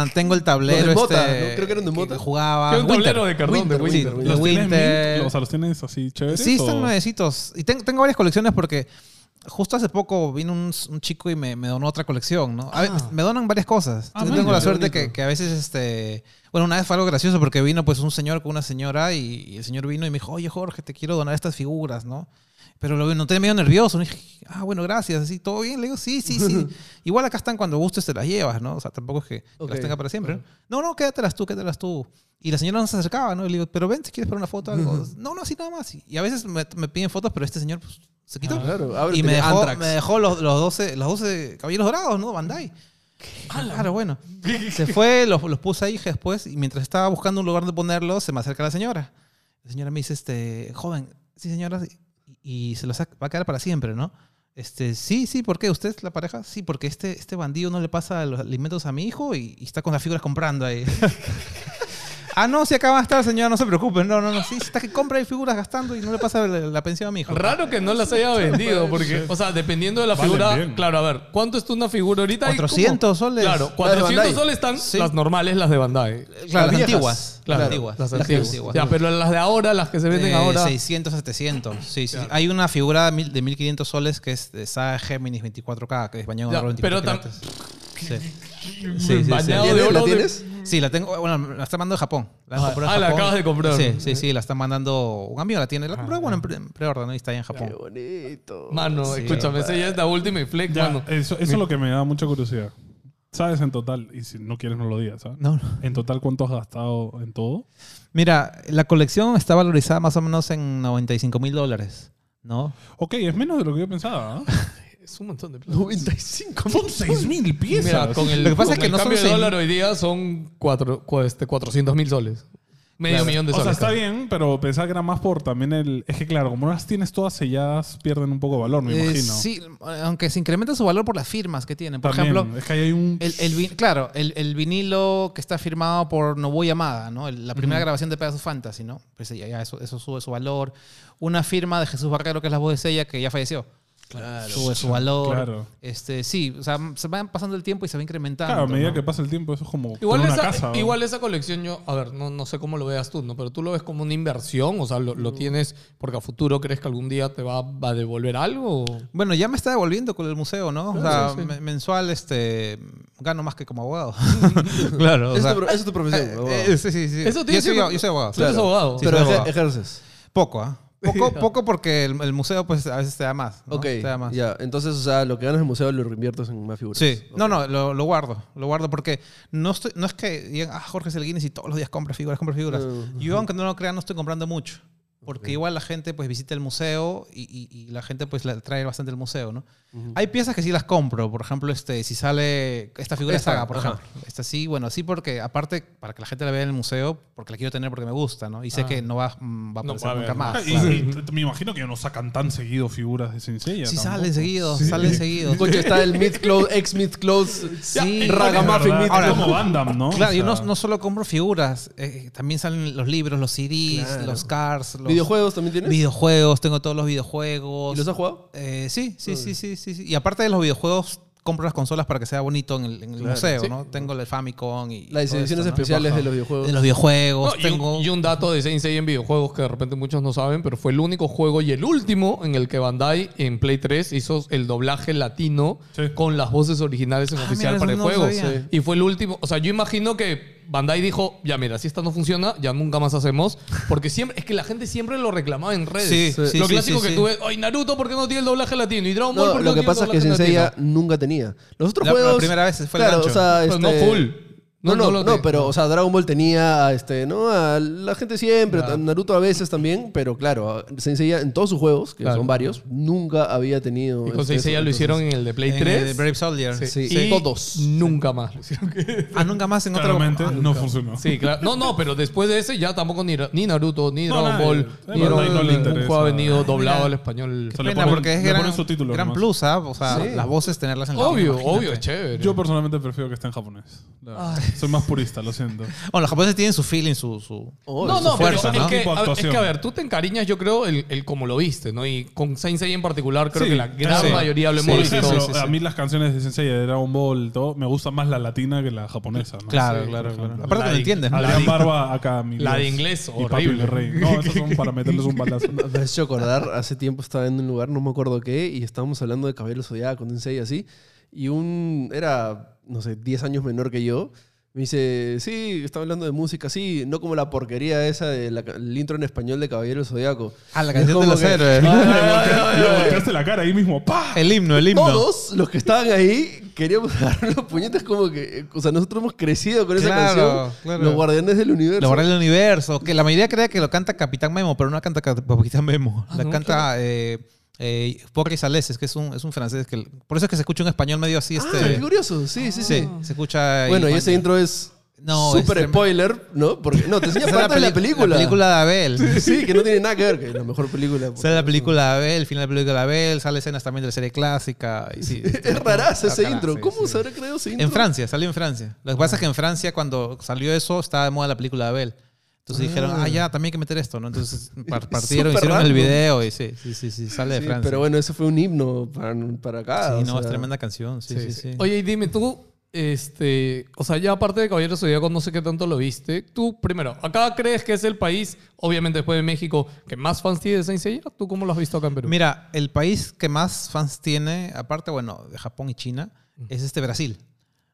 Speaker 2: giraban. Tengo el tablero.
Speaker 6: Los de Mota,
Speaker 2: este,
Speaker 6: ¿no? Creo que eran de Mota.
Speaker 2: jugaba.
Speaker 4: Creo que un
Speaker 2: Winter.
Speaker 4: tablero de cartón de
Speaker 2: Sí,
Speaker 4: Winter,
Speaker 2: de
Speaker 4: Winter.
Speaker 5: ¿Los tienes mint?
Speaker 2: Winter.
Speaker 5: O sea, ¿los tienes así chéveres?
Speaker 2: Sí,
Speaker 5: o-
Speaker 2: están nuevecitos. Y ten- tengo varias colecciones porque justo hace poco vino un, un chico y me, me donó otra colección, ¿no? A ver, me donan varias cosas.
Speaker 5: Ah,
Speaker 2: Yo
Speaker 5: manja,
Speaker 2: tengo la
Speaker 5: qué
Speaker 2: suerte
Speaker 5: bonito.
Speaker 2: que, que a veces, este... Bueno, una vez fue algo gracioso porque vino pues un señor con una señora y, y el señor vino y me dijo, oye, Jorge, te quiero donar estas figuras, ¿no? Pero lo noté medio nervioso. Y dije, ah, bueno, gracias. Así, ¿todo bien? Le digo, sí, sí,
Speaker 5: [LAUGHS]
Speaker 2: sí. Igual acá están cuando gustes te las llevas, ¿no? O sea, tampoco es que, que
Speaker 6: Ok.
Speaker 2: las tenga para siempre. No, no, quédatelas tú, quédatelas tú. Y la señora no se acercaba, ¿no? Y le digo, pero ven si quieres para una foto o algo. No, no, así nada más. Y a veces me, me piden fotos, pero este señor pues, se quitó.
Speaker 6: Ah, Claro, ábrete,
Speaker 2: y me dejó,
Speaker 6: Antrax.
Speaker 2: me dejó los, los, 12, los 12 caballeros dorados, ¿no? Bandai. Claro, bueno. Se fue, los, los puse ahí después y mientras estaba buscando un lugar donde ponerlos, se me acerca la señora. La señora me dice, este, joven, sí señora, y, y se los va a quedar para siempre, ¿no? Este, sí, sí, ¿por qué? ¿Usted es la pareja? Sí, porque este, este bandido no le pasa los alimentos a mi hijo y, y está con las figuras comprando ahí. [LAUGHS] ah, no, si acá van a estar, señora, no se preocupe. No, no, no, sí, está que compra ahí figuras gastando y no le pasa la, la pensión a mi hijo.
Speaker 4: Raro que no las haya vendido, porque, o sea, dependiendo de la
Speaker 5: Valen
Speaker 4: figura.
Speaker 5: bien.
Speaker 4: Claro, a ver, ¿cuánto está una figura ahorita? Hay como-
Speaker 2: 400 soles.
Speaker 4: Claro,
Speaker 6: Las
Speaker 4: 400
Speaker 6: de Bandai.
Speaker 4: soles están
Speaker 2: Sí.
Speaker 4: las normales, las de Bandai.
Speaker 2: Claro, las,
Speaker 6: viejas.
Speaker 2: antiguas.
Speaker 4: Claro,
Speaker 2: las antiguas.
Speaker 4: Las
Speaker 2: que
Speaker 4: antiguas. Ya, pero las de ahora, las que se venden
Speaker 2: Eh,
Speaker 4: ahora.
Speaker 2: 600, 700. Sí, sí. Hay una figura de mil- de 1500 soles que es de Saga Géminis 24K, que es bañado en
Speaker 4: Ya,
Speaker 2: oro 24
Speaker 4: pero tam-
Speaker 2: quilates.
Speaker 4: [LAUGHS]
Speaker 2: Sí. sí, sí.
Speaker 4: Bañado
Speaker 6: ¿La
Speaker 4: de
Speaker 6: tienes?
Speaker 4: oro
Speaker 6: ¿La
Speaker 4: de-
Speaker 6: tienes?
Speaker 2: Sí, la tengo. Bueno, la está mandando de Japón. La han
Speaker 4: Ah,
Speaker 2: comprado en
Speaker 4: ah, la
Speaker 2: Japón.
Speaker 4: acabas de comprar. Ah,
Speaker 2: Sí, sí, sí. La está mandando. Un amigo la tiene. La compró, bueno, en pre- en preorden, ¿no? Y está ahí en
Speaker 6: Qué
Speaker 2: Japón.
Speaker 6: bonito.
Speaker 4: Mano,
Speaker 2: Sí.
Speaker 4: escúchame, esa ya es la última y flex,
Speaker 5: Ya, eh,
Speaker 4: mano.
Speaker 5: eso, eso es lo que me da mucha curiosidad. ¿Sabes en total? Y si no quieres, no lo digas, ¿sabes?
Speaker 2: No, no.
Speaker 5: ¿En total cuánto has gastado en todo?
Speaker 2: Mira, la colección está valorizada más o menos en 95 mil dólares, ¿no?
Speaker 5: Ok, es menos de lo que yo pensaba. ¿ah?
Speaker 4: Es un montón de plata.
Speaker 6: 95
Speaker 5: Son 6.000
Speaker 4: Mira, con el,
Speaker 2: Lo que pasa
Speaker 4: con
Speaker 2: es que
Speaker 4: el
Speaker 2: no son
Speaker 4: cambio de
Speaker 2: seis-
Speaker 4: dólar hoy día son cuatro, cu- este, 400 mil soles. Medio
Speaker 2: Claro.
Speaker 4: millón de
Speaker 5: O
Speaker 4: soles.
Speaker 5: sea, está bien, pero pensaba que era más por también el... Es que claro, como no las tienes todas selladas, pierden un poco de valor, me
Speaker 2: Eh,
Speaker 5: imagino.
Speaker 2: sí, aunque se incrementa su valor por las firmas que tienen. Por
Speaker 5: También,
Speaker 2: ejemplo,
Speaker 5: es que ahí hay un...
Speaker 2: El, el vin- claro, el, el vinilo que está firmado por Nobuo Yamada, ¿no? El- la primera grabación de Pegasus Fantasy, ¿no? Pues ya, ya eso, eso sube su valor. Una firma de Jesús Barrero, que es la voz de Sella, que ya falleció. Sube su valor.
Speaker 5: Claro.
Speaker 2: Este, sí, o sea, se van pasando el tiempo y se va incrementando.
Speaker 5: Claro, a medida
Speaker 2: ¿no?
Speaker 5: que pasa el tiempo, eso es como con
Speaker 4: Igual
Speaker 5: una
Speaker 4: esa,
Speaker 5: casa. ¿no?
Speaker 4: igual esa colección yo, a ver, no, no sé cómo lo veas tú, ¿no? Pero tú lo ves como una inversión, o sea, lo, lo tienes porque a futuro crees que algún día te va, va a devolver algo.
Speaker 2: Bueno, ya me está devolviendo con el museo, ¿no? O sea, me- mensual este, gano más que como abogado. [LAUGHS] claro, o sea,
Speaker 6: Esa es tu pro- esa es tu profesión. abogado.
Speaker 2: eh, sí, sí, sí.
Speaker 4: Eso te
Speaker 2: yo,
Speaker 4: dice-
Speaker 2: soy, yo soy abogado.
Speaker 4: Tú eres
Speaker 2: Claro.
Speaker 4: abogado.
Speaker 2: Sí,
Speaker 6: Pero
Speaker 2: soy
Speaker 6: ejer-
Speaker 2: abogado.
Speaker 6: ejerces.
Speaker 2: Poco, ¿ah?
Speaker 6: [LAUGHS]
Speaker 2: Poco, poco porque el, el museo pues a veces te da más. ¿no?
Speaker 6: Ok,
Speaker 2: Te da más.
Speaker 6: ya. Entonces, o sea, lo que ganas en el museo lo reinviertes en más figuras.
Speaker 2: Sí, no, no, lo, lo guardo, lo guardo porque no, estoy, no es que digan, ah, Jorge es el Guinness y todos los días compra figuras, compra figuras.
Speaker 6: No.
Speaker 2: Yo, aunque no lo crean, no estoy comprando mucho. Porque igual la gente pues visita el museo y, y- y la gente pues la trae bastante el museo, ¿no? Hay piezas que sí las compro, por ejemplo, este, si sale esta figura
Speaker 6: Esta,
Speaker 2: esta, por
Speaker 6: ajá.
Speaker 2: ejemplo. Esta sí, bueno, sí porque aparte para que la gente la vea en el museo, porque la quiero tener porque me gusta, ¿no? Y sé
Speaker 4: Ah.
Speaker 2: que no va, mm, va a
Speaker 4: No
Speaker 2: aparecer
Speaker 4: va a
Speaker 2: nunca
Speaker 4: haber, ¿no? [LAUGHS]
Speaker 2: más.
Speaker 5: Y-
Speaker 2: claro.
Speaker 5: y t- me imagino que no sacan tan seguido figuras de sencilla.
Speaker 2: Sí,
Speaker 5: tampoco.
Speaker 2: salen seguidos, salen seguidos.
Speaker 6: [LAUGHS] Coche, está el Myth Close, ex Myth Close.
Speaker 2: Sí,
Speaker 6: Ragamuffin
Speaker 5: Es
Speaker 6: Myth
Speaker 5: verdad,
Speaker 2: Ahora-
Speaker 5: es como Van Damme, ¿no?
Speaker 2: Claro,
Speaker 5: O
Speaker 2: yo no,
Speaker 5: sea,
Speaker 2: no solo compro figuras, eh, también salen los libros, los CDs,
Speaker 6: Claro.
Speaker 2: los cars, los
Speaker 6: ¿Videojuegos también tienes?
Speaker 2: videojuegos, tengo todos los
Speaker 6: ¿Y
Speaker 2: videojuegos.
Speaker 6: los has jugado?
Speaker 2: Eh, sí, sí, sí, sí, sí, sí. Y aparte de los videojuegos, compro las consolas para que sea bonito en el, en el museo,
Speaker 6: sí.
Speaker 2: ¿no? Tengo el Famicom y.
Speaker 6: Las
Speaker 2: todo
Speaker 6: ediciones
Speaker 2: esto, ¿no?
Speaker 6: especiales de los videojuegos.
Speaker 2: De los videojuegos,
Speaker 4: No, y, un-
Speaker 2: tengo. eh,
Speaker 4: y un dato de Saint Seiya en videojuegos que de repente muchos no saben, pero fue el único juego y el último en el que Bandai en Play 3 hizo el doblaje latino
Speaker 5: Sí.
Speaker 4: con las voces originales en
Speaker 2: Ah,
Speaker 4: oficial
Speaker 2: mira,
Speaker 4: para el
Speaker 2: eso no
Speaker 4: juego.
Speaker 2: lo sabía.
Speaker 4: Sí. Y fue el último. O sea, yo imagino que Bandai dijo, ya mira, si esta no funciona, ya nunca más hacemos. Porque siempre, es que la gente siempre lo reclamaba en redes.
Speaker 2: Sí, sí,
Speaker 4: lo
Speaker 2: sí,
Speaker 4: clásico
Speaker 2: sí,
Speaker 4: que
Speaker 2: sí.
Speaker 4: tuve, ay Naruto, ¿por qué no tiene el doblaje latino? Y Dragon Ball,
Speaker 6: No,
Speaker 4: ¿por qué
Speaker 6: lo que
Speaker 4: tiene el
Speaker 6: pasa es que
Speaker 4: doblaje
Speaker 6: Sensei
Speaker 4: latino?
Speaker 6: nunca tenía. Los otros
Speaker 2: La- la
Speaker 6: juegos.
Speaker 2: primera vez fue el
Speaker 6: claro,
Speaker 2: gancho.
Speaker 6: o sea,
Speaker 4: Pues no
Speaker 6: este-
Speaker 4: full.
Speaker 6: No, no, no,
Speaker 4: te-
Speaker 6: pero, o sea, Dragon Ball tenía a este, ¿no? A la gente siempre, a Naruto a veces también, pero claro, a- Sensei en todos sus juegos, que
Speaker 4: Claro.
Speaker 6: son varios, nunca había tenido.
Speaker 4: Y con
Speaker 6: este,
Speaker 4: Saint Seiya
Speaker 6: eso,
Speaker 4: lo
Speaker 6: entonces-
Speaker 4: hicieron en el de Play
Speaker 2: en el
Speaker 4: 3.
Speaker 2: de Brave Soldier.
Speaker 6: Sí.
Speaker 4: Y
Speaker 6: Todos.
Speaker 5: [LAUGHS]
Speaker 4: Nunca más lo hicieron.
Speaker 2: [LAUGHS] Ah, nunca más en Ah, otro.
Speaker 5: Claramente no funcionó.
Speaker 4: Sí, claro. No, no, pero después de ese ya tampoco ni, ni Naruto, ni
Speaker 5: No,
Speaker 4: Dragon
Speaker 5: nadie.
Speaker 4: Ball,
Speaker 5: A
Speaker 4: ni
Speaker 5: Bandai
Speaker 4: Dragon
Speaker 5: no
Speaker 4: Ball,
Speaker 5: le
Speaker 4: ningún
Speaker 5: interesa.
Speaker 4: juego ha venido doblado
Speaker 2: mira.
Speaker 4: al español.
Speaker 5: Se le
Speaker 2: Pena,
Speaker 5: ponen-
Speaker 2: porque es
Speaker 5: le
Speaker 2: gran,
Speaker 5: ponen subtítulos
Speaker 2: gran
Speaker 5: nomás.
Speaker 2: plus, ¿ah? O sea, las voces tenerlas en latino,
Speaker 4: Obvio, obvio,
Speaker 2: imagínate.
Speaker 4: es chévere.
Speaker 5: Yo personalmente prefiero que esté en japonés. La verdad. Soy más purista, lo siento.
Speaker 2: Bueno, los japoneses tienen su feeling, su. su...
Speaker 6: Oh,
Speaker 4: no, no,
Speaker 2: fuerza,
Speaker 4: pero
Speaker 2: ¿no?
Speaker 4: es, que,
Speaker 5: Tipo
Speaker 4: a ver, es
Speaker 5: actuación.
Speaker 4: que, a ver, tú te encariñas, yo creo, el, el como lo viste, ¿no? Y con Saint Seiya en particular, creo
Speaker 5: Sí,
Speaker 4: que la gran
Speaker 5: sí.
Speaker 4: mayoría lo
Speaker 2: Sí,
Speaker 4: hemos
Speaker 5: Por
Speaker 2: sí,
Speaker 4: visto.
Speaker 5: ejemplo,
Speaker 2: sí, sí.
Speaker 5: a mí las canciones de Sensei de Dragon Ball, todo, me gusta más la latina que la japonesa. ¿no?
Speaker 2: Claro,
Speaker 5: Sí,
Speaker 2: claro,
Speaker 5: por
Speaker 2: claro.
Speaker 5: ejemplo. ah,
Speaker 2: Aparte
Speaker 4: La
Speaker 2: que lo
Speaker 4: de-
Speaker 2: entiendes, ¿no?
Speaker 4: la de-
Speaker 5: Adrián Barba acá, mi
Speaker 4: La de inglés,
Speaker 5: y Papi
Speaker 4: horrible.
Speaker 5: le Rey. No, esos son para meterles un balazo.
Speaker 2: [LAUGHS]
Speaker 6: Me has hecho acordar, hace tiempo estaba en un lugar, no me acuerdo qué, y estábamos hablando de Caballero Zodiaco, de un 6 así, y un, era, no sé, 10 años menor que yo, me dice, sí, estaba hablando de música, sí, no como la porquería esa del intro en español de Caballero Zodiaco.
Speaker 2: Ah, la
Speaker 6: Es
Speaker 2: canción de
Speaker 6: como
Speaker 2: los
Speaker 6: que-
Speaker 2: héroes.
Speaker 5: Le volteaste la cara ahí mismo. ¡Pah!
Speaker 2: El himno, el himno.
Speaker 6: Todos los que estaban ahí queríamos [LAUGHS] dar los puñetes como que, o sea, nosotros hemos crecido con esa
Speaker 2: Claro,
Speaker 6: canción.
Speaker 2: claro.
Speaker 6: Los guardianes del universo.
Speaker 2: La Guardia del Universo, que la mayoría cree que lo canta Capitán Memo, pero no la canta Cap- Capitán Memo.
Speaker 6: Ah,
Speaker 2: la
Speaker 4: ¿no?
Speaker 2: canta eh, eh, Pocky Saleses, que es un, es un francés. que Por eso es que se escucha un español medio así.
Speaker 6: Ah,
Speaker 2: este,
Speaker 6: qué curioso, sí, sí, sí.
Speaker 2: sí, se escucha.
Speaker 6: Bueno, y
Speaker 2: y-
Speaker 6: ese intro es
Speaker 2: No, es
Speaker 6: super
Speaker 2: tremendo.
Speaker 6: spoiler, ¿no? Porque
Speaker 2: [LAUGHS]
Speaker 6: no, te enseña
Speaker 2: Esa es
Speaker 6: parte de la
Speaker 2: peli- La
Speaker 6: película.
Speaker 2: película de Abel.
Speaker 6: Sí, que no tiene nada que ver, que es la mejor
Speaker 2: [LAUGHS]
Speaker 6: película. pues.
Speaker 2: Sale la película de Abel, final de la película de Abel, sale escenas también de la serie clásica. y sí,
Speaker 6: [LAUGHS] Es raraza ese
Speaker 2: Bacana,
Speaker 6: intro.
Speaker 2: sí,
Speaker 6: ¿Cómo
Speaker 2: sí.
Speaker 6: se habrá creado ese intro?
Speaker 2: En Francia, salió en Francia. Lo que pasa es que en Francia, cuando salió eso, estaba de moda la película de Abel. Entonces dijeron, ah, ya, también hay que meter esto, ¿no?
Speaker 6: [LAUGHS]
Speaker 2: Entonces par- partieron,
Speaker 6: Súper
Speaker 2: hicieron el
Speaker 6: random.
Speaker 2: video y sí, sí, sí, sí, sale
Speaker 6: Sí,
Speaker 2: de Francia.
Speaker 6: pero bueno, ese fue un himno para, para acá.
Speaker 2: sí,
Speaker 6: o
Speaker 2: no, es
Speaker 6: sea.
Speaker 2: tremenda canción. Sí, sí, sí.
Speaker 4: Oye, y dime tú, este, o sea, ya aparte de Caballero Zodíaco, no sé qué tanto lo viste. Tú, primero, ¿acá crees que es el país, obviamente después de México, que más fans tiene de Saint Seiya? ¿Tú cómo lo has visto acá en Perú?
Speaker 2: Mira, el país que más fans tiene, aparte, bueno, de Japón y China, es este Brasil.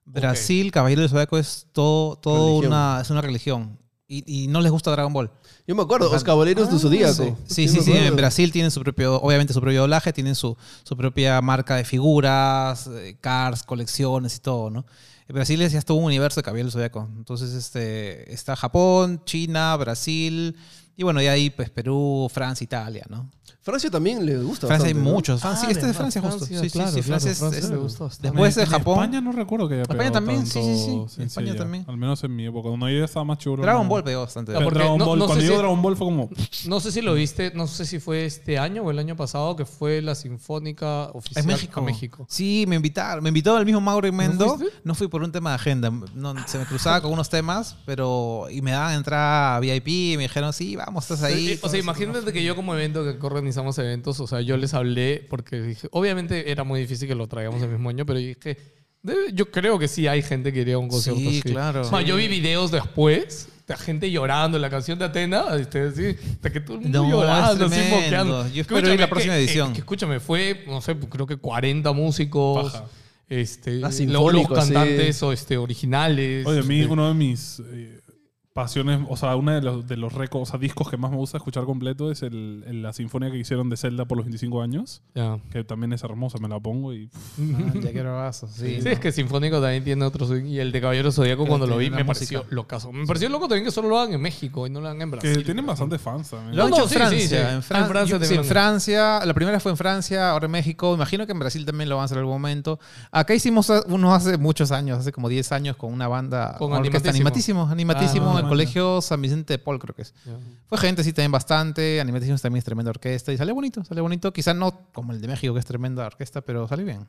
Speaker 2: Brasil, Caballero del Zodiaco es todo, todo
Speaker 6: Religión.
Speaker 2: una, es una religión. Y, y no les gusta Dragon Ball.
Speaker 6: Yo me acuerdo, Los Caballeros de Zodíaco.
Speaker 2: Ah, Sí, sí,
Speaker 6: me
Speaker 2: sí.
Speaker 6: acuerdo.
Speaker 2: En Brasil tienen su propio, obviamente su propio doblaje, tienen su, su propia marca de figuras, eh, cars, colecciones y todo, ¿no? En Brasil es ya todo un universo de cabello zodiaco. Entonces, este, está Japón, China, Brasil y bueno, y ahí pues Perú, Francia, Italia, ¿no?
Speaker 6: Francia también le gusta.
Speaker 2: Francia hay
Speaker 6: bastante, ¿no?
Speaker 2: muchos. Fran-
Speaker 4: Ah,
Speaker 2: sí, este es de
Speaker 4: verdad,
Speaker 2: Francia justo.
Speaker 4: Francia,
Speaker 2: sí,
Speaker 4: claro,
Speaker 2: sí, sí,
Speaker 4: claro,
Speaker 2: Francia es-
Speaker 4: Francia
Speaker 2: es-
Speaker 4: le gustó bastante.
Speaker 2: Después de
Speaker 5: En- en
Speaker 2: Japón,
Speaker 5: España no recuerdo que haya
Speaker 2: España
Speaker 5: pegado
Speaker 2: también, sí, sí, sí.
Speaker 5: tanto
Speaker 2: En
Speaker 5: Saint
Speaker 2: España
Speaker 5: Seiya.
Speaker 2: también.
Speaker 5: Al menos en mi época. Cuando yo estaba más chulo.
Speaker 2: Dragon
Speaker 5: no.
Speaker 2: Ball pegó bastante.
Speaker 5: Pero
Speaker 4: Porque
Speaker 5: Dragon
Speaker 4: no-
Speaker 5: Ball.
Speaker 4: no sé
Speaker 5: Cuando
Speaker 4: si-
Speaker 5: yo Dragon Ball fue como.
Speaker 4: No sé si lo viste, no sé si fue este año o el año pasado que fue la Sinfónica Oficial
Speaker 2: En México.
Speaker 4: a México.
Speaker 2: Sí, me invitaron. Me invitó el mismo Mauro Mendo.
Speaker 4: fuiste?
Speaker 2: ¿No, fui por un tema de agenda. No, se me cruzaba con unos temas, pero. Y me daban entrada VIP. Me dijeron, sí, vamos, estás ahí.
Speaker 4: Eh, o sea, imagínate que yo como evento que organizamos eventos, o sea, yo les hablé porque dije, obviamente era muy difícil que lo traigamos el mismo año, pero yo dije, "Debe- yo creo que sí hay gente que iría a un concierto
Speaker 2: Sí,
Speaker 4: así".
Speaker 2: claro.
Speaker 4: O sea, yo vi videos después de gente llorando, la canción de Atena, este, sí, hasta que todo el mundo
Speaker 2: No, es
Speaker 4: llorando, así
Speaker 2: tremendo.
Speaker 4: moqueando.
Speaker 2: Yo espero ir la
Speaker 4: Escúchame,
Speaker 2: próxima
Speaker 4: que-
Speaker 2: edición.
Speaker 4: eh, que escúchame, fue, no sé, creo que 40 músicos.
Speaker 5: Paja.
Speaker 4: Este,
Speaker 6: Ah,
Speaker 4: luego los
Speaker 6: sinfónico, así.
Speaker 4: cantantes o, este, originales.
Speaker 5: Oye, a mí,
Speaker 4: Este,
Speaker 5: uno de mis eh, pasiones, o sea, uno de los, de los récords, o sea, discos que más me gusta escuchar completo es el, el- la sinfonía que hicieron de Zelda por los 25 años,
Speaker 4: Ya.
Speaker 5: que también es hermosa, me la pongo y pff,
Speaker 2: ya quiero vaso. Sí.
Speaker 4: Sí, es que Sinfónico también tiene otro swing. Y el de Caballero Zodíaco,
Speaker 2: Pero
Speaker 4: cuando lo vi,
Speaker 2: tiene
Speaker 4: me
Speaker 2: una música.
Speaker 4: pareció locazo. Me pareció loco también que solo lo hagan en México y no lo hagan en
Speaker 5: que
Speaker 4: Brasil.
Speaker 5: tienen bastantes fans también.
Speaker 2: Lo han
Speaker 4: No,
Speaker 2: hecho
Speaker 4: sí,
Speaker 2: en
Speaker 4: sí,
Speaker 2: Francia.
Speaker 4: sí. Ah, en
Speaker 2: En Francia,
Speaker 4: Francia
Speaker 2: yo-
Speaker 4: también
Speaker 2: sí, en
Speaker 4: lo han-
Speaker 2: Francia. La primera fue en Francia, ahora en México. Imagino que en Brasil también lo van a hacer en algún momento. Acá hicimos a- uno hace muchos años, hace como 10 años, con una banda.
Speaker 4: Con
Speaker 2: una orquesta
Speaker 4: Animatísimo.
Speaker 2: Animatísimo. Animatísimo
Speaker 4: Ah,
Speaker 2: en
Speaker 5: no,
Speaker 2: el
Speaker 5: no.
Speaker 2: colegio San Vicente de Paul, creo que es.
Speaker 4: Ya.
Speaker 2: Fue gente, sí, también bastante. Animatísimo también es tremenda orquesta. Y salió bonito, salió bonito. Quizás no como el de México, que es tremenda orquesta, pero salió bien.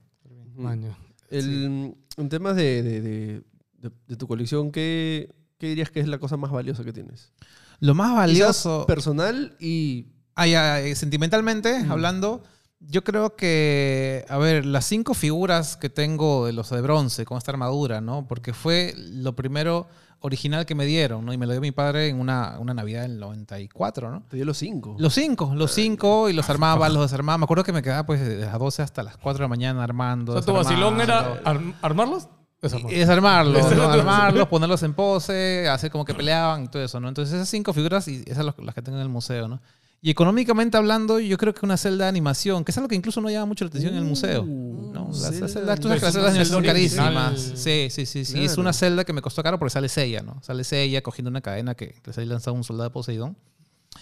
Speaker 4: Maño.
Speaker 6: El, En temas de, de- de- de- de tu colección, ¿qué, ¿qué dirías que es la cosa más valiosa que tienes?
Speaker 2: Lo más
Speaker 6: Quizás
Speaker 2: valioso.
Speaker 6: Personal y.
Speaker 2: Ah, ya, eh, sentimentalmente hablando, yo creo que, a ver, las cinco figuras que tengo de los de bronce con esta armadura, ¿no? Porque fue lo primero original que me dieron, ¿no? Y me lo dio mi padre en una, una Navidad del 94, ¿no?
Speaker 6: Te dio los cinco.
Speaker 2: Los cinco, los cinco, y los armaba, los desarmaba. Me acuerdo que me quedaba pues de las 12 hasta las 4 de la mañana armando.
Speaker 4: O sea, tu
Speaker 2: desarmando.
Speaker 4: vacilón era arm- armarlos. Esa
Speaker 2: Y desarmarlos, ¿no? armarlos, ponerlos en pose, hacer como que peleaban y todo eso, ¿no? Entonces esas cinco figuras y esas las- las que tengo en el museo, ¿no? Y económicamente hablando, yo creo que una celda de animación, que es algo que incluso no llama mucho la atención en el museo. ¿no? Las- Las, celdas, tú sabes que las celdas Uh,
Speaker 4: Pues
Speaker 2: de
Speaker 4: una
Speaker 2: animación son
Speaker 4: celda original.
Speaker 2: carísimas. Sí, sí, sí, sí. Es una celda que me costó caro porque sale sella, ¿no? Sale sella cogiendo una cadena que que se le lanzado un soldado de Poseidón.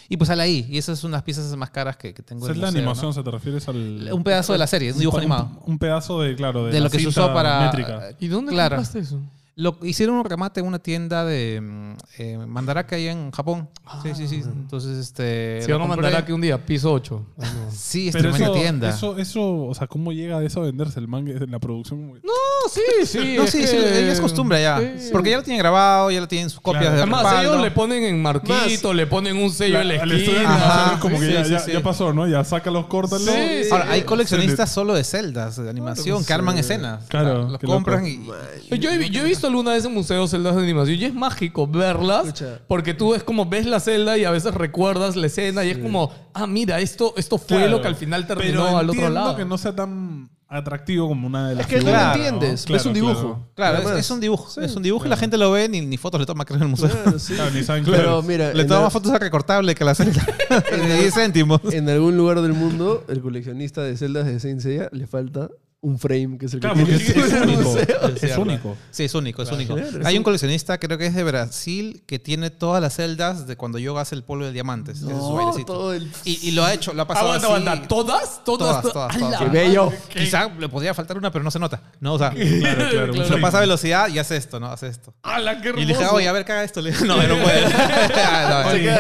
Speaker 2: Y pues sale ahí. Y esas son las piezas más caras que, que tengo en el
Speaker 5: Zelda
Speaker 2: museo. ¿no?
Speaker 5: animación, ¿se te refieres al...?
Speaker 2: Un pedazo de la serie, es un dibujo
Speaker 5: un-
Speaker 2: animado.
Speaker 5: Un pedazo de, claro, de,
Speaker 2: De,
Speaker 5: la
Speaker 2: lo que se
Speaker 5: cinta
Speaker 2: usó para... este
Speaker 5: Métrica.
Speaker 4: ¿Y dónde
Speaker 2: ah, Claro.
Speaker 4: compraste eso?
Speaker 2: Lo, hicieron un remate en una tienda de mm, eh, Mandaraka ahí en Japón. sí, sí,
Speaker 4: Ah.
Speaker 2: sí. Entonces, este.
Speaker 4: Si
Speaker 2: lo
Speaker 4: van a mandar
Speaker 2: compré. Ah,
Speaker 4: aquí un día,
Speaker 2: [LAUGHS]
Speaker 4: piso 8.
Speaker 2: Sí, es
Speaker 5: Pero
Speaker 2: tremenda
Speaker 5: eso,
Speaker 2: tienda.
Speaker 5: Eso, eso, o sea, ¿cómo llega de eso a venderse el manga en la producción?
Speaker 4: No, Ah, sí, sí.
Speaker 2: no, sí, sí, ya es costumbre ya. Porque ya lo tienen grabado, ya lo tienen sus copias
Speaker 5: Claro.
Speaker 2: de
Speaker 4: Además,
Speaker 2: respaldo.
Speaker 4: ellos le ponen en marquito, le ponen un sello en la
Speaker 5: Al estudio de
Speaker 4: esquina.
Speaker 2: Ajá.
Speaker 5: animación es como que
Speaker 2: Sí,
Speaker 5: ya,
Speaker 2: sí,
Speaker 5: ya-
Speaker 2: sí.
Speaker 5: ya pasó, ¿no? Ya sácalos, córtalos.
Speaker 4: Sí, sí.
Speaker 2: Ahora, hay coleccionistas solo de celdas de animación que arman escenas.
Speaker 5: eh, Claro,
Speaker 2: Los
Speaker 5: qué
Speaker 2: compran
Speaker 5: loco.
Speaker 2: y.
Speaker 4: Yo, yo he, yo he visto alguna vez en museos celdas de animación y es mágico verlas
Speaker 6: Escucha.
Speaker 4: porque tú es como ves la celda y a veces recuerdas la escena y es como, ah, mira, esto, esto fue
Speaker 5: Claro.
Speaker 4: lo que al final
Speaker 5: Pero
Speaker 4: terminó al otro
Speaker 5: entiendo
Speaker 4: lado. Ah,
Speaker 5: que no sea tan atractivo como una de las
Speaker 6: Es que no lo
Speaker 2: Claro,
Speaker 6: entiendes.
Speaker 5: Claro,
Speaker 6: es un
Speaker 5: claro.
Speaker 6: dibujo.
Speaker 2: Claro, es,
Speaker 4: pues.
Speaker 6: Además.
Speaker 2: es un dibujo. es un dibujo y la gente lo ve ni, ni fotos le toma, creo, en el museo.
Speaker 6: Claro, sí.
Speaker 5: Claro, ni saben
Speaker 6: [LAUGHS] Pero
Speaker 5: cuáles.
Speaker 6: mira,
Speaker 2: [LAUGHS] Le
Speaker 6: en,
Speaker 2: toma
Speaker 6: al-
Speaker 2: más fotos a recortable que la celda.
Speaker 4: [LAUGHS]
Speaker 2: [LAUGHS] de 10 céntimos.
Speaker 6: en algún lugar del mundo, el coleccionista de celdas de Saint Seiya le falta un frame que es el que
Speaker 5: Claro, porque
Speaker 6: tiene
Speaker 5: es,
Speaker 6: [LAUGHS] en el
Speaker 5: único.
Speaker 6: museo.
Speaker 5: Es único.
Speaker 2: Sí, es único, es único. Hay un coleccionista, creo que es de Brasil, que tiene todas las celdas de cuando Yoga hace el polvo de diamantes. que hace su bailecito.
Speaker 6: todo el-
Speaker 2: y, y lo ha hecho, lo ha pasado
Speaker 4: Aguanta,
Speaker 2: así.
Speaker 4: aguanta. ¿Todas? Todas,
Speaker 2: Todas,
Speaker 4: to-
Speaker 2: todas,
Speaker 4: ¡A
Speaker 2: todas.
Speaker 4: la
Speaker 2: Qué
Speaker 6: bello.
Speaker 2: Quizá le podría faltar una, pero no se nota. No, o sea,
Speaker 5: Claro, claro. un
Speaker 2: lo
Speaker 5: frame.
Speaker 2: pasa a velocidad y hace esto, ¿no? Hace esto.
Speaker 4: ¡Hala, qué
Speaker 2: Y le dije,
Speaker 4: hermoso!
Speaker 2: oye, a ver, caga esto. Le dije, [LAUGHS] no, no puede. Ah, No,
Speaker 5: Oye,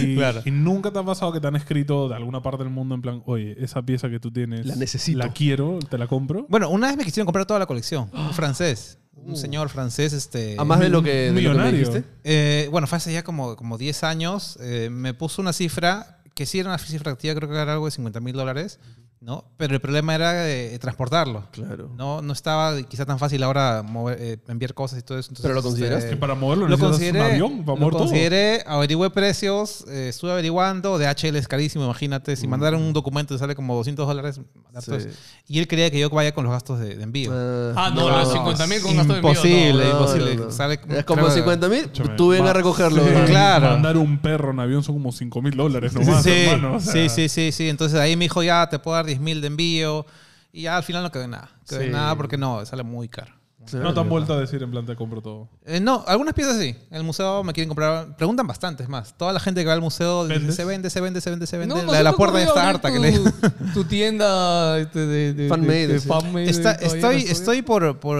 Speaker 2: no.
Speaker 5: y,
Speaker 2: Claro.
Speaker 5: y nunca te ha pasado que te han escrito de alguna parte del mundo en plan, oye, esa pieza que tú tienes.
Speaker 6: La necesito.
Speaker 5: La quiero, te la compro.
Speaker 2: Bueno, una vez me quisieron comprar toda la colección. Un francés. Un señor francés, este...
Speaker 6: A más de lo que, de lo que me
Speaker 5: millonario.
Speaker 6: dijiste.
Speaker 2: Eh, bueno, fue hace ya como, como 10 años. eh, me puso una cifra que sí era una cifra activa, creo que era algo de 50 mil dólares, ¿no? Pero el problema era eh, transportarlo.
Speaker 6: Claro.
Speaker 2: No, no estaba quizá tan fácil ahora mover, eh, enviar cosas y todo eso. Entonces,
Speaker 6: Pero lo consideraste.
Speaker 5: que
Speaker 2: este,
Speaker 5: para moverlo
Speaker 2: lo
Speaker 5: necesitas
Speaker 2: consideré,
Speaker 5: un avión, para
Speaker 2: lo
Speaker 5: mover todo.
Speaker 2: consideré, averigüé precios, eh, estuve averiguando, DHL es carísimo, imagínate,
Speaker 5: Mm.
Speaker 2: si mandaran un documento te sale como 200 dólares. mandar todo
Speaker 6: Sí.
Speaker 2: eso. Y él quería que yo vaya con los gastos de, de envío.
Speaker 6: Ah,
Speaker 4: Ah, no,
Speaker 2: No,
Speaker 4: los
Speaker 2: no,
Speaker 4: 50 mil con gasto de envío.
Speaker 2: imposible,
Speaker 4: no.
Speaker 6: no,
Speaker 2: imposible.
Speaker 6: no, no.
Speaker 2: Sale
Speaker 6: es como
Speaker 2: creo-
Speaker 6: 50 mil,
Speaker 5: Escúchame,
Speaker 6: tú ven
Speaker 5: va-
Speaker 6: a recogerlo.
Speaker 5: Sí,
Speaker 6: bro.
Speaker 2: Claro.
Speaker 5: Mandar un perro en avión son como 5 mil dólares nomás,
Speaker 2: sí,
Speaker 5: hermano. o sea.
Speaker 2: sí, sí, sí, sí. Entonces ahí me dijo, ya te puedo dar 10 mil de envío. Y ya al final no quedó en nada. Quedó en
Speaker 4: Sí.
Speaker 2: nada porque no, sale muy caro.
Speaker 5: No te han vuelto a decir en plan, te compro todo.
Speaker 2: Eh, no, algunas piezas sí. En el museo me quieren comprar. Preguntan bastantes más. Toda la gente que va al museo dice,
Speaker 5: ¿Vendes?
Speaker 2: se vende, se vende, se vende, se vende.
Speaker 4: No, no
Speaker 2: la
Speaker 4: se
Speaker 2: de la
Speaker 4: te
Speaker 2: puerta ya
Speaker 4: ocurrió
Speaker 2: está
Speaker 4: abrir
Speaker 2: harta.
Speaker 4: tu,
Speaker 2: que le... [LAUGHS]
Speaker 4: tu tienda este, de, de,
Speaker 6: Fan
Speaker 4: de-
Speaker 6: made,
Speaker 4: de
Speaker 6: sí.
Speaker 4: fan made
Speaker 2: Está-
Speaker 4: todavía
Speaker 2: estoy
Speaker 4: no está
Speaker 2: estoy por, por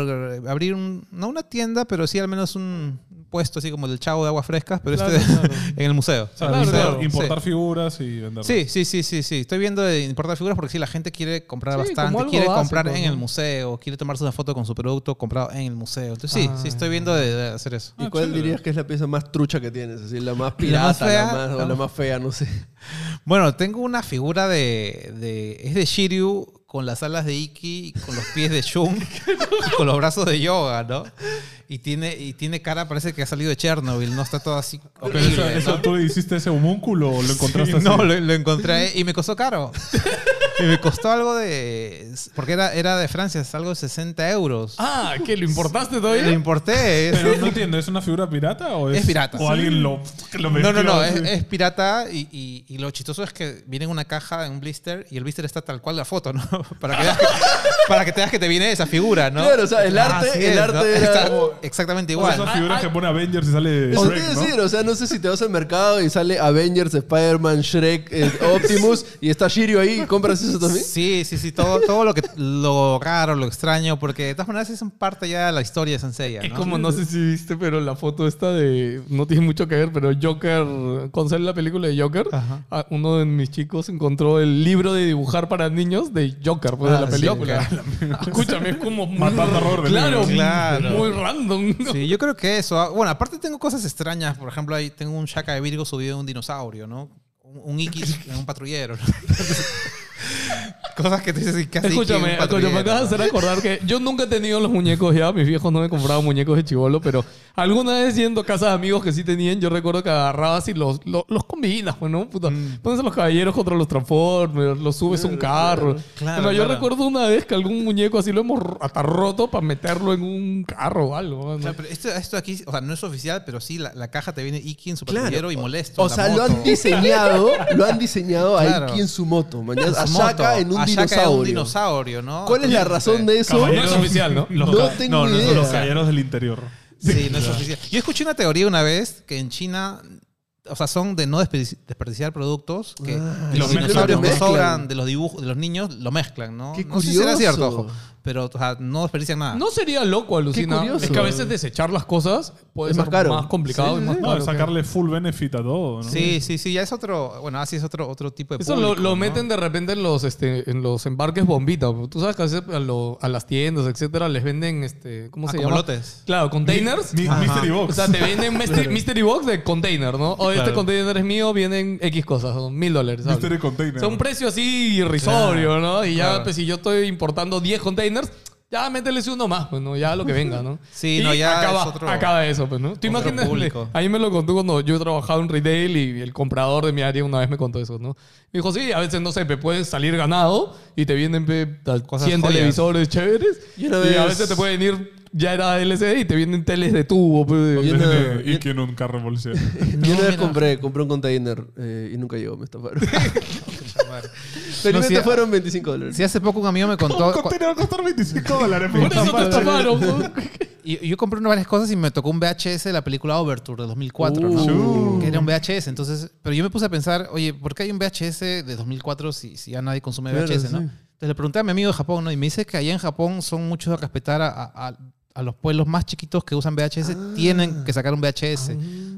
Speaker 2: abrir, un, no una tienda, pero sí al menos un puesto así como el del chavo de aguas frescas, pero
Speaker 4: Claro,
Speaker 2: este [LAUGHS]
Speaker 4: claro.
Speaker 2: en el museo.
Speaker 5: O sea,
Speaker 2: En el
Speaker 5: importar,
Speaker 2: museo, sí.
Speaker 5: importar figuras y venderlas.
Speaker 2: Sí, sí, sí, sí, sí. Estoy viendo de importar figuras porque sí, la gente quiere comprar
Speaker 4: Sí, como
Speaker 2: bastante,
Speaker 4: algo
Speaker 2: quiere comprar
Speaker 4: básico,
Speaker 2: en
Speaker 4: ¿no?
Speaker 2: el museo, quiere tomarse una foto con su producto comprado en el museo. Entonces sí,
Speaker 4: Ah,
Speaker 2: sí estoy viendo de, de hacer eso.
Speaker 6: ¿Y cuál
Speaker 5: Ah, chévere.
Speaker 6: dirías que es la pieza más trucha que tienes? Así, la más
Speaker 2: La más
Speaker 6: pirata, la más,
Speaker 2: fea,
Speaker 6: o
Speaker 2: ¿no?
Speaker 6: la más fea, no sé.
Speaker 2: Bueno, tengo una figura de, de- es de Shiryu con las alas de Iki, con los pies de
Speaker 4: [LAUGHS]
Speaker 2: Shun, y con los brazos de yoga, ¿no? Y tiene, y tiene cara, parece que ha salido de Chernobyl, no está todo así.
Speaker 5: Pero eso,
Speaker 2: horrible,
Speaker 5: eso
Speaker 2: ¿no?
Speaker 5: tú hiciste ese homúnculo o lo encontraste
Speaker 2: [LAUGHS]
Speaker 5: así?
Speaker 2: no, lo, lo encontré ahí y me costó
Speaker 4: [LAUGHS]
Speaker 2: caro. Y me costó algo de. Porque era, era de Francia, es algo de 60 euros.
Speaker 4: Ah, ¿qué? ¿Lo importaste
Speaker 2: Lo
Speaker 4: todavía?
Speaker 2: importé. es-
Speaker 5: Pero no entiendo, ¿es una figura pirata o es.?
Speaker 2: Es pirata.
Speaker 5: O alguien lo, lo
Speaker 2: no,
Speaker 5: metió
Speaker 2: no, no, es,
Speaker 5: así?
Speaker 2: es pirata y, y- y lo chistoso es que viene en una caja, en un blister, y el blister está tal cual la foto, ¿no? [LAUGHS] Para que, veas que- para que te veas que te viene esa figura, ¿no? Ah,
Speaker 6: Claro, o sea, el arte-
Speaker 2: Así
Speaker 6: el arte era
Speaker 2: Está
Speaker 6: como-
Speaker 2: exactamente
Speaker 5: O sea,
Speaker 2: igual.
Speaker 4: Ah,
Speaker 5: Esa figura que pone Avengers y sale.
Speaker 6: O
Speaker 5: Shrek,
Speaker 6: sea,
Speaker 5: ¿no?
Speaker 6: decir, o sea, no sé si te vas al mercado y sale Avengers, Spider-Man, Shrek, eh, Optimus y está Shiryu ahí y compras eso también.
Speaker 2: Sí, sí, sí, todo, todo lo, que, lo raro, lo extraño, porque de todas maneras es un parte ya de la historia de Senseiya,
Speaker 4: Es
Speaker 2: ¿no?
Speaker 4: como, no sé si viste, pero la foto esta de. No tiene mucho que ver, pero Joker. Cuando sale la película de Joker,
Speaker 2: Ajá.
Speaker 4: ah, uno de mis chicos encontró el libro de dibujar para niños de Joker, pues,
Speaker 2: Ah,
Speaker 4: de la
Speaker 2: sí,
Speaker 4: película. [LAUGHS] Escúchame, es como. muy-
Speaker 5: Matando horror de
Speaker 4: Claro,
Speaker 5: niños.
Speaker 2: Claro.
Speaker 6: [LAUGHS]
Speaker 4: muy random.
Speaker 2: Sí, yo creo que eso. Ah, Bueno, aparte tengo cosas extrañas. Por ejemplo, ahí tengo un Shaka de Virgo subido en un dinosaurio, ¿no? Un, un Iki en un patrullero. ¿no? [LAUGHS] Entonces, cosas que te dices, ¿qué hace Iki en un
Speaker 4: Escúchame, escúchame,
Speaker 2: patrullero?
Speaker 4: me acabas de hacer acordar que yo nunca he tenido los muñecos ya, mis viejos no me compraban muñecos de chivolo, pero alguna vez yendo a casa de amigos que sí tenían, yo recuerdo que agarrabas y los, los, los combinas, pues, ¿no? Puta,
Speaker 6: Mm.
Speaker 4: pones a los caballeros contra los transformers, los subes a un carro.
Speaker 2: Claro,
Speaker 4: Pero yo
Speaker 2: claro.
Speaker 4: recuerdo una vez que algún muñeco así lo hemos hasta roto para meterlo en un carro o algo.
Speaker 2: O
Speaker 4: ¿no?
Speaker 2: sea, pero esto, esto aquí, o sea, no es oficial, pero sí, la, la caja te viene Iki en su
Speaker 6: Claro.
Speaker 2: patrullero y molesto.
Speaker 6: O
Speaker 2: en la
Speaker 6: sea, lo
Speaker 2: moto.
Speaker 6: han diseñado, lo han diseñado
Speaker 2: Claro.
Speaker 6: ahí en su moto,
Speaker 2: En
Speaker 6: mañana.
Speaker 2: su
Speaker 6: A
Speaker 2: moto,
Speaker 6: Shaka en un
Speaker 2: a Shaka
Speaker 6: dinosaurio.
Speaker 2: dinosaurio, ¿no?
Speaker 6: ¿Cuál es la razón de eso?
Speaker 5: Caballero-
Speaker 4: No es oficial, ¿no?
Speaker 5: Los
Speaker 6: No
Speaker 5: ca-
Speaker 6: tengo
Speaker 5: no,
Speaker 6: idea.
Speaker 5: Los caballeros del interior.
Speaker 2: Sí, no es oficial. Yo escuché una teoría una vez que en China, o sea, son de no desperdici- desperdiciar productos, que
Speaker 6: Ah,
Speaker 2: los
Speaker 5: sí, creo que
Speaker 2: dinosaurios que
Speaker 6: mezclan.
Speaker 2: sobran de los dibujos de los niños lo mezclan, ¿no?
Speaker 6: Qué
Speaker 2: No sé si será
Speaker 6: curioso.
Speaker 2: cierto, ojo, pero o sea, no desperdician nada.
Speaker 4: No sería loco, alucina.
Speaker 6: curioso.
Speaker 4: Es que a veces desechar las cosas puede
Speaker 6: Es
Speaker 4: ser
Speaker 6: más caro.
Speaker 4: más
Speaker 6: Sí,
Speaker 4: complicado y
Speaker 6: sí,
Speaker 4: más
Speaker 6: sí.
Speaker 5: No,
Speaker 4: caro
Speaker 5: es
Speaker 4: que-
Speaker 5: sacarle full benefit a todo, ¿no?
Speaker 2: Sí, sí, sí, ya es otro, bueno, así es otro otro tipo de
Speaker 4: Eso lo,
Speaker 2: público,
Speaker 4: lo
Speaker 2: ¿no?
Speaker 4: meten de repente en los, este, en los embarques bombita. Tú sabes que a, veces a, lo- a las tiendas, etcétera, les venden, este, ¿cómo
Speaker 2: Ah,
Speaker 4: se
Speaker 2: como
Speaker 4: llama?
Speaker 2: lotes.
Speaker 4: Claro, containers.
Speaker 5: Mi-
Speaker 2: Ajá.
Speaker 5: Mystery Box.
Speaker 4: O sea, te venden mystery, mystery box de container, ¿no? O este
Speaker 5: Claro.
Speaker 4: container es mío, vienen X cosas, son mil dólares. ¿sabes?
Speaker 5: Mystery Container.
Speaker 4: O sea, un precio así irrisorio, ¿no? Y ya,
Speaker 2: Claro.
Speaker 4: pues, si yo estoy importando 10 containers, ya mételes uno más, pues, ¿no? Ya lo que venga, ¿no?
Speaker 2: Sí,
Speaker 4: Y
Speaker 2: no, ya
Speaker 4: acaba,
Speaker 2: es otro-
Speaker 4: acaba eso, pues, ¿no? Tú imaginas,
Speaker 2: público.
Speaker 4: a mí me lo contó cuando yo trabajaba en retail y el comprador de mi área una vez me contó eso, ¿no? Me dijo, sí, a veces, no sé, pe, puedes salir ganado y te vienen pe, tal-
Speaker 2: Cosas
Speaker 4: 100
Speaker 2: joyas.
Speaker 4: televisores chéveres y,
Speaker 6: Y una
Speaker 4: a
Speaker 6: vez-
Speaker 4: veces te pueden ir, ya era LCD y te vienen teles de tubo, pe.
Speaker 6: Yo no-
Speaker 5: [LAUGHS] Y que en un
Speaker 2: [LAUGHS]
Speaker 5: carro bolsillo.
Speaker 6: [LAUGHS] Yo una vez
Speaker 2: mira.
Speaker 6: compré, compré un container eh, y nunca llegó, me estafaron.
Speaker 2: No, sí,
Speaker 6: Felizmente fueron 25 dólares.
Speaker 2: Sí, hace poco un
Speaker 6: [LAUGHS]
Speaker 2: amigo me contó.
Speaker 5: Un contenedor va a
Speaker 2: [LAUGHS]
Speaker 5: costar 25 dólares.
Speaker 4: Por eso te estafaron, ¿no?
Speaker 2: Y y yo compré unas varias cosas y me tocó un VHS de la película Overture de 2004, ¿no? Que era un VHS, entonces... Pero yo me puse a pensar, oye, ¿por qué hay un VHS de 2004 si, si ya nadie consume
Speaker 6: Claro,
Speaker 2: VHS, no?
Speaker 6: sí.
Speaker 2: Entonces le pregunté a mi amigo de Japón, ¿no? Y me dice que allá en Japón son muchos de respetar a, a- a- a los pueblos más chiquitos que usan VHS,
Speaker 6: Ah.
Speaker 2: tienen que sacar un VHS.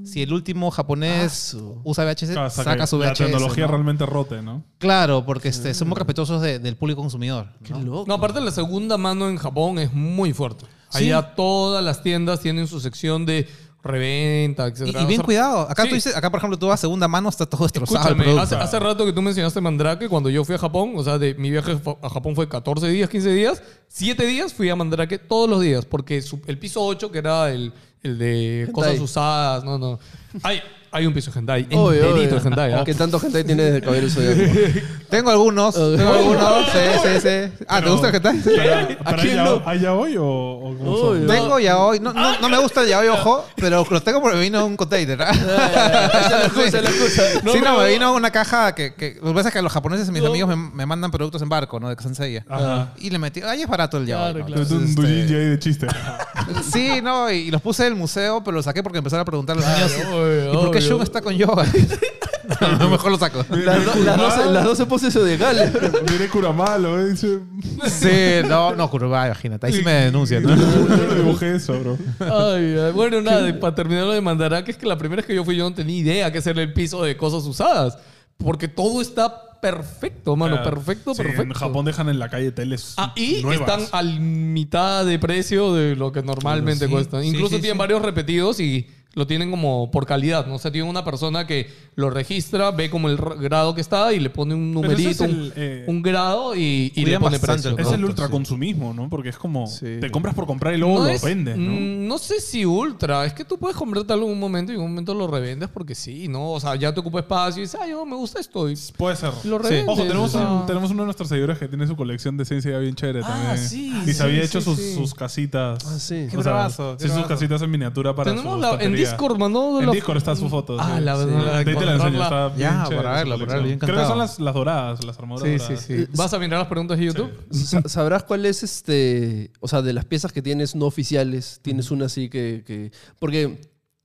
Speaker 2: Si el último japonés
Speaker 6: Asu.
Speaker 2: usa VHS,
Speaker 5: Claro, o sea,
Speaker 2: saca
Speaker 5: que
Speaker 2: su VHS.
Speaker 5: La tecnología
Speaker 2: ¿no?
Speaker 5: realmente rote, ¿no?
Speaker 2: Claro, porque este,
Speaker 6: Ah.
Speaker 2: somos respetuosos de- del público consumidor. ¿no?
Speaker 4: [LAUGHS] No, aparte la segunda mano en Japón es muy fuerte. Allá todas las tiendas tienen su sección de reventa, etc.
Speaker 2: Y, y bien cuidado. Acá
Speaker 4: Sí.
Speaker 2: tú dices, acá por ejemplo tú vas a segunda mano, está todo destrozado. el
Speaker 4: Escúchame,
Speaker 2: producto.
Speaker 4: hace, hace rato que tú mencionaste Mandrake, cuando yo fui a Japón, o sea, de, mi viaje fa- a Japón fue 14 días, 15 días, 7 días fui a Mandrake todos los días, porque su- el piso 8, que era el, el de cosas usadas, no, no. Hay, hay un piso de hentai,
Speaker 6: Obvio,
Speaker 4: enterito
Speaker 6: obvero.
Speaker 4: de hentai, ¿ah?
Speaker 6: Que tanto gente tiene desde el cabello zodiaco.
Speaker 5: [LAUGHS]
Speaker 2: Tengo algunos. Tengo algunos. Sí, sí, sí. Ah, ¿te gusta el hentai?
Speaker 5: Pero- pero
Speaker 6: quién
Speaker 5: hay,
Speaker 6: no?
Speaker 5: ya, hay ya hoy o, o cómo son?
Speaker 6: Obvio.
Speaker 2: Tengo ya hoy. No, no, no me gusta ya hoy, ojo, pero lo tengo porque me vino un container. ¿ah?
Speaker 6: la excusa.
Speaker 2: Sí. Sí, no, me vino una caja que, que lo que pasa es que los japoneses, mis amigos, me, me mandan productos en barco, ¿no? De Sanseiya.
Speaker 5: Ajá.
Speaker 2: Y le metí, ay, es barato el ya hoy, ¿no?
Speaker 5: Es un
Speaker 2: Entonces,
Speaker 5: dujín
Speaker 2: este,
Speaker 5: ahí de [LAUGHS] chiste.
Speaker 2: Sí, no, y, y los puse en el museo, pero los saqué porque empezaron a preguntar a los niños,
Speaker 4: Ah, obvio,
Speaker 2: ¿y por qué
Speaker 4: obvio.
Speaker 2: Shun está con yoga? [LAUGHS] A lo mejor lo saco.
Speaker 6: Las, do- las, 12, las 12 poses zodiacales.
Speaker 5: Viene Curamalo, ¿eh? Dice,
Speaker 2: Sí, no, no, curva, imagínate. Ahí sí me denuncian, ¿no?
Speaker 5: Yo no dibujé eso, bro.
Speaker 4: Ay, ay, bueno, nada, y para terminar lo de Mandarake, es que la primera vez que yo fui yo no tenía idea que hacer el piso de cosas usadas. Porque todo está perfecto, mano.
Speaker 5: Claro.
Speaker 4: perfecto,
Speaker 5: Ah, Sí,
Speaker 4: perfecto.
Speaker 5: En Japón dejan en la calle teles.
Speaker 4: Ah, y
Speaker 5: nuevas.
Speaker 4: están al mitad de precio de lo que normalmente
Speaker 2: Sí,
Speaker 4: cuesta.
Speaker 2: sí,
Speaker 4: Incluso
Speaker 2: sí,
Speaker 4: tienen
Speaker 2: sí.
Speaker 4: varios repetidos y lo tienen como por calidad, ¿no? O sea, tienen una persona que lo registra, ve como el r- grado que está y le pone un
Speaker 5: Pero ese
Speaker 4: numerito,
Speaker 5: es el, eh,
Speaker 4: un, un grado y, y le
Speaker 2: Cuidan
Speaker 4: pone
Speaker 2: bastante
Speaker 4: precio.
Speaker 2: el
Speaker 4: ¿no?
Speaker 5: Es el
Speaker 2: producto,
Speaker 5: ultraconsumismo, ¿no? Porque es como
Speaker 6: Sí.
Speaker 5: te compras por comprar y luego lo
Speaker 4: es-
Speaker 5: vendes, ¿no?
Speaker 4: mm, sé si ultra. Es que tú puedes comprarte algo en un momento y en un momento lo revendes porque sí, ¿no? O sea, ya te ocupa espacio y dices, ay, yo me gusta esto. Y
Speaker 5: Puede ser.
Speaker 4: lo revendes.
Speaker 5: Ojo, tenemos,
Speaker 4: o sea.
Speaker 5: un- tenemos uno de nuestros seguidores que tiene su colección de ciencia bien chévere
Speaker 2: Ah,
Speaker 5: también.
Speaker 2: sí,
Speaker 5: y se
Speaker 2: sí,
Speaker 5: había
Speaker 2: sí,
Speaker 5: hecho sus,
Speaker 2: sí.
Speaker 5: sus casitas.
Speaker 6: Ah, sí.
Speaker 2: Qué
Speaker 5: O sea,
Speaker 2: bravazo, qué
Speaker 5: sí, sus
Speaker 2: bravazo.
Speaker 5: casitas en miniatura para
Speaker 4: Tenemos
Speaker 5: su
Speaker 4: la- en
Speaker 5: estantería.
Speaker 4: Discord, mandó
Speaker 5: En
Speaker 4: la-
Speaker 5: Discord está su foto.
Speaker 4: Ah,
Speaker 5: sí.
Speaker 4: la
Speaker 5: Sí.
Speaker 4: verdad. la-
Speaker 5: Ahí te la enseño.
Speaker 4: encontrarla.
Speaker 5: Está bien
Speaker 2: Ya,
Speaker 5: chévere
Speaker 2: para
Speaker 5: su
Speaker 2: verla, para verla,
Speaker 5: colección.
Speaker 2: yo
Speaker 5: Creo que
Speaker 2: encantado.
Speaker 5: son las, las doradas, las armaduras
Speaker 6: Sí, sí,
Speaker 5: doradas.
Speaker 6: sí.
Speaker 4: Eh, ¿Vas a mirar las preguntas de YouTube?
Speaker 6: Sa- ¿Sabrás cuál es este? O sea, de las piezas que tienes no oficiales, tienes una así que. que- porque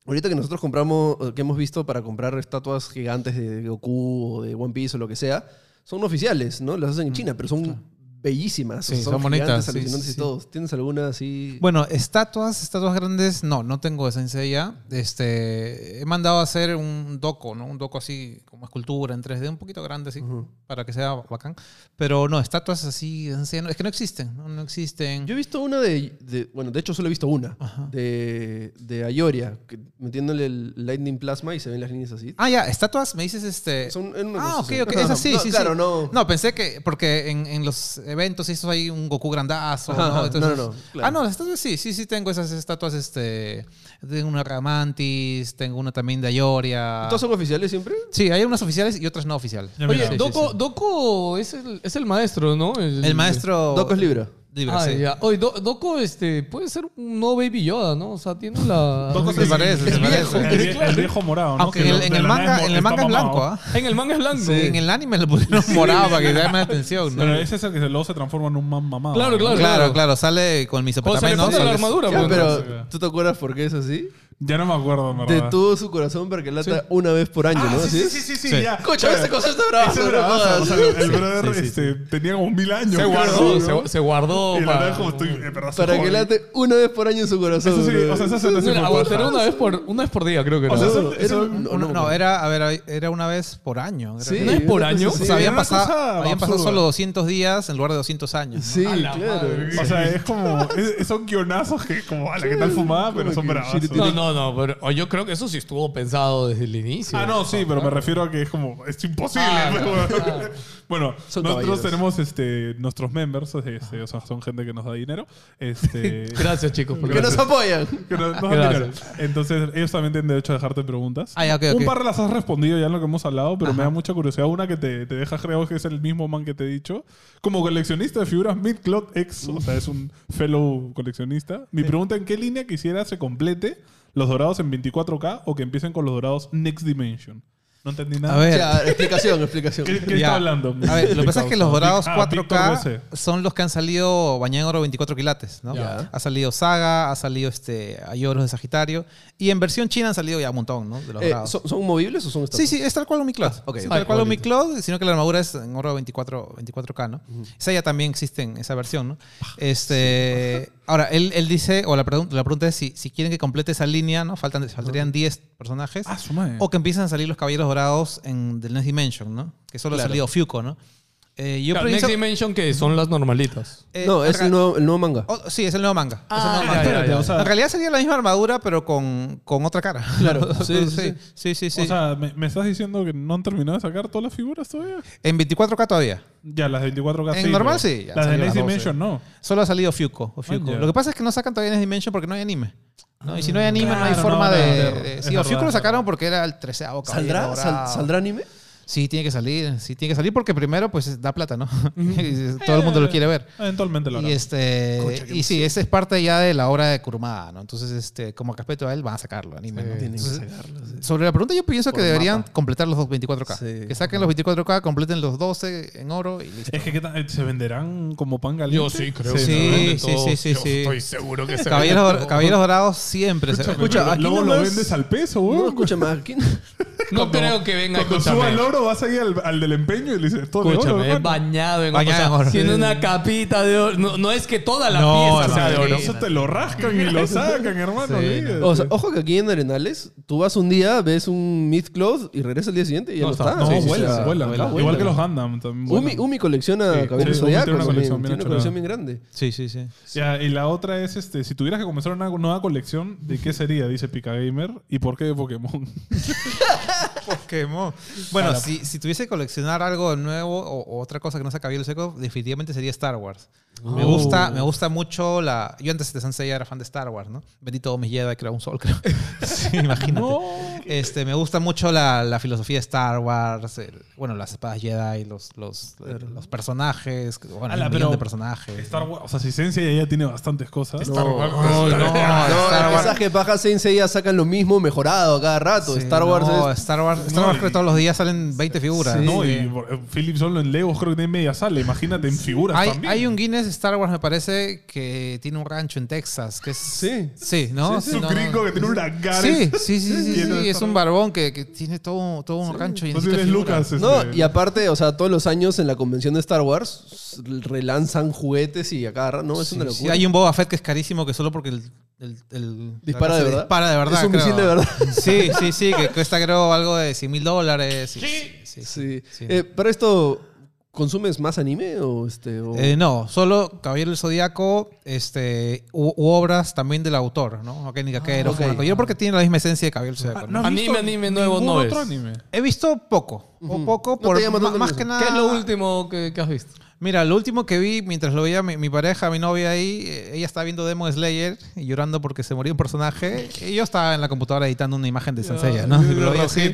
Speaker 6: ahorita que nosotros compramos, o que hemos visto para comprar estatuas gigantes de Goku o de One Piece o lo que sea, son oficiales, ¿no? Las hacen en China, pero son bellísimas. o
Speaker 2: Mm, Sí,
Speaker 6: sea, son,
Speaker 2: son bonitas,
Speaker 6: gigantes,
Speaker 2: sí,
Speaker 6: alucinantes
Speaker 2: sí,
Speaker 6: y
Speaker 2: sí.
Speaker 6: todo. ¿Tienes alguna así?
Speaker 2: Bueno, estatuas, estatuas grandes, no, no tengo esencia ya. Este, he mandado a hacer un doco, ¿no? Un doco así, como escultura en 3D, un poquito grande así,
Speaker 6: Ujú.
Speaker 2: para que sea bacán. Pero no, estatuas así, ancianas, es que no existen, no, No existen.
Speaker 6: Yo he visto una de, de- Bueno, de hecho solo he visto una.
Speaker 2: Ajá.
Speaker 6: De, de Ayoria, que- metiéndole el Lightning Plasma y se ven las líneas así.
Speaker 2: Ah, ya, estatuas, me dices este...
Speaker 6: Son en una
Speaker 2: Ah, ok,
Speaker 6: cosa
Speaker 2: ok,
Speaker 6: así.
Speaker 2: es así,
Speaker 6: No,
Speaker 2: sí, sí.
Speaker 6: Claro, no.
Speaker 2: No, pensé que, porque en, en los eventos eso hay un Goku grandazo,
Speaker 6: Ajá,
Speaker 2: ¿no?
Speaker 6: ajá.
Speaker 2: Entonces-
Speaker 6: [LAUGHS] No, no, no, claro.
Speaker 2: Ah, no, las estatuas sí, sí, sí tengo esas estatuas, este, tengo una Ramantis, tengo una también de Ayoria.
Speaker 6: ¿Todas son oficiales siempre?
Speaker 2: Sí, hay unas oficiales y otras no oficiales.
Speaker 5: Ya,
Speaker 4: Oye,
Speaker 5: mira.
Speaker 2: sí,
Speaker 4: Doco,
Speaker 2: sí, sí.
Speaker 4: Doco es, el, es el maestro, ¿no?
Speaker 2: El maestro...
Speaker 6: Doco es Libra.
Speaker 2: Libra,
Speaker 4: Ah,
Speaker 2: sí.
Speaker 4: ya. Oye, Do- Doco este, puede ser un no Baby Yoda, ¿no? O sea, tiene la...
Speaker 5: [LAUGHS] Doco
Speaker 2: Se
Speaker 5: sí.
Speaker 2: parece, se
Speaker 5: El viejo,
Speaker 2: parece.
Speaker 5: El, vie- el viejo morado, ¿no?
Speaker 2: Aunque
Speaker 5: Que
Speaker 2: en el,
Speaker 5: de
Speaker 2: en
Speaker 5: la
Speaker 2: el
Speaker 5: nada
Speaker 2: manga,
Speaker 5: es mo-
Speaker 2: en el
Speaker 5: está
Speaker 2: manga es
Speaker 5: mamado.
Speaker 2: blanco, ¿ah?
Speaker 4: En el manga es blanco.
Speaker 2: En el anime le pusieron morado para que llame la atención, ¿no?
Speaker 5: Pero ese es el que se- luego se transforma en un man mamado.
Speaker 4: Claro, claro.
Speaker 2: Claro, claro, sale con mis
Speaker 4: O sea, le
Speaker 2: zapatos.
Speaker 4: falta la armadura,
Speaker 6: Ya,
Speaker 4: pues, ¿no?
Speaker 5: sí,
Speaker 6: pero
Speaker 5: claro.
Speaker 6: ¿tú te acuerdas por qué es así?
Speaker 5: Ya no me acuerdo, en ¿verdad?
Speaker 6: Detuvo su corazón para que lata una vez por año,
Speaker 5: Ah,
Speaker 6: ¿no?
Speaker 5: sí, sí,
Speaker 6: ¿Así es?
Speaker 5: sí, sí, sí,
Speaker 2: Sí.
Speaker 5: ya.
Speaker 6: Cocha, esta cosa está brava.
Speaker 5: Ese
Speaker 6: no
Speaker 5: era bravazo, o sea,
Speaker 6: jodas.
Speaker 5: el brother este, tenía como mil años.
Speaker 4: Se
Speaker 5: creo,
Speaker 4: guardó,
Speaker 5: ¿no?
Speaker 4: se, se guardó.
Speaker 5: Y la verdad
Speaker 4: para-
Speaker 5: es como estoy. eh, perdón,
Speaker 6: Para
Speaker 5: soy
Speaker 6: que
Speaker 5: joven.
Speaker 6: late una vez por año su corazón.
Speaker 5: Eso sí,
Speaker 6: bro.
Speaker 5: o sea, eso se te hace
Speaker 4: Mira,
Speaker 5: muy
Speaker 4: aguantar
Speaker 5: corta.
Speaker 4: una vez por una vez por día, creo que
Speaker 5: O
Speaker 4: era.
Speaker 5: sea,
Speaker 4: O
Speaker 5: eso,
Speaker 6: era
Speaker 5: eso-
Speaker 6: un-
Speaker 5: no, eh.
Speaker 2: No, no, era, a ver, era una vez por año. Era-
Speaker 6: Sí,
Speaker 4: ¿No es por
Speaker 6: una cosa así.
Speaker 4: año?
Speaker 2: o sea, pues, habían,
Speaker 5: era una
Speaker 2: pasado,
Speaker 5: cosa
Speaker 2: habían pasado
Speaker 5: absurda.
Speaker 2: solo 200 días en lugar de 200 años. ¿no?
Speaker 6: Sí,
Speaker 4: la
Speaker 6: claro.
Speaker 4: madre.
Speaker 5: O sea, es como. es- son guionazos que, como, a la que tal fumada, pero son
Speaker 6: que
Speaker 5: bravazos.
Speaker 6: sí,
Speaker 4: no, no, no, pero o yo creo que eso sí estuvo pensado desde el inicio.
Speaker 5: Ah, no, sí, pero me refiero a que es como, es imposible. [LAUGHS]
Speaker 4: Ah,
Speaker 5: ¿no? bueno,
Speaker 6: Son
Speaker 5: nosotros
Speaker 6: caballeros.
Speaker 5: tenemos este, nuestros members, este, o sea, son gente que nos da dinero. Este,
Speaker 2: [LAUGHS]
Speaker 4: Gracias, chicos. por-
Speaker 6: Que nos apoyan.
Speaker 5: [LAUGHS] que nos, nos dan dinero.
Speaker 4: Gracias.
Speaker 5: Entonces, ellos también tienen derecho a dejarte preguntas.
Speaker 2: Ah, ya, ok, ok.
Speaker 5: Un par las has respondido ya en lo que hemos hablado, pero me da mucha curiosidad. Una que te, te deja, creo que es el mismo man que te he dicho. Como coleccionista de figuras Midcloth X, o sea, es un fellow coleccionista. Mi pregunta: ¿en qué línea quisiera se complete los dorados en 24K o que empiecen con los dorados Next Dimension? No entendí nada.
Speaker 2: A ver.
Speaker 6: Ya, explicación, explicación. Eh,
Speaker 5: ¿Qué, qué
Speaker 2: Ya.
Speaker 5: está hablando?
Speaker 2: A ver, lo que pasa es que los dorados
Speaker 5: Ah, Víctor
Speaker 2: 4K
Speaker 5: Bose.
Speaker 2: son los que han salido bañado en oro 24 quilates, ¿no?
Speaker 6: Ya.
Speaker 2: Ha salido Saga, ha salido este Ayoros de Sagitario y en versión china han salido ya un montón, ¿no? De los
Speaker 6: Eh,
Speaker 2: dorados.
Speaker 6: ¿son, son movibles o son
Speaker 2: Sí,
Speaker 6: estatuas?
Speaker 2: sí, es tal cual un Micloth.
Speaker 6: ok,
Speaker 2: Sí,
Speaker 6: ok.
Speaker 2: tal cual un Micloth, sino que la armadura es en oro 24, 24K, ¿no? Esa ya también existe en esa versión, ¿no?
Speaker 6: Ah,
Speaker 2: Este, ahora, él, él dice, o la, pregun- la pregunta es si, si quieren que complete esa línea, ¿no? Faltan, faltarían 10 personajes.
Speaker 5: Ah, su madre.
Speaker 2: O que empiezan a salir los caballeros dorados en The Next Dimension, ¿no? Que solo ha
Speaker 6: Claro.
Speaker 2: salido Fuco, ¿no? Eh, yo
Speaker 4: Claro, Next
Speaker 2: pienso-
Speaker 4: Dimension que son las normalitas.
Speaker 2: eh,
Speaker 6: No, es
Speaker 2: acá-
Speaker 6: el nuevo, el nuevo manga.
Speaker 2: oh, sí, es el nuevo manga. Es el nuevo
Speaker 5: Ah,
Speaker 2: manga.
Speaker 5: espérate, o sea,
Speaker 2: En realidad sería la misma armadura, pero con, con otra cara. [LAUGHS] Claro, sí, sí, sí. sí,
Speaker 5: o sea, ¿me, me estás diciendo que no han terminado de sacar todas las figuras todavía?
Speaker 2: en 24K todavía.
Speaker 5: Ya, las de 24K
Speaker 2: En
Speaker 5: sí,
Speaker 2: normal
Speaker 5: pero
Speaker 2: sí, ya
Speaker 5: Las de
Speaker 2: salió
Speaker 5: Next
Speaker 2: las doce.
Speaker 5: Dimension no.
Speaker 2: Solo ha salido Fuco. o Fuco.
Speaker 5: Ah, ya.
Speaker 2: Lo que pasa es que no sacan todavía Next Dimension porque no hay anime. ¿no? Y si no hay anime, no hay
Speaker 5: Claro,
Speaker 2: forma
Speaker 5: no,
Speaker 2: de.
Speaker 5: no,
Speaker 2: de-
Speaker 5: es
Speaker 2: sí, o
Speaker 5: verdad,
Speaker 2: Fuco lo
Speaker 5: es
Speaker 2: sacaron
Speaker 5: verdad.
Speaker 2: porque era el 13 avo
Speaker 6: ¿Saldrá, Sal- ¿Saldrá anime?
Speaker 2: Sí, tiene que salir. Sí, tiene que salir porque primero, pues da plata, ¿no? [LAUGHS] Y Todo el mundo lo quiere ver.
Speaker 5: Eventualmente lo
Speaker 2: Y
Speaker 5: harán.
Speaker 2: este y sí, esa es parte ya de la obra de Kurumada, ¿no? Entonces, este, como respeto a él, van a sacarlo,
Speaker 6: Eh,
Speaker 2: anime, ¿no? Entonces, Sobre la pregunta, yo pienso que deberían completar los dos 24K.
Speaker 6: Sí.
Speaker 2: que saquen los 24K, completen los 12 en oro y
Speaker 5: [LAUGHS]
Speaker 2: listo.
Speaker 5: Es que ¿qué tal? Eh, se venderán como pan caliente.
Speaker 4: Yo sí creo.
Speaker 2: Sí,
Speaker 4: que se vende
Speaker 2: sí,
Speaker 4: todo.
Speaker 2: sí, sí,
Speaker 4: Yo
Speaker 2: sí.
Speaker 4: Estoy seguro que se
Speaker 2: Caballeros,
Speaker 4: vende todo.
Speaker 2: Caballeros Dorados siempre. se-
Speaker 5: Escucha,
Speaker 6: Escucha,
Speaker 5: pero
Speaker 6: aquí
Speaker 5: luego lo
Speaker 6: nomás-
Speaker 5: vendes al peso,
Speaker 6: No,
Speaker 5: güey. [LAUGHS]
Speaker 6: escucha más. ¿quién-
Speaker 4: No creo que venga,
Speaker 5: Cuando suba el
Speaker 4: escúchame.
Speaker 5: oro, vas a ir al, al del empeño y le dices, todo de oro,
Speaker 4: Escúchame, es
Speaker 5: hermano.
Speaker 4: bañado en
Speaker 2: Bañado en
Speaker 4: oro. O sea,
Speaker 2: oro.
Speaker 4: Tiene una capita de oro. No, no es que toda la
Speaker 2: No,
Speaker 4: pieza
Speaker 5: O sea,
Speaker 4: sea de
Speaker 5: de
Speaker 4: oro.
Speaker 5: oro te lo rascan y [LAUGHS] lo sacan, hermano. olvídate.
Speaker 6: O sea, ojo que aquí en Arenales, tú vas un día, ves un Meat Cloth y regresas al día siguiente y ya no, está.
Speaker 5: No,
Speaker 6: Sí, sí, sí,
Speaker 5: vuelan,
Speaker 6: o sea,
Speaker 5: vuelan,
Speaker 2: vuelan,
Speaker 5: Igual
Speaker 2: vuelan.
Speaker 5: que los Gundam también.
Speaker 6: Umi,
Speaker 5: vuelan.
Speaker 6: Umi colecciona
Speaker 5: Sí,
Speaker 6: Caballeros
Speaker 5: sí, Umi tiene una
Speaker 6: Zodiacos también.
Speaker 5: colección bien
Speaker 6: Tiene una
Speaker 5: achorada.
Speaker 6: colección bien grande.
Speaker 2: Sí, sí, sí.
Speaker 5: Ya, y la otra es, este, si tuvieras que comenzar una nueva colección, ¿de qué sería? Dice Picagamer. ¿Y por qué de Pokémon?
Speaker 2: [LAUGHS] Pokémon. Bueno, si, si tuviese que coleccionar algo nuevo o, o otra cosa que no sea cabello seco, definitivamente sería Star Wars. Me gusta, me gusta mucho la. Yo antes de San Seiya era fan de Star Wars, ¿no? Bendito todos mis Jedi, creo un sol, creo. [LAUGHS] Sí, imagínate. Este, me gusta mucho la, la filosofía de Star Wars, el- bueno, las espadas Jedi, los, los, los personajes, bueno,
Speaker 5: Ala,
Speaker 2: el millón
Speaker 5: pero-
Speaker 2: de personajes.
Speaker 5: Star Wars. O sea, si Sensei ya tiene bastantes cosas.
Speaker 2: Star Wars. No, no, Star
Speaker 6: No,
Speaker 2: Wars.
Speaker 6: esas que paja Sensei ya sacan lo mismo mejorado cada rato.
Speaker 2: Sí,
Speaker 6: Star Wars
Speaker 2: no,
Speaker 6: es...
Speaker 2: Star Wars, Star Wars
Speaker 5: No,
Speaker 2: creo que
Speaker 5: y-
Speaker 2: todos los días salen 20 figuras.
Speaker 5: No, y por- eh, Philips solo en Legos creo que tiene media sala. Imagínate en figuras
Speaker 2: Hay,
Speaker 5: también.
Speaker 2: hay un Guinness Star Wars, me parece, que tiene un rancho en Texas. Que es,
Speaker 6: Sí.
Speaker 2: Sí, ¿no?
Speaker 5: Es un
Speaker 2: No, no.
Speaker 5: gringo que tiene un hangar.
Speaker 2: Sí, sí, sí, sí, sí,
Speaker 5: Lleno de
Speaker 2: sí, Es
Speaker 5: Star
Speaker 2: un
Speaker 5: Wars.
Speaker 2: barbón que, que tiene todo, todo un rancho y
Speaker 5: Entonces es Lucas.
Speaker 6: No,
Speaker 5: este,
Speaker 6: y aparte, o sea, todos los años en la convención de Star Wars relanzan juguetes y a cada rato... No, es una locura.
Speaker 2: hay un Boba Fett que es carísimo que solo porque el... el- el-
Speaker 6: Dispara de
Speaker 2: se
Speaker 6: verdad.
Speaker 2: Dispara de verdad.
Speaker 6: Es un
Speaker 2: creo.
Speaker 6: misil de verdad.
Speaker 2: Sí, sí, sí, que cuesta creo algo de 100 mil dólares. Sí. sí, sí,
Speaker 6: Sí.
Speaker 2: sí.
Speaker 6: Eh, pero esto, ¿consumes más anime o este? o-
Speaker 2: Eh, no, solo Caballero del Zodíaco este, u, u obras también del autor, ¿no? Kenny Vaquero,
Speaker 6: Ah, ok.
Speaker 2: Yo porque tiene la misma esencia de Caballero del Zodíaco. ¿no?
Speaker 5: has
Speaker 4: Anime,
Speaker 5: visto
Speaker 4: anime nuevo no
Speaker 5: ningún
Speaker 4: es.
Speaker 5: otro anime?
Speaker 2: He visto poco, o poco,
Speaker 6: te
Speaker 2: por,
Speaker 6: llama tanto
Speaker 2: ma-
Speaker 6: la
Speaker 2: más que
Speaker 6: atención.
Speaker 2: nada.
Speaker 4: ¿Qué es lo último que, que has visto?
Speaker 2: Mira, lo último que vi mientras lo veía mi, mi pareja, mi novia ahí, eh, ella estaba viendo Demon Slayer y llorando porque se murió un personaje. Y yo estaba en la computadora editando una imagen de Sansella, ¿no? Lo vi así.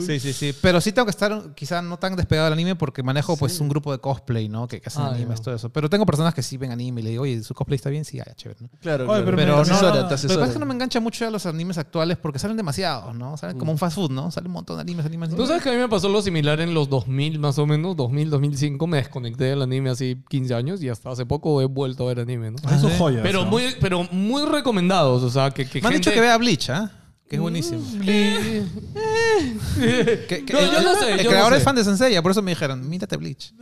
Speaker 2: Sí, sí, sí. Pero sí tengo que estar quizás no tan despegado del anime porque manejo pues un grupo de cosplay, ¿no? Que, que hacen
Speaker 4: Ah,
Speaker 2: animes,
Speaker 4: ya.
Speaker 2: todo eso. Pero tengo personas que sí ven anime y le digo, oye, ¿su cosplay está bien? Sí, ah, chévere, ¿no?
Speaker 6: Claro,
Speaker 5: Oye,
Speaker 6: claro.
Speaker 5: pero
Speaker 2: Pero no,
Speaker 6: te asesora,
Speaker 2: no,
Speaker 6: te
Speaker 2: no. Lo que
Speaker 6: asesora.
Speaker 2: pasa es que no me engancha mucho a los animes actuales porque salen demasiados, ¿no? Salen como un fast food, ¿no? Salen un montón de animes, animes,
Speaker 4: Tú
Speaker 2: animes.
Speaker 4: sabes que a mí me pasó lo similar en los 2000 más o menos, 2000, 2005. Me desconecté del anime así 15 años y hasta hace poco he vuelto a ver anime, Ah, ¿no?
Speaker 5: Eso es joya.
Speaker 4: Pero muy, pero muy recomendados, o sea, que, que
Speaker 2: Me han dicho
Speaker 4: gente- Mm.
Speaker 2: que vea Mm, eh, Bleach, ¿ah? Que es buenísimo. Que- que
Speaker 4: No,
Speaker 2: el,
Speaker 4: yo no sé,
Speaker 2: el
Speaker 4: yo no
Speaker 2: creador
Speaker 4: sé.
Speaker 2: es fan de Senseiya, por eso me dijeron, mírate Bleach.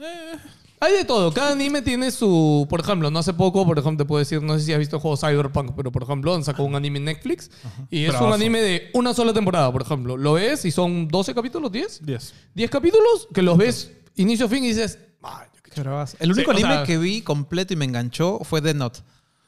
Speaker 4: Hay de todo, cada anime tiene su, por ejemplo, no hace poco, por ejemplo, te puedo decir, no sé si has visto el juego Cyberpunk, pero por ejemplo, han sacado un anime en Netflix y es un
Speaker 5: Bravazo.
Speaker 4: anime de una sola temporada, por ejemplo. Lo ves y son 12 capítulos, 10,
Speaker 5: 10.
Speaker 4: 10 capítulos que los ves inicio a fin y dices, "Ah, yo qué ch-".
Speaker 2: El único
Speaker 4: Sí, o
Speaker 2: anime
Speaker 4: sea- Ah,
Speaker 2: que vi completo y me enganchó fue Dead Note.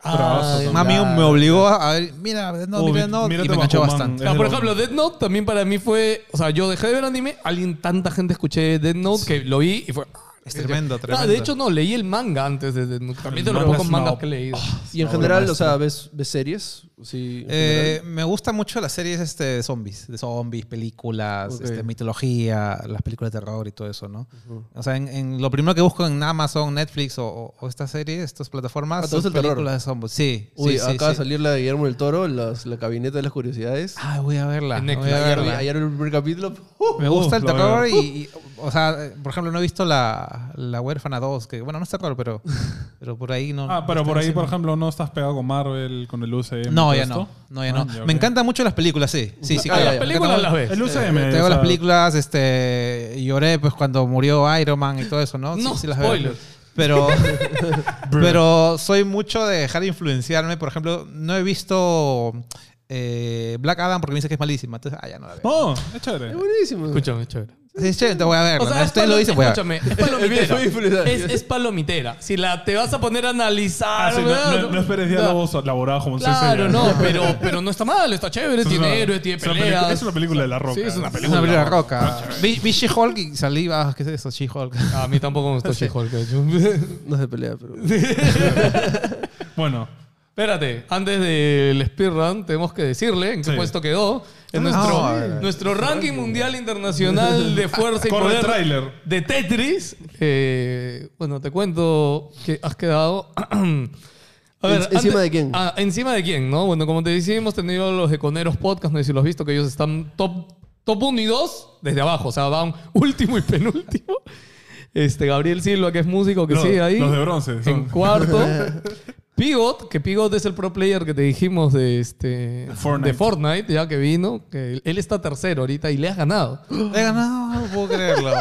Speaker 5: Bravazo.
Speaker 2: Mami me obligó a ver, mira, Dead Note,
Speaker 5: Oh,
Speaker 2: mira
Speaker 5: vi-
Speaker 2: Death Note,
Speaker 5: mírate
Speaker 2: y me enganchó
Speaker 5: Bakuman.
Speaker 4: [LAUGHS]
Speaker 2: bastante.
Speaker 4: O sea, por
Speaker 5: Es de lo-
Speaker 4: ejemplo, Dead Note también para mí fue, o sea, yo dejé de ver anime, alguien, tanta gente escuché Dead Note que lo vi y fue... "Ah".
Speaker 2: Es tremendo,
Speaker 4: Ah,
Speaker 2: tremendo.
Speaker 4: de hecho, no, leí el manga antes de Death Note. También
Speaker 5: El
Speaker 4: de los
Speaker 5: manga
Speaker 4: pocos
Speaker 5: es una
Speaker 4: mangas
Speaker 5: op-
Speaker 4: que he leído.
Speaker 6: Y en general, o sea, ¿ves, ves series? Sí, en
Speaker 2: Eh, me gustan mucho las series este, de zombies, de zombies, películas,
Speaker 6: Ok.
Speaker 2: este, mitología, las películas de terror y todo eso, ¿no? O sea, en, en lo primero que busco en Amazon, Netflix o, o- o estas series, estas
Speaker 6: Ah,
Speaker 2: plataformas,
Speaker 6: ¿te
Speaker 2: son
Speaker 6: gusta el terror?
Speaker 2: películas de zombies. Sí,
Speaker 6: general. Uy,
Speaker 2: sí, sí,
Speaker 6: acaba de
Speaker 2: sí.
Speaker 6: salir la de Guillermo del Toro, las- la cabineta de las curiosidades.
Speaker 4: Ah,
Speaker 2: Ay, voy a verla.
Speaker 4: En
Speaker 2: voy a
Speaker 4: Netflix.
Speaker 6: ayer,
Speaker 2: verla.
Speaker 6: ayer el primer capítulo. ¡uh!
Speaker 2: Me gusta
Speaker 5: Uh,
Speaker 2: el
Speaker 5: la
Speaker 2: terror y,
Speaker 5: verdad.
Speaker 2: y, o sea, eh, por ejemplo, no he visto la, la huérfana 2, que bueno, no es terror,
Speaker 5: [LAUGHS]
Speaker 2: pero, pero por ahí no.
Speaker 5: Ah, pero
Speaker 2: no
Speaker 5: por
Speaker 2: está
Speaker 5: ahí, por
Speaker 2: encima.
Speaker 5: ejemplo, no estás pegado con Marvel, con el UCM.
Speaker 2: No,
Speaker 5: todo
Speaker 2: ya
Speaker 5: esto?
Speaker 2: no. No, ya no.
Speaker 5: Ah, ya, ok.
Speaker 2: Me encantan mucho las películas, sí. Sí, sí.
Speaker 6: Ah,
Speaker 2: claro.
Speaker 6: ya,
Speaker 4: Las
Speaker 2: Me
Speaker 6: ya.
Speaker 4: películas
Speaker 2: encantan
Speaker 4: las ves.
Speaker 5: El UCM.
Speaker 2: Eh, Te
Speaker 5: o
Speaker 2: veo
Speaker 5: sea,
Speaker 2: las películas, este, lloré pues cuando murió Iron Man y todo eso, ¿no?
Speaker 4: No,
Speaker 2: las veo.
Speaker 4: spoilers.
Speaker 5: [LAUGHS]
Speaker 2: Pero, [LAUGHS] pero soy mucho de dejar influenciarme. Por ejemplo, no he visto eh, Black Adam porque me dice que es malísima. Entonces, ah, ya no la veo.
Speaker 5: No, es chévere.
Speaker 6: Es buenísimo.
Speaker 4: Escúchame, chévere.
Speaker 2: Sí, che, te voy a ver.
Speaker 4: O sea, es
Speaker 2: Ustedes
Speaker 4: palo-
Speaker 2: lo dicen, voy a ver.
Speaker 4: escúchame, es
Speaker 5: [LAUGHS]
Speaker 4: palomitera.
Speaker 6: Fue influenciado.
Speaker 4: es, es palomitera. Si la te vas a poner a
Speaker 5: Ah,
Speaker 4: analizar.
Speaker 5: sí, no,
Speaker 4: ¿verdad?
Speaker 5: no- no esperes diálogos elaborados como en
Speaker 4: Claro,
Speaker 5: CC.
Speaker 4: no, pero, pero no está mal, está chévere,
Speaker 5: Es una-
Speaker 4: tiene héroes, tiene
Speaker 5: es una película-
Speaker 4: peleas.
Speaker 5: Es una película de la roca.
Speaker 4: Sí, es una
Speaker 2: Es una película de roca. Vi, vi She-Hulk y salí, ah, ¿qué es eso? [LAUGHS] She-Hulk.
Speaker 4: A mí tampoco me gustó She-Hulk.
Speaker 6: No es de pelea,
Speaker 4: [LAUGHS]
Speaker 6: pero.
Speaker 5: Bueno,
Speaker 4: Espérate, antes del speedrun tenemos que decirle en qué
Speaker 5: Sí.
Speaker 4: puesto quedó
Speaker 2: Ah,
Speaker 4: en nuestro,
Speaker 2: a
Speaker 6: eh,
Speaker 2: ver.
Speaker 4: nuestro ranking mundial internacional de fuerza
Speaker 5: [LAUGHS]
Speaker 4: y
Speaker 5: Corre
Speaker 4: poder
Speaker 5: tráiler.
Speaker 4: de Tetris. Eh, bueno, te cuento que has quedado... [CLEARS THROAT] A
Speaker 6: ¿En- encima de quién?
Speaker 4: ah, encima de quién, ¿no? Bueno, como te decía, hemos tenido los Econeros Podcast, no sé si lo has visto, que ellos están top, top 1 y 2 desde abajo, o sea, van [LAUGHS] último y penúltimo. Este, Gabriel Silva, que es músico, que
Speaker 5: Los-
Speaker 4: sigue ahí.
Speaker 5: los de bronce son.
Speaker 4: En cuarto. Pivot, que Pivot es el pro player que te dijimos de este
Speaker 5: Fortnite.
Speaker 4: de Fortnite, ya que vino, que él está tercero ahorita y le has ganado. [GASPS]
Speaker 2: He ganado, no puedo creerlo.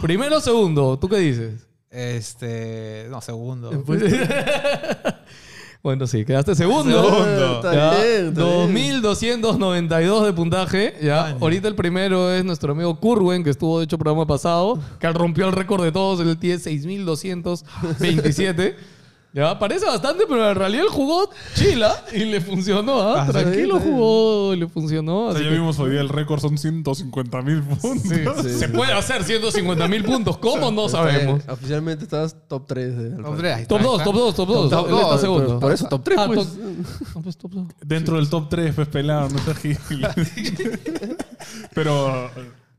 Speaker 4: Primero o segundo, ¿tú qué dices?
Speaker 2: Este. No, segundo.
Speaker 4: Pues,
Speaker 6: [LAUGHS]
Speaker 4: [LAUGHS] bueno, sí, quedaste segundo.
Speaker 2: Segundo.
Speaker 6: Está
Speaker 4: Ya,
Speaker 6: bien, está bien.
Speaker 4: 2292 de puntaje. Ya. Ahorita el primero es nuestro amigo Curwen, que estuvo de hecho programa pasado, que rompió el récord de todos, él tiene
Speaker 6: [LAUGHS]
Speaker 4: 6227. Ya, parece bastante, pero en realidad él jugó chila y le funcionó, ¿ah?
Speaker 6: está bien,
Speaker 4: Tranquilo
Speaker 6: está bien.
Speaker 4: jugó, le funcionó.
Speaker 5: O sea,
Speaker 4: así
Speaker 5: ya
Speaker 4: que-
Speaker 5: vimos hoy día el récord, son 150 mil puntos.
Speaker 4: [LAUGHS] Se puede hacer 150 mil puntos, ¿cómo no
Speaker 6: Está bien.
Speaker 4: sabemos?
Speaker 6: Oficialmente estás top 3 de Alfredo.
Speaker 2: Hombre, ahí está,
Speaker 4: Top
Speaker 2: ahí
Speaker 4: 2,
Speaker 2: está.
Speaker 4: top 2, top 2.
Speaker 6: Top
Speaker 4: Él está
Speaker 6: dos,
Speaker 4: segundo.
Speaker 6: pero por eso top tres,
Speaker 4: Ah,
Speaker 6: pues.
Speaker 4: top- no, pues, top dos.
Speaker 5: Dentro del top 3, pues pelado, no está
Speaker 4: [LAUGHS]
Speaker 5: gil. Pero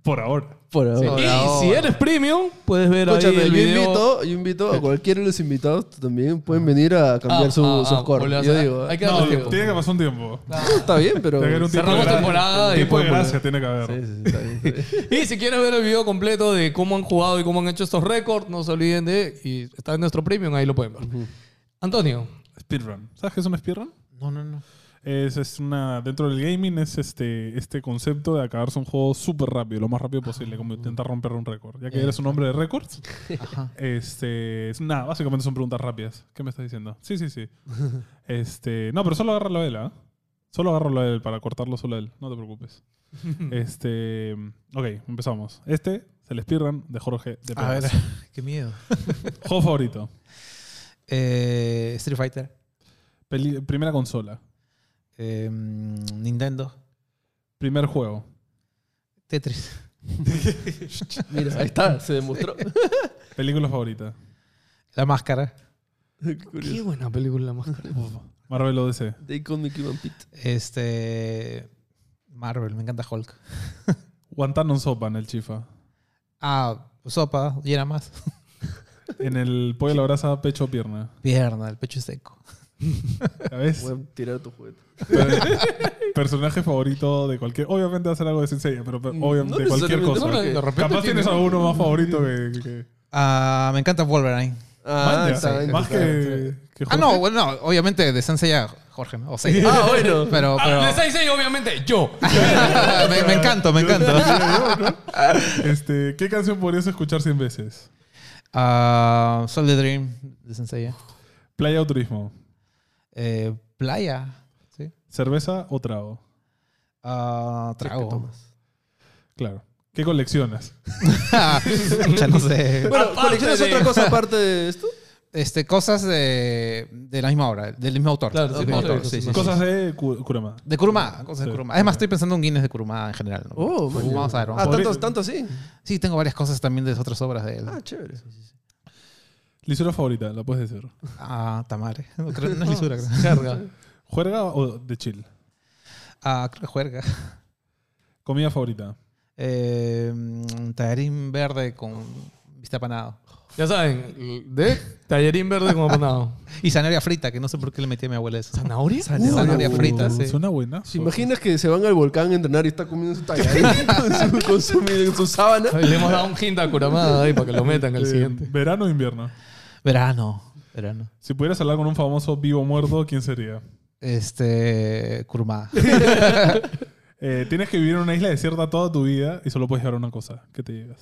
Speaker 5: por ahora.
Speaker 6: Por ahora.
Speaker 4: Y si eres premium, puedes ver ahí
Speaker 6: Escúchame,
Speaker 4: el
Speaker 6: yo
Speaker 4: video.
Speaker 6: invito, yo invito a cualquiera de los invitados también pueden venir a cambiar
Speaker 4: Ah,
Speaker 6: su,
Speaker 4: ah,
Speaker 6: su
Speaker 4: ah,
Speaker 6: score.
Speaker 4: boludo, o
Speaker 6: Yo
Speaker 4: sea,
Speaker 6: digo, "Ah,
Speaker 4: hay que
Speaker 5: No,
Speaker 4: darle
Speaker 5: tiene
Speaker 4: tiempo.
Speaker 5: que pasar un tiempo.
Speaker 6: está bien,
Speaker 4: [LAUGHS]
Speaker 5: Tiene
Speaker 6: pero.
Speaker 5: que haber un tiempo
Speaker 4: Cerramos
Speaker 5: de gra-
Speaker 4: temporada y
Speaker 5: tiempo de
Speaker 4: podemos-
Speaker 5: gracia tiene que haber.
Speaker 6: Sí, sí, está bien, está
Speaker 4: [LAUGHS]
Speaker 6: bien.
Speaker 4: Y si quieres ver el video completo de cómo han jugado y cómo han hecho estos récords, no se olviden de. Y está en nuestro premium, ahí lo pueden ver. Antonio,
Speaker 5: Speedrun. ¿Sabes qué es un speedrun?
Speaker 2: No, no, no.
Speaker 5: Es, es una. Dentro del gaming es este, este concepto de acabarse un juego súper rápido, lo más rápido posible,
Speaker 2: Ah,
Speaker 5: como intentar romper un récord. Ya que eres un hombre de récords, este. es- Nada, básicamente son preguntas rápidas. ¿Qué me estás diciendo? Sí,
Speaker 2: [LAUGHS]
Speaker 5: sí, sí. Este. No, pero solo agárralo a él, ¿ah? Solo agárralo a él para cortarlo solo a él. No
Speaker 2: [LAUGHS]
Speaker 5: te preocupes. Este. Ok, empezamos. Este es el speedrun de Jorge de
Speaker 2: A ver, [LAUGHS]
Speaker 5: Pegas.
Speaker 2: qué miedo.
Speaker 5: Juego favorito.
Speaker 2: Eh, Street Fighter.
Speaker 5: Peli- primera consola.
Speaker 2: eh, Nintendo.
Speaker 5: Primer juego.
Speaker 2: Tetris.
Speaker 6: Mira, ahí está, se demostró.
Speaker 5: Película favorita.
Speaker 2: La máscara.
Speaker 6: Qué curioso.
Speaker 4: [LAUGHS] qué buena película la máscara.
Speaker 5: Marvel o DC.
Speaker 6: They call me Cuban Pete.
Speaker 2: Este. Marvel, me encanta Hulk.
Speaker 5: Guantánamo sopa en el chifa.
Speaker 2: Ah, sopa, llena más.
Speaker 5: En el pollo a la brasa, pecho o pierna.
Speaker 2: Pierna, el pecho seco.
Speaker 5: ¿Sabes?
Speaker 6: Voy a tirar tu juguete.
Speaker 5: Personaje favorito de cualquier. Obviamente va a ser algo de sencilla, pero pe- obviamente
Speaker 6: no
Speaker 5: de cualquier
Speaker 6: necesariamente,
Speaker 5: cosa.
Speaker 4: No, de repente
Speaker 5: Capaz
Speaker 4: tiene-
Speaker 5: tienes alguno más favorito que. que-
Speaker 2: Ah, me encanta Wolverine.
Speaker 6: Ah,
Speaker 5: Manja,
Speaker 6: está bien,
Speaker 5: más
Speaker 6: está bien, está
Speaker 5: que.
Speaker 6: bien.
Speaker 5: que
Speaker 2: Ah,
Speaker 5: Jorge.
Speaker 2: no, bueno, no, obviamente de Sensei ya Jorge, ¿no? O [LAUGHS] Seiya.
Speaker 6: Ah, bueno.
Speaker 2: Pero, pero-
Speaker 4: Ah, de 6 obviamente, yo.
Speaker 2: [LAUGHS] me, me encanto, me encanto.
Speaker 5: Este, ¿Qué canción podrías escuchar 100 veces?
Speaker 2: [LAUGHS] Ah, Soul the Dream de Sensei ya.
Speaker 5: ¿Playa o turismo?
Speaker 2: Eh, playa, ¿sí?
Speaker 5: ¿Cerveza o trago?
Speaker 2: Ah,
Speaker 6: ¿Qué
Speaker 2: trago.
Speaker 6: tomas?
Speaker 5: Claro. ¿Qué coleccionas?
Speaker 2: [LAUGHS] Pucha, no sé.
Speaker 6: Bueno,
Speaker 4: Aparte
Speaker 6: ¿coleccionas
Speaker 4: de-
Speaker 6: otra cosa aparte de esto?
Speaker 2: Este, cosas de, de la misma obra, del mismo autor.
Speaker 4: Claro, sí,
Speaker 2: Del mismo
Speaker 4: sí,
Speaker 2: autor,
Speaker 4: sí,
Speaker 2: sí,
Speaker 4: sí,
Speaker 2: sí, sí.
Speaker 5: Cosas de Ku- Kurama.
Speaker 2: De Kuruma, cosas de
Speaker 5: Sí.
Speaker 2: Kuruma. Además, estoy pensando en Guinness de Kuruma en general. ¿no?
Speaker 6: Oh, man.
Speaker 2: vamos a ver. [LAUGHS] Vamos
Speaker 6: Ah,
Speaker 2: a ver.
Speaker 6: tanto, tanto así.
Speaker 2: Sí, tengo varias cosas también de otras obras de él.
Speaker 6: Ah, chévere.
Speaker 5: ¿Lisura favorita? La puedes decir.
Speaker 2: Ah, Tamare. No, creo- no es lisura, creo.
Speaker 4: Carga.
Speaker 5: ¿Juerga o de chill?
Speaker 2: Ah, creo que juerga.
Speaker 5: ¿Comida favorita?
Speaker 2: Eh, mm, tallarín verde con vista panado.
Speaker 4: Ya saben, de tallerín verde como panado.
Speaker 2: Y zanahoria frita, que no sé por qué le metí a mi abuela eso.
Speaker 4: ¿Zanahoria?
Speaker 2: Zanahoria frita, sí.
Speaker 5: Uh, Suena buena.
Speaker 6: ¿Te imaginas que se van al volcán a entrenar y está comiendo su [LAUGHS] tallarín con, su, con, su, con su sábana?
Speaker 4: Le hemos dado un hint a Kuramada ahí para que lo metan al
Speaker 5: Eh,
Speaker 4: siguiente.
Speaker 5: ¿Verano o invierno?
Speaker 2: Verano. Verano.
Speaker 5: Si pudieras hablar con un famoso vivo o muerto, ¿quién sería?
Speaker 2: Este. Kurumada.
Speaker 5: Eh, tienes que vivir en una isla desierta toda tu vida y solo puedes llevar una cosa. ¿Qué te llevas?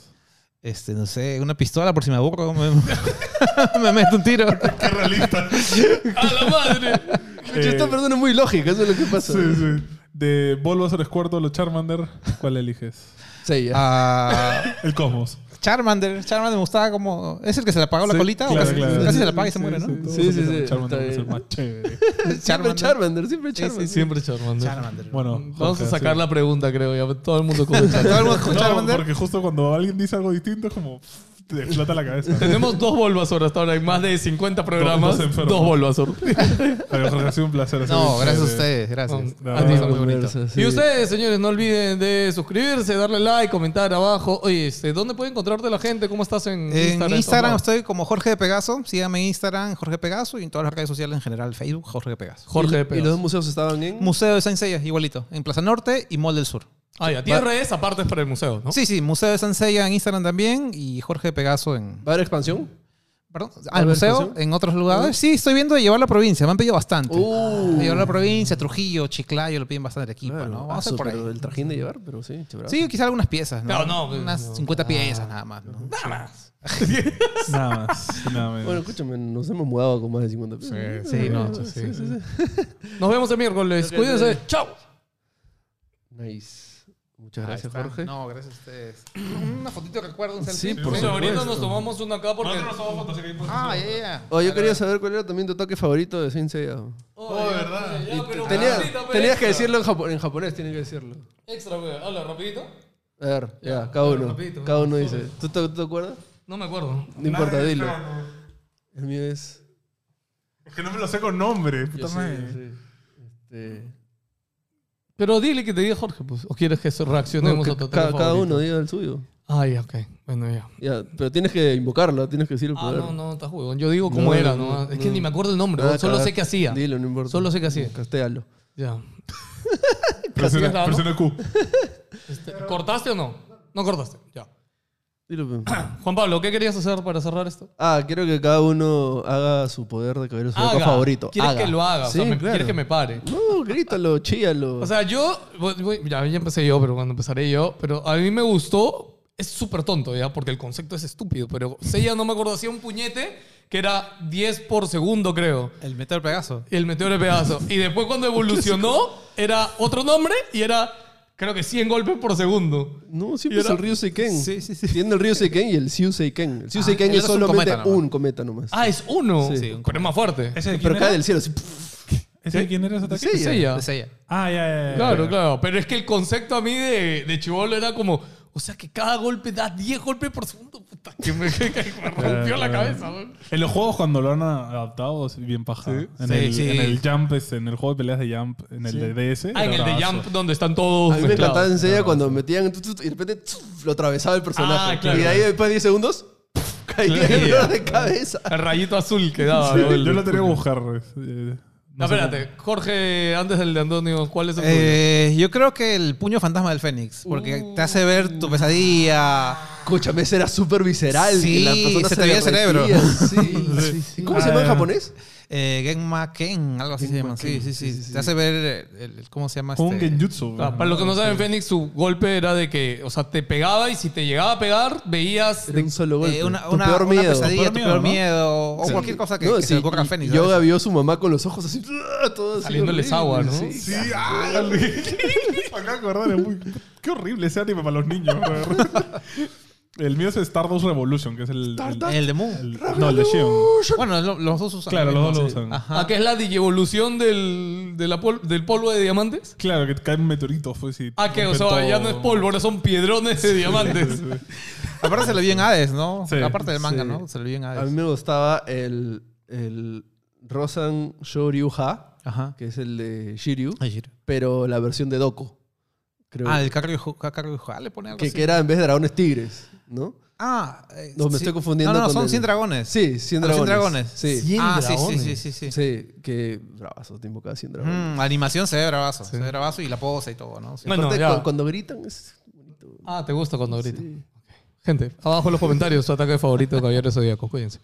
Speaker 2: Este, no sé, una pistola por si me aburro. Me, [LAUGHS] me meto un tiro.
Speaker 5: ¡Qué realista!
Speaker 4: ¡A la madre!
Speaker 6: Pucha, Esta persona es muy lógica, eso es lo que pasa.
Speaker 5: sí, sí. De Bulbasaur, Squirtle o Charmander, ¿cuál eliges?
Speaker 6: Sí, ya.
Speaker 2: Ah,
Speaker 5: El Cosmos.
Speaker 2: Charmander. Charmander me gustaba como. ¿Es el que se le apagó la
Speaker 5: Sí,
Speaker 2: colita? o
Speaker 5: claro,
Speaker 2: casi,
Speaker 5: claro.
Speaker 2: casi se le apaga y se
Speaker 5: Sí,
Speaker 2: muere, ¿no?
Speaker 5: todos
Speaker 6: Sí, sí,
Speaker 5: eligen
Speaker 6: sí,
Speaker 5: a Charmander,
Speaker 6: está
Speaker 5: que es el
Speaker 6: bien.
Speaker 5: más chévere.
Speaker 6: siempre
Speaker 2: Charmander.
Speaker 6: Charmander, siempre Charmander.
Speaker 4: Siempre Charmander.
Speaker 2: Charmander.
Speaker 5: [LAUGHS] Bueno,
Speaker 4: Vamos
Speaker 5: Jorge,
Speaker 4: a sacar
Speaker 5: sí.
Speaker 4: la pregunta, creo. Ya todo el mundo
Speaker 6: [LAUGHS]
Speaker 4: come
Speaker 2: ¿Todo el
Speaker 4: Charmander.
Speaker 2: mundo con
Speaker 5: No,
Speaker 2: Charmander?
Speaker 5: porque justo cuando alguien dice algo distinto es como... pff, Te explota la cabeza.
Speaker 4: Tenemos dos Bulbasaur hasta ahora. Hay más de 50
Speaker 5: Dos
Speaker 4: programas. [LAUGHS] Dos,
Speaker 5: enfermos.
Speaker 4: Bulbasaur.
Speaker 5: Pero, Jorge, ha sido un placer. ha sido
Speaker 2: No,
Speaker 5: un
Speaker 2: gracias a
Speaker 5: chévere.
Speaker 2: ustedes. Gracias.
Speaker 4: No,
Speaker 2: Han estado muy bonito.
Speaker 6: Conversa, sí.
Speaker 4: Y ustedes, señores, no olviden de suscribirse, darle like, comentar abajo. Oye, este, ¿dónde puede encontrarte la gente? ¿Cómo estás en,
Speaker 2: En Instagram
Speaker 4: Tomás?
Speaker 2: estoy como Jorge de Pegaso. Síganme en Instagram, Jorge de Pegaso, y en todas las redes sociales en general, Facebook, Jorge de Pegaso.
Speaker 4: Jorge
Speaker 6: ¿Y-
Speaker 4: de
Speaker 6: ¿Y los dos
Speaker 4: Pegaso.
Speaker 6: museos estaban en?
Speaker 2: Museo de San Seiya, igualito. En Plaza Norte y Mall del Sur.
Speaker 4: Ah, ya. Tienes redes aparte para el museo, ¿no?
Speaker 2: Sí, sí, Museo de San Seiya en Instagram también y Jorge de Pegaso en...
Speaker 6: ¿Va a haber expansión?
Speaker 2: Perdón, al museo, en otros lugares. Sí, estoy viendo de llevar a la provincia, me han pedido bastante. De llevar a la provincia, Trujillo, Chiclayo, lo piden bastante aquí,
Speaker 6: Uh. Claro, Ah,
Speaker 2: ¿no? Vamos a
Speaker 6: aso,
Speaker 2: hacer por
Speaker 6: pero
Speaker 2: ahí.
Speaker 6: El trajín de llevar, pero sí, chévere.
Speaker 2: Sí, quizá algunas piezas, ¿no?
Speaker 4: Claro, no, pues,
Speaker 2: Unas
Speaker 4: no.
Speaker 2: 50 piezas nada más, ¿no? Ah,
Speaker 5: Nada más. Nada menos.
Speaker 6: Bueno, escúchame, nos hemos mudado con más de 50 pesos.
Speaker 2: Sí, no, sí. [LAUGHS]
Speaker 4: Nos vemos el miércoles. Cuídense. Chao.
Speaker 6: Nice. Muchas
Speaker 2: Ahí
Speaker 6: gracias,
Speaker 2: está.
Speaker 6: Jorge.
Speaker 2: No, gracias a ustedes. [CLEARS THROAT] Una fotito que acuerdo, un
Speaker 6: Sí,
Speaker 2: selfie.
Speaker 6: por
Speaker 4: Sí, ahorita
Speaker 6: supuesto.
Speaker 4: nos tomamos una acá porque.
Speaker 5: Nosotros somos fotos, así que ahí podemos
Speaker 2: Ah, ya,
Speaker 5: hacer.
Speaker 2: ya.
Speaker 6: Oh, yo quería saber cuál era también tu toque favorito de Saint Seiya.
Speaker 4: Oh, verdad.
Speaker 6: Tenía- tenías que decirlo en, japo- en japonés, tienes que decirlo.
Speaker 4: pues, Extra, güey. Habla rapidito.
Speaker 6: A ver, ya, cada uno.
Speaker 4: rapidito,
Speaker 6: cada uno dice. ¿Tú te, tú te acuerdas?
Speaker 4: No me acuerdo.
Speaker 6: No importa, dilo.
Speaker 5: No, no.
Speaker 6: El mío es.
Speaker 5: Es que no me lo sé con nombre. Puta
Speaker 6: yo sé,
Speaker 5: madre.
Speaker 6: yo sé. Este,
Speaker 4: Pero dile que te diga Jorge, pues. ¿O quieres que reaccionemos
Speaker 6: no,
Speaker 4: a tu
Speaker 6: ca- cada,
Speaker 4: teléfono
Speaker 6: cada
Speaker 4: favorito?
Speaker 6: uno diga el suyo.
Speaker 4: Ah, ya, ok. Bueno, ya.
Speaker 6: Ya, pero tienes que invocarlo, tienes que decir el
Speaker 4: Ah,
Speaker 6: poder.
Speaker 4: no, no, estás huevón. Yo digo cómo
Speaker 6: No,
Speaker 4: era,
Speaker 6: no,
Speaker 4: ¿no? Es que
Speaker 6: no.
Speaker 4: ni me acuerdo el nombre.
Speaker 6: Ah,
Speaker 4: ¿no? Solo
Speaker 6: cagar.
Speaker 4: sé que hacía.
Speaker 6: Dilo, no importa.
Speaker 4: Solo sé que hacía.
Speaker 6: Castéalo. [LAUGHS]
Speaker 4: Ya.
Speaker 5: Presiona,
Speaker 4: Casi
Speaker 5: presiona el Q.
Speaker 4: Este, ¿Cortaste o no? No cortaste. Ya.
Speaker 6: Dilo, pe. [COUGHS]
Speaker 4: Juan Pablo, ¿qué querías hacer para cerrar esto?
Speaker 6: Ah, quiero que cada uno haga su poder de cabello zodiaco
Speaker 4: Haga.
Speaker 6: favorito.
Speaker 4: ¿Quieres
Speaker 6: Haga.
Speaker 4: que lo haga? O sea,
Speaker 6: Sí,
Speaker 4: me-
Speaker 6: claro.
Speaker 4: ¿Quieres que me pare?
Speaker 6: No, grítalo, chíalo.
Speaker 4: O sea, yo. voy- voy- ya, ya empecé yo, pero cuando empezaré yo. Pero a mí me gustó. Es súper tonto, ¿ya? Porque el concepto es estúpido. Pero Seiya no me acuerdo. Hacía un puñete que era 10 por segundo, creo.
Speaker 2: El meteor Pegaso.
Speaker 4: El meteoro de pedazo. Y después cuando evolucionó, era otro nombre y era, creo que 100 golpes por segundo.
Speaker 6: no, siempre es
Speaker 4: era-
Speaker 6: el río Seiken.
Speaker 2: Sí, sí, sí.
Speaker 6: Tiene el río Seiken y el Siu Seiken. El Siu
Speaker 2: Ah,
Speaker 6: Seiken
Speaker 2: el
Speaker 6: es
Speaker 2: otro es un
Speaker 6: solamente
Speaker 2: cometa nomás.
Speaker 6: un cometa nomás.
Speaker 4: Ah, es uno.
Speaker 6: Sí.
Speaker 4: Sí, un pero es más fuerte.
Speaker 5: ¿Ese de quién
Speaker 6: Pero
Speaker 5: era?
Speaker 6: cae del cielo. así,
Speaker 2: Ah,
Speaker 6: pff,
Speaker 5: ¿Ese de quién era ese ataque?
Speaker 6: Sí.
Speaker 4: Seiya.
Speaker 2: De Seiya.
Speaker 5: Ah, ya, ya, ya.
Speaker 4: Claro, claro. Pero es que el concepto a mí de, de chivolo era como, o sea que cada golpe da 10 golpes por segundo. Puta, que me, [LAUGHS] que me
Speaker 5: Eh,
Speaker 4: rompió la cabeza. weón.
Speaker 5: En los juegos cuando lo han adaptado es bien paja. En,
Speaker 2: Sí,
Speaker 5: el,
Speaker 2: sí.
Speaker 5: en el Jump, es- en el juego de peleas de Jump, en el de DS.
Speaker 4: Ah, en el
Speaker 5: era
Speaker 4: de
Speaker 5: bravazo.
Speaker 4: Jump donde están
Speaker 6: A
Speaker 4: todos.
Speaker 6: mí me encantaba
Speaker 4: mezclados.
Speaker 6: en Seiya cuando metían tu, tu, tu, y de repente tuf, lo atravesaba el personaje.
Speaker 4: Ah, claro.
Speaker 6: Y de ahí después de 10 segundos pff, caía
Speaker 4: Claro.
Speaker 6: de cabeza.
Speaker 4: El rayito azul que daba.
Speaker 5: Sí,
Speaker 4: ¿no? El-
Speaker 5: yo lo tenía que buscar. eh,
Speaker 4: No,
Speaker 5: sé
Speaker 4: espérate. Jorge, antes del de Antonio, ¿cuál es el tuyo?
Speaker 2: Eh, yo creo que el puño fantasma del Fénix, porque te hace ver tu pesadilla.
Speaker 6: Escúchame, ese era súper visceral.
Speaker 2: Sí,
Speaker 6: que las personas
Speaker 2: se te veía el cerebro.
Speaker 6: derretían.
Speaker 2: [LAUGHS]
Speaker 6: Sí, sí, sí. ¿Cómo se llama en
Speaker 5: Ah.
Speaker 6: japonés?
Speaker 2: Eh, Genma Ken, algo así se llama. Sí, sí, sí, Te hace ver el, el- ¿cómo se llama?
Speaker 5: cómo. Un
Speaker 2: Este?
Speaker 5: genjutsu.
Speaker 4: Ah, para los que no saben, Fénix, su golpe era de que, o sea, te pegaba y si te llegaba a pegar, veías.
Speaker 6: Era un solo golpe.
Speaker 2: Eh, una,
Speaker 6: Tu
Speaker 2: una,
Speaker 6: peor
Speaker 2: una
Speaker 6: miedo.
Speaker 2: pesadilla,
Speaker 5: peor
Speaker 2: tu
Speaker 5: miedo,
Speaker 2: peor
Speaker 5: ¿no?
Speaker 2: miedo, o
Speaker 6: Sí.
Speaker 2: cualquier cosa que,
Speaker 6: No,
Speaker 2: que se
Speaker 6: sí,
Speaker 2: le ocurra al Fénix. ¿sabes?
Speaker 6: Yoga vio a su mamá con los ojos así, [LAUGHS] ¡ah! todo así
Speaker 4: Saliéndoles
Speaker 6: horrible.
Speaker 4: agua, ¿no?
Speaker 6: Sí.
Speaker 5: Sí, ah, dale. Me [LAUGHS] acabo de acordar, es muy- Qué horrible ese anime para los niños. la verdad. [LAUGHS] El mío es Stardust Revolution, que es el. el-
Speaker 2: El de Moon.
Speaker 5: el- no, el de Shion.
Speaker 2: Bueno, lo- los dos usan.
Speaker 5: Claro,
Speaker 2: lo
Speaker 5: los dos lo
Speaker 2: mismo,
Speaker 5: usan.
Speaker 2: sí. Ajá.
Speaker 4: Ah, que es la digievolución del, de la pol- del polvo de diamantes.
Speaker 5: Claro, que cae un meteorito. Fue así.
Speaker 4: Ah, que, o
Speaker 5: rompe
Speaker 4: sea, ya
Speaker 5: todo.
Speaker 4: no es polvo, ahora son piedrones de diamantes.
Speaker 2: Aparte se le vio en Hades, ¿no?
Speaker 5: Sí,
Speaker 2: Aparte del manga,
Speaker 6: sí.
Speaker 2: ¿no? Se le vio en
Speaker 6: A
Speaker 2: Hades.
Speaker 6: mí me gustaba el, el Rosan Shoryuha,
Speaker 2: Ajá.
Speaker 6: que es el de Shiryu,
Speaker 2: Ay, Shiro.
Speaker 6: pero la versión de Doko. Creo
Speaker 2: Ah, el Kakaryoja ah, le pone algo
Speaker 6: que,
Speaker 2: así.
Speaker 6: que era en vez de dragones tigres, ¿no?
Speaker 2: Ah, eh,
Speaker 6: No, me estoy confundiendo
Speaker 2: No, no,
Speaker 6: con
Speaker 2: son
Speaker 6: el-
Speaker 2: 100 dragones.
Speaker 6: Sí, 100
Speaker 2: Ah, los
Speaker 6: dragones.
Speaker 2: 100
Speaker 6: Sí.
Speaker 4: Cien
Speaker 2: ah,
Speaker 4: dragones.
Speaker 2: sí, sí, sí, sí. sí.
Speaker 6: Sí, que bravazo, te invocaba 100 dragones.
Speaker 2: Mm, animación se ve bravazo. Se ve bravazo y la pose y todo, ¿no? Sí.
Speaker 4: Bueno,
Speaker 6: Aparte,
Speaker 4: ya.
Speaker 6: cu- cuando gritan es bonito.
Speaker 4: ah, te gusta cuando gritan. Ok. Gente, abajo en los comentarios su ataque favorito de Caballero Zodíaco. Cuídense.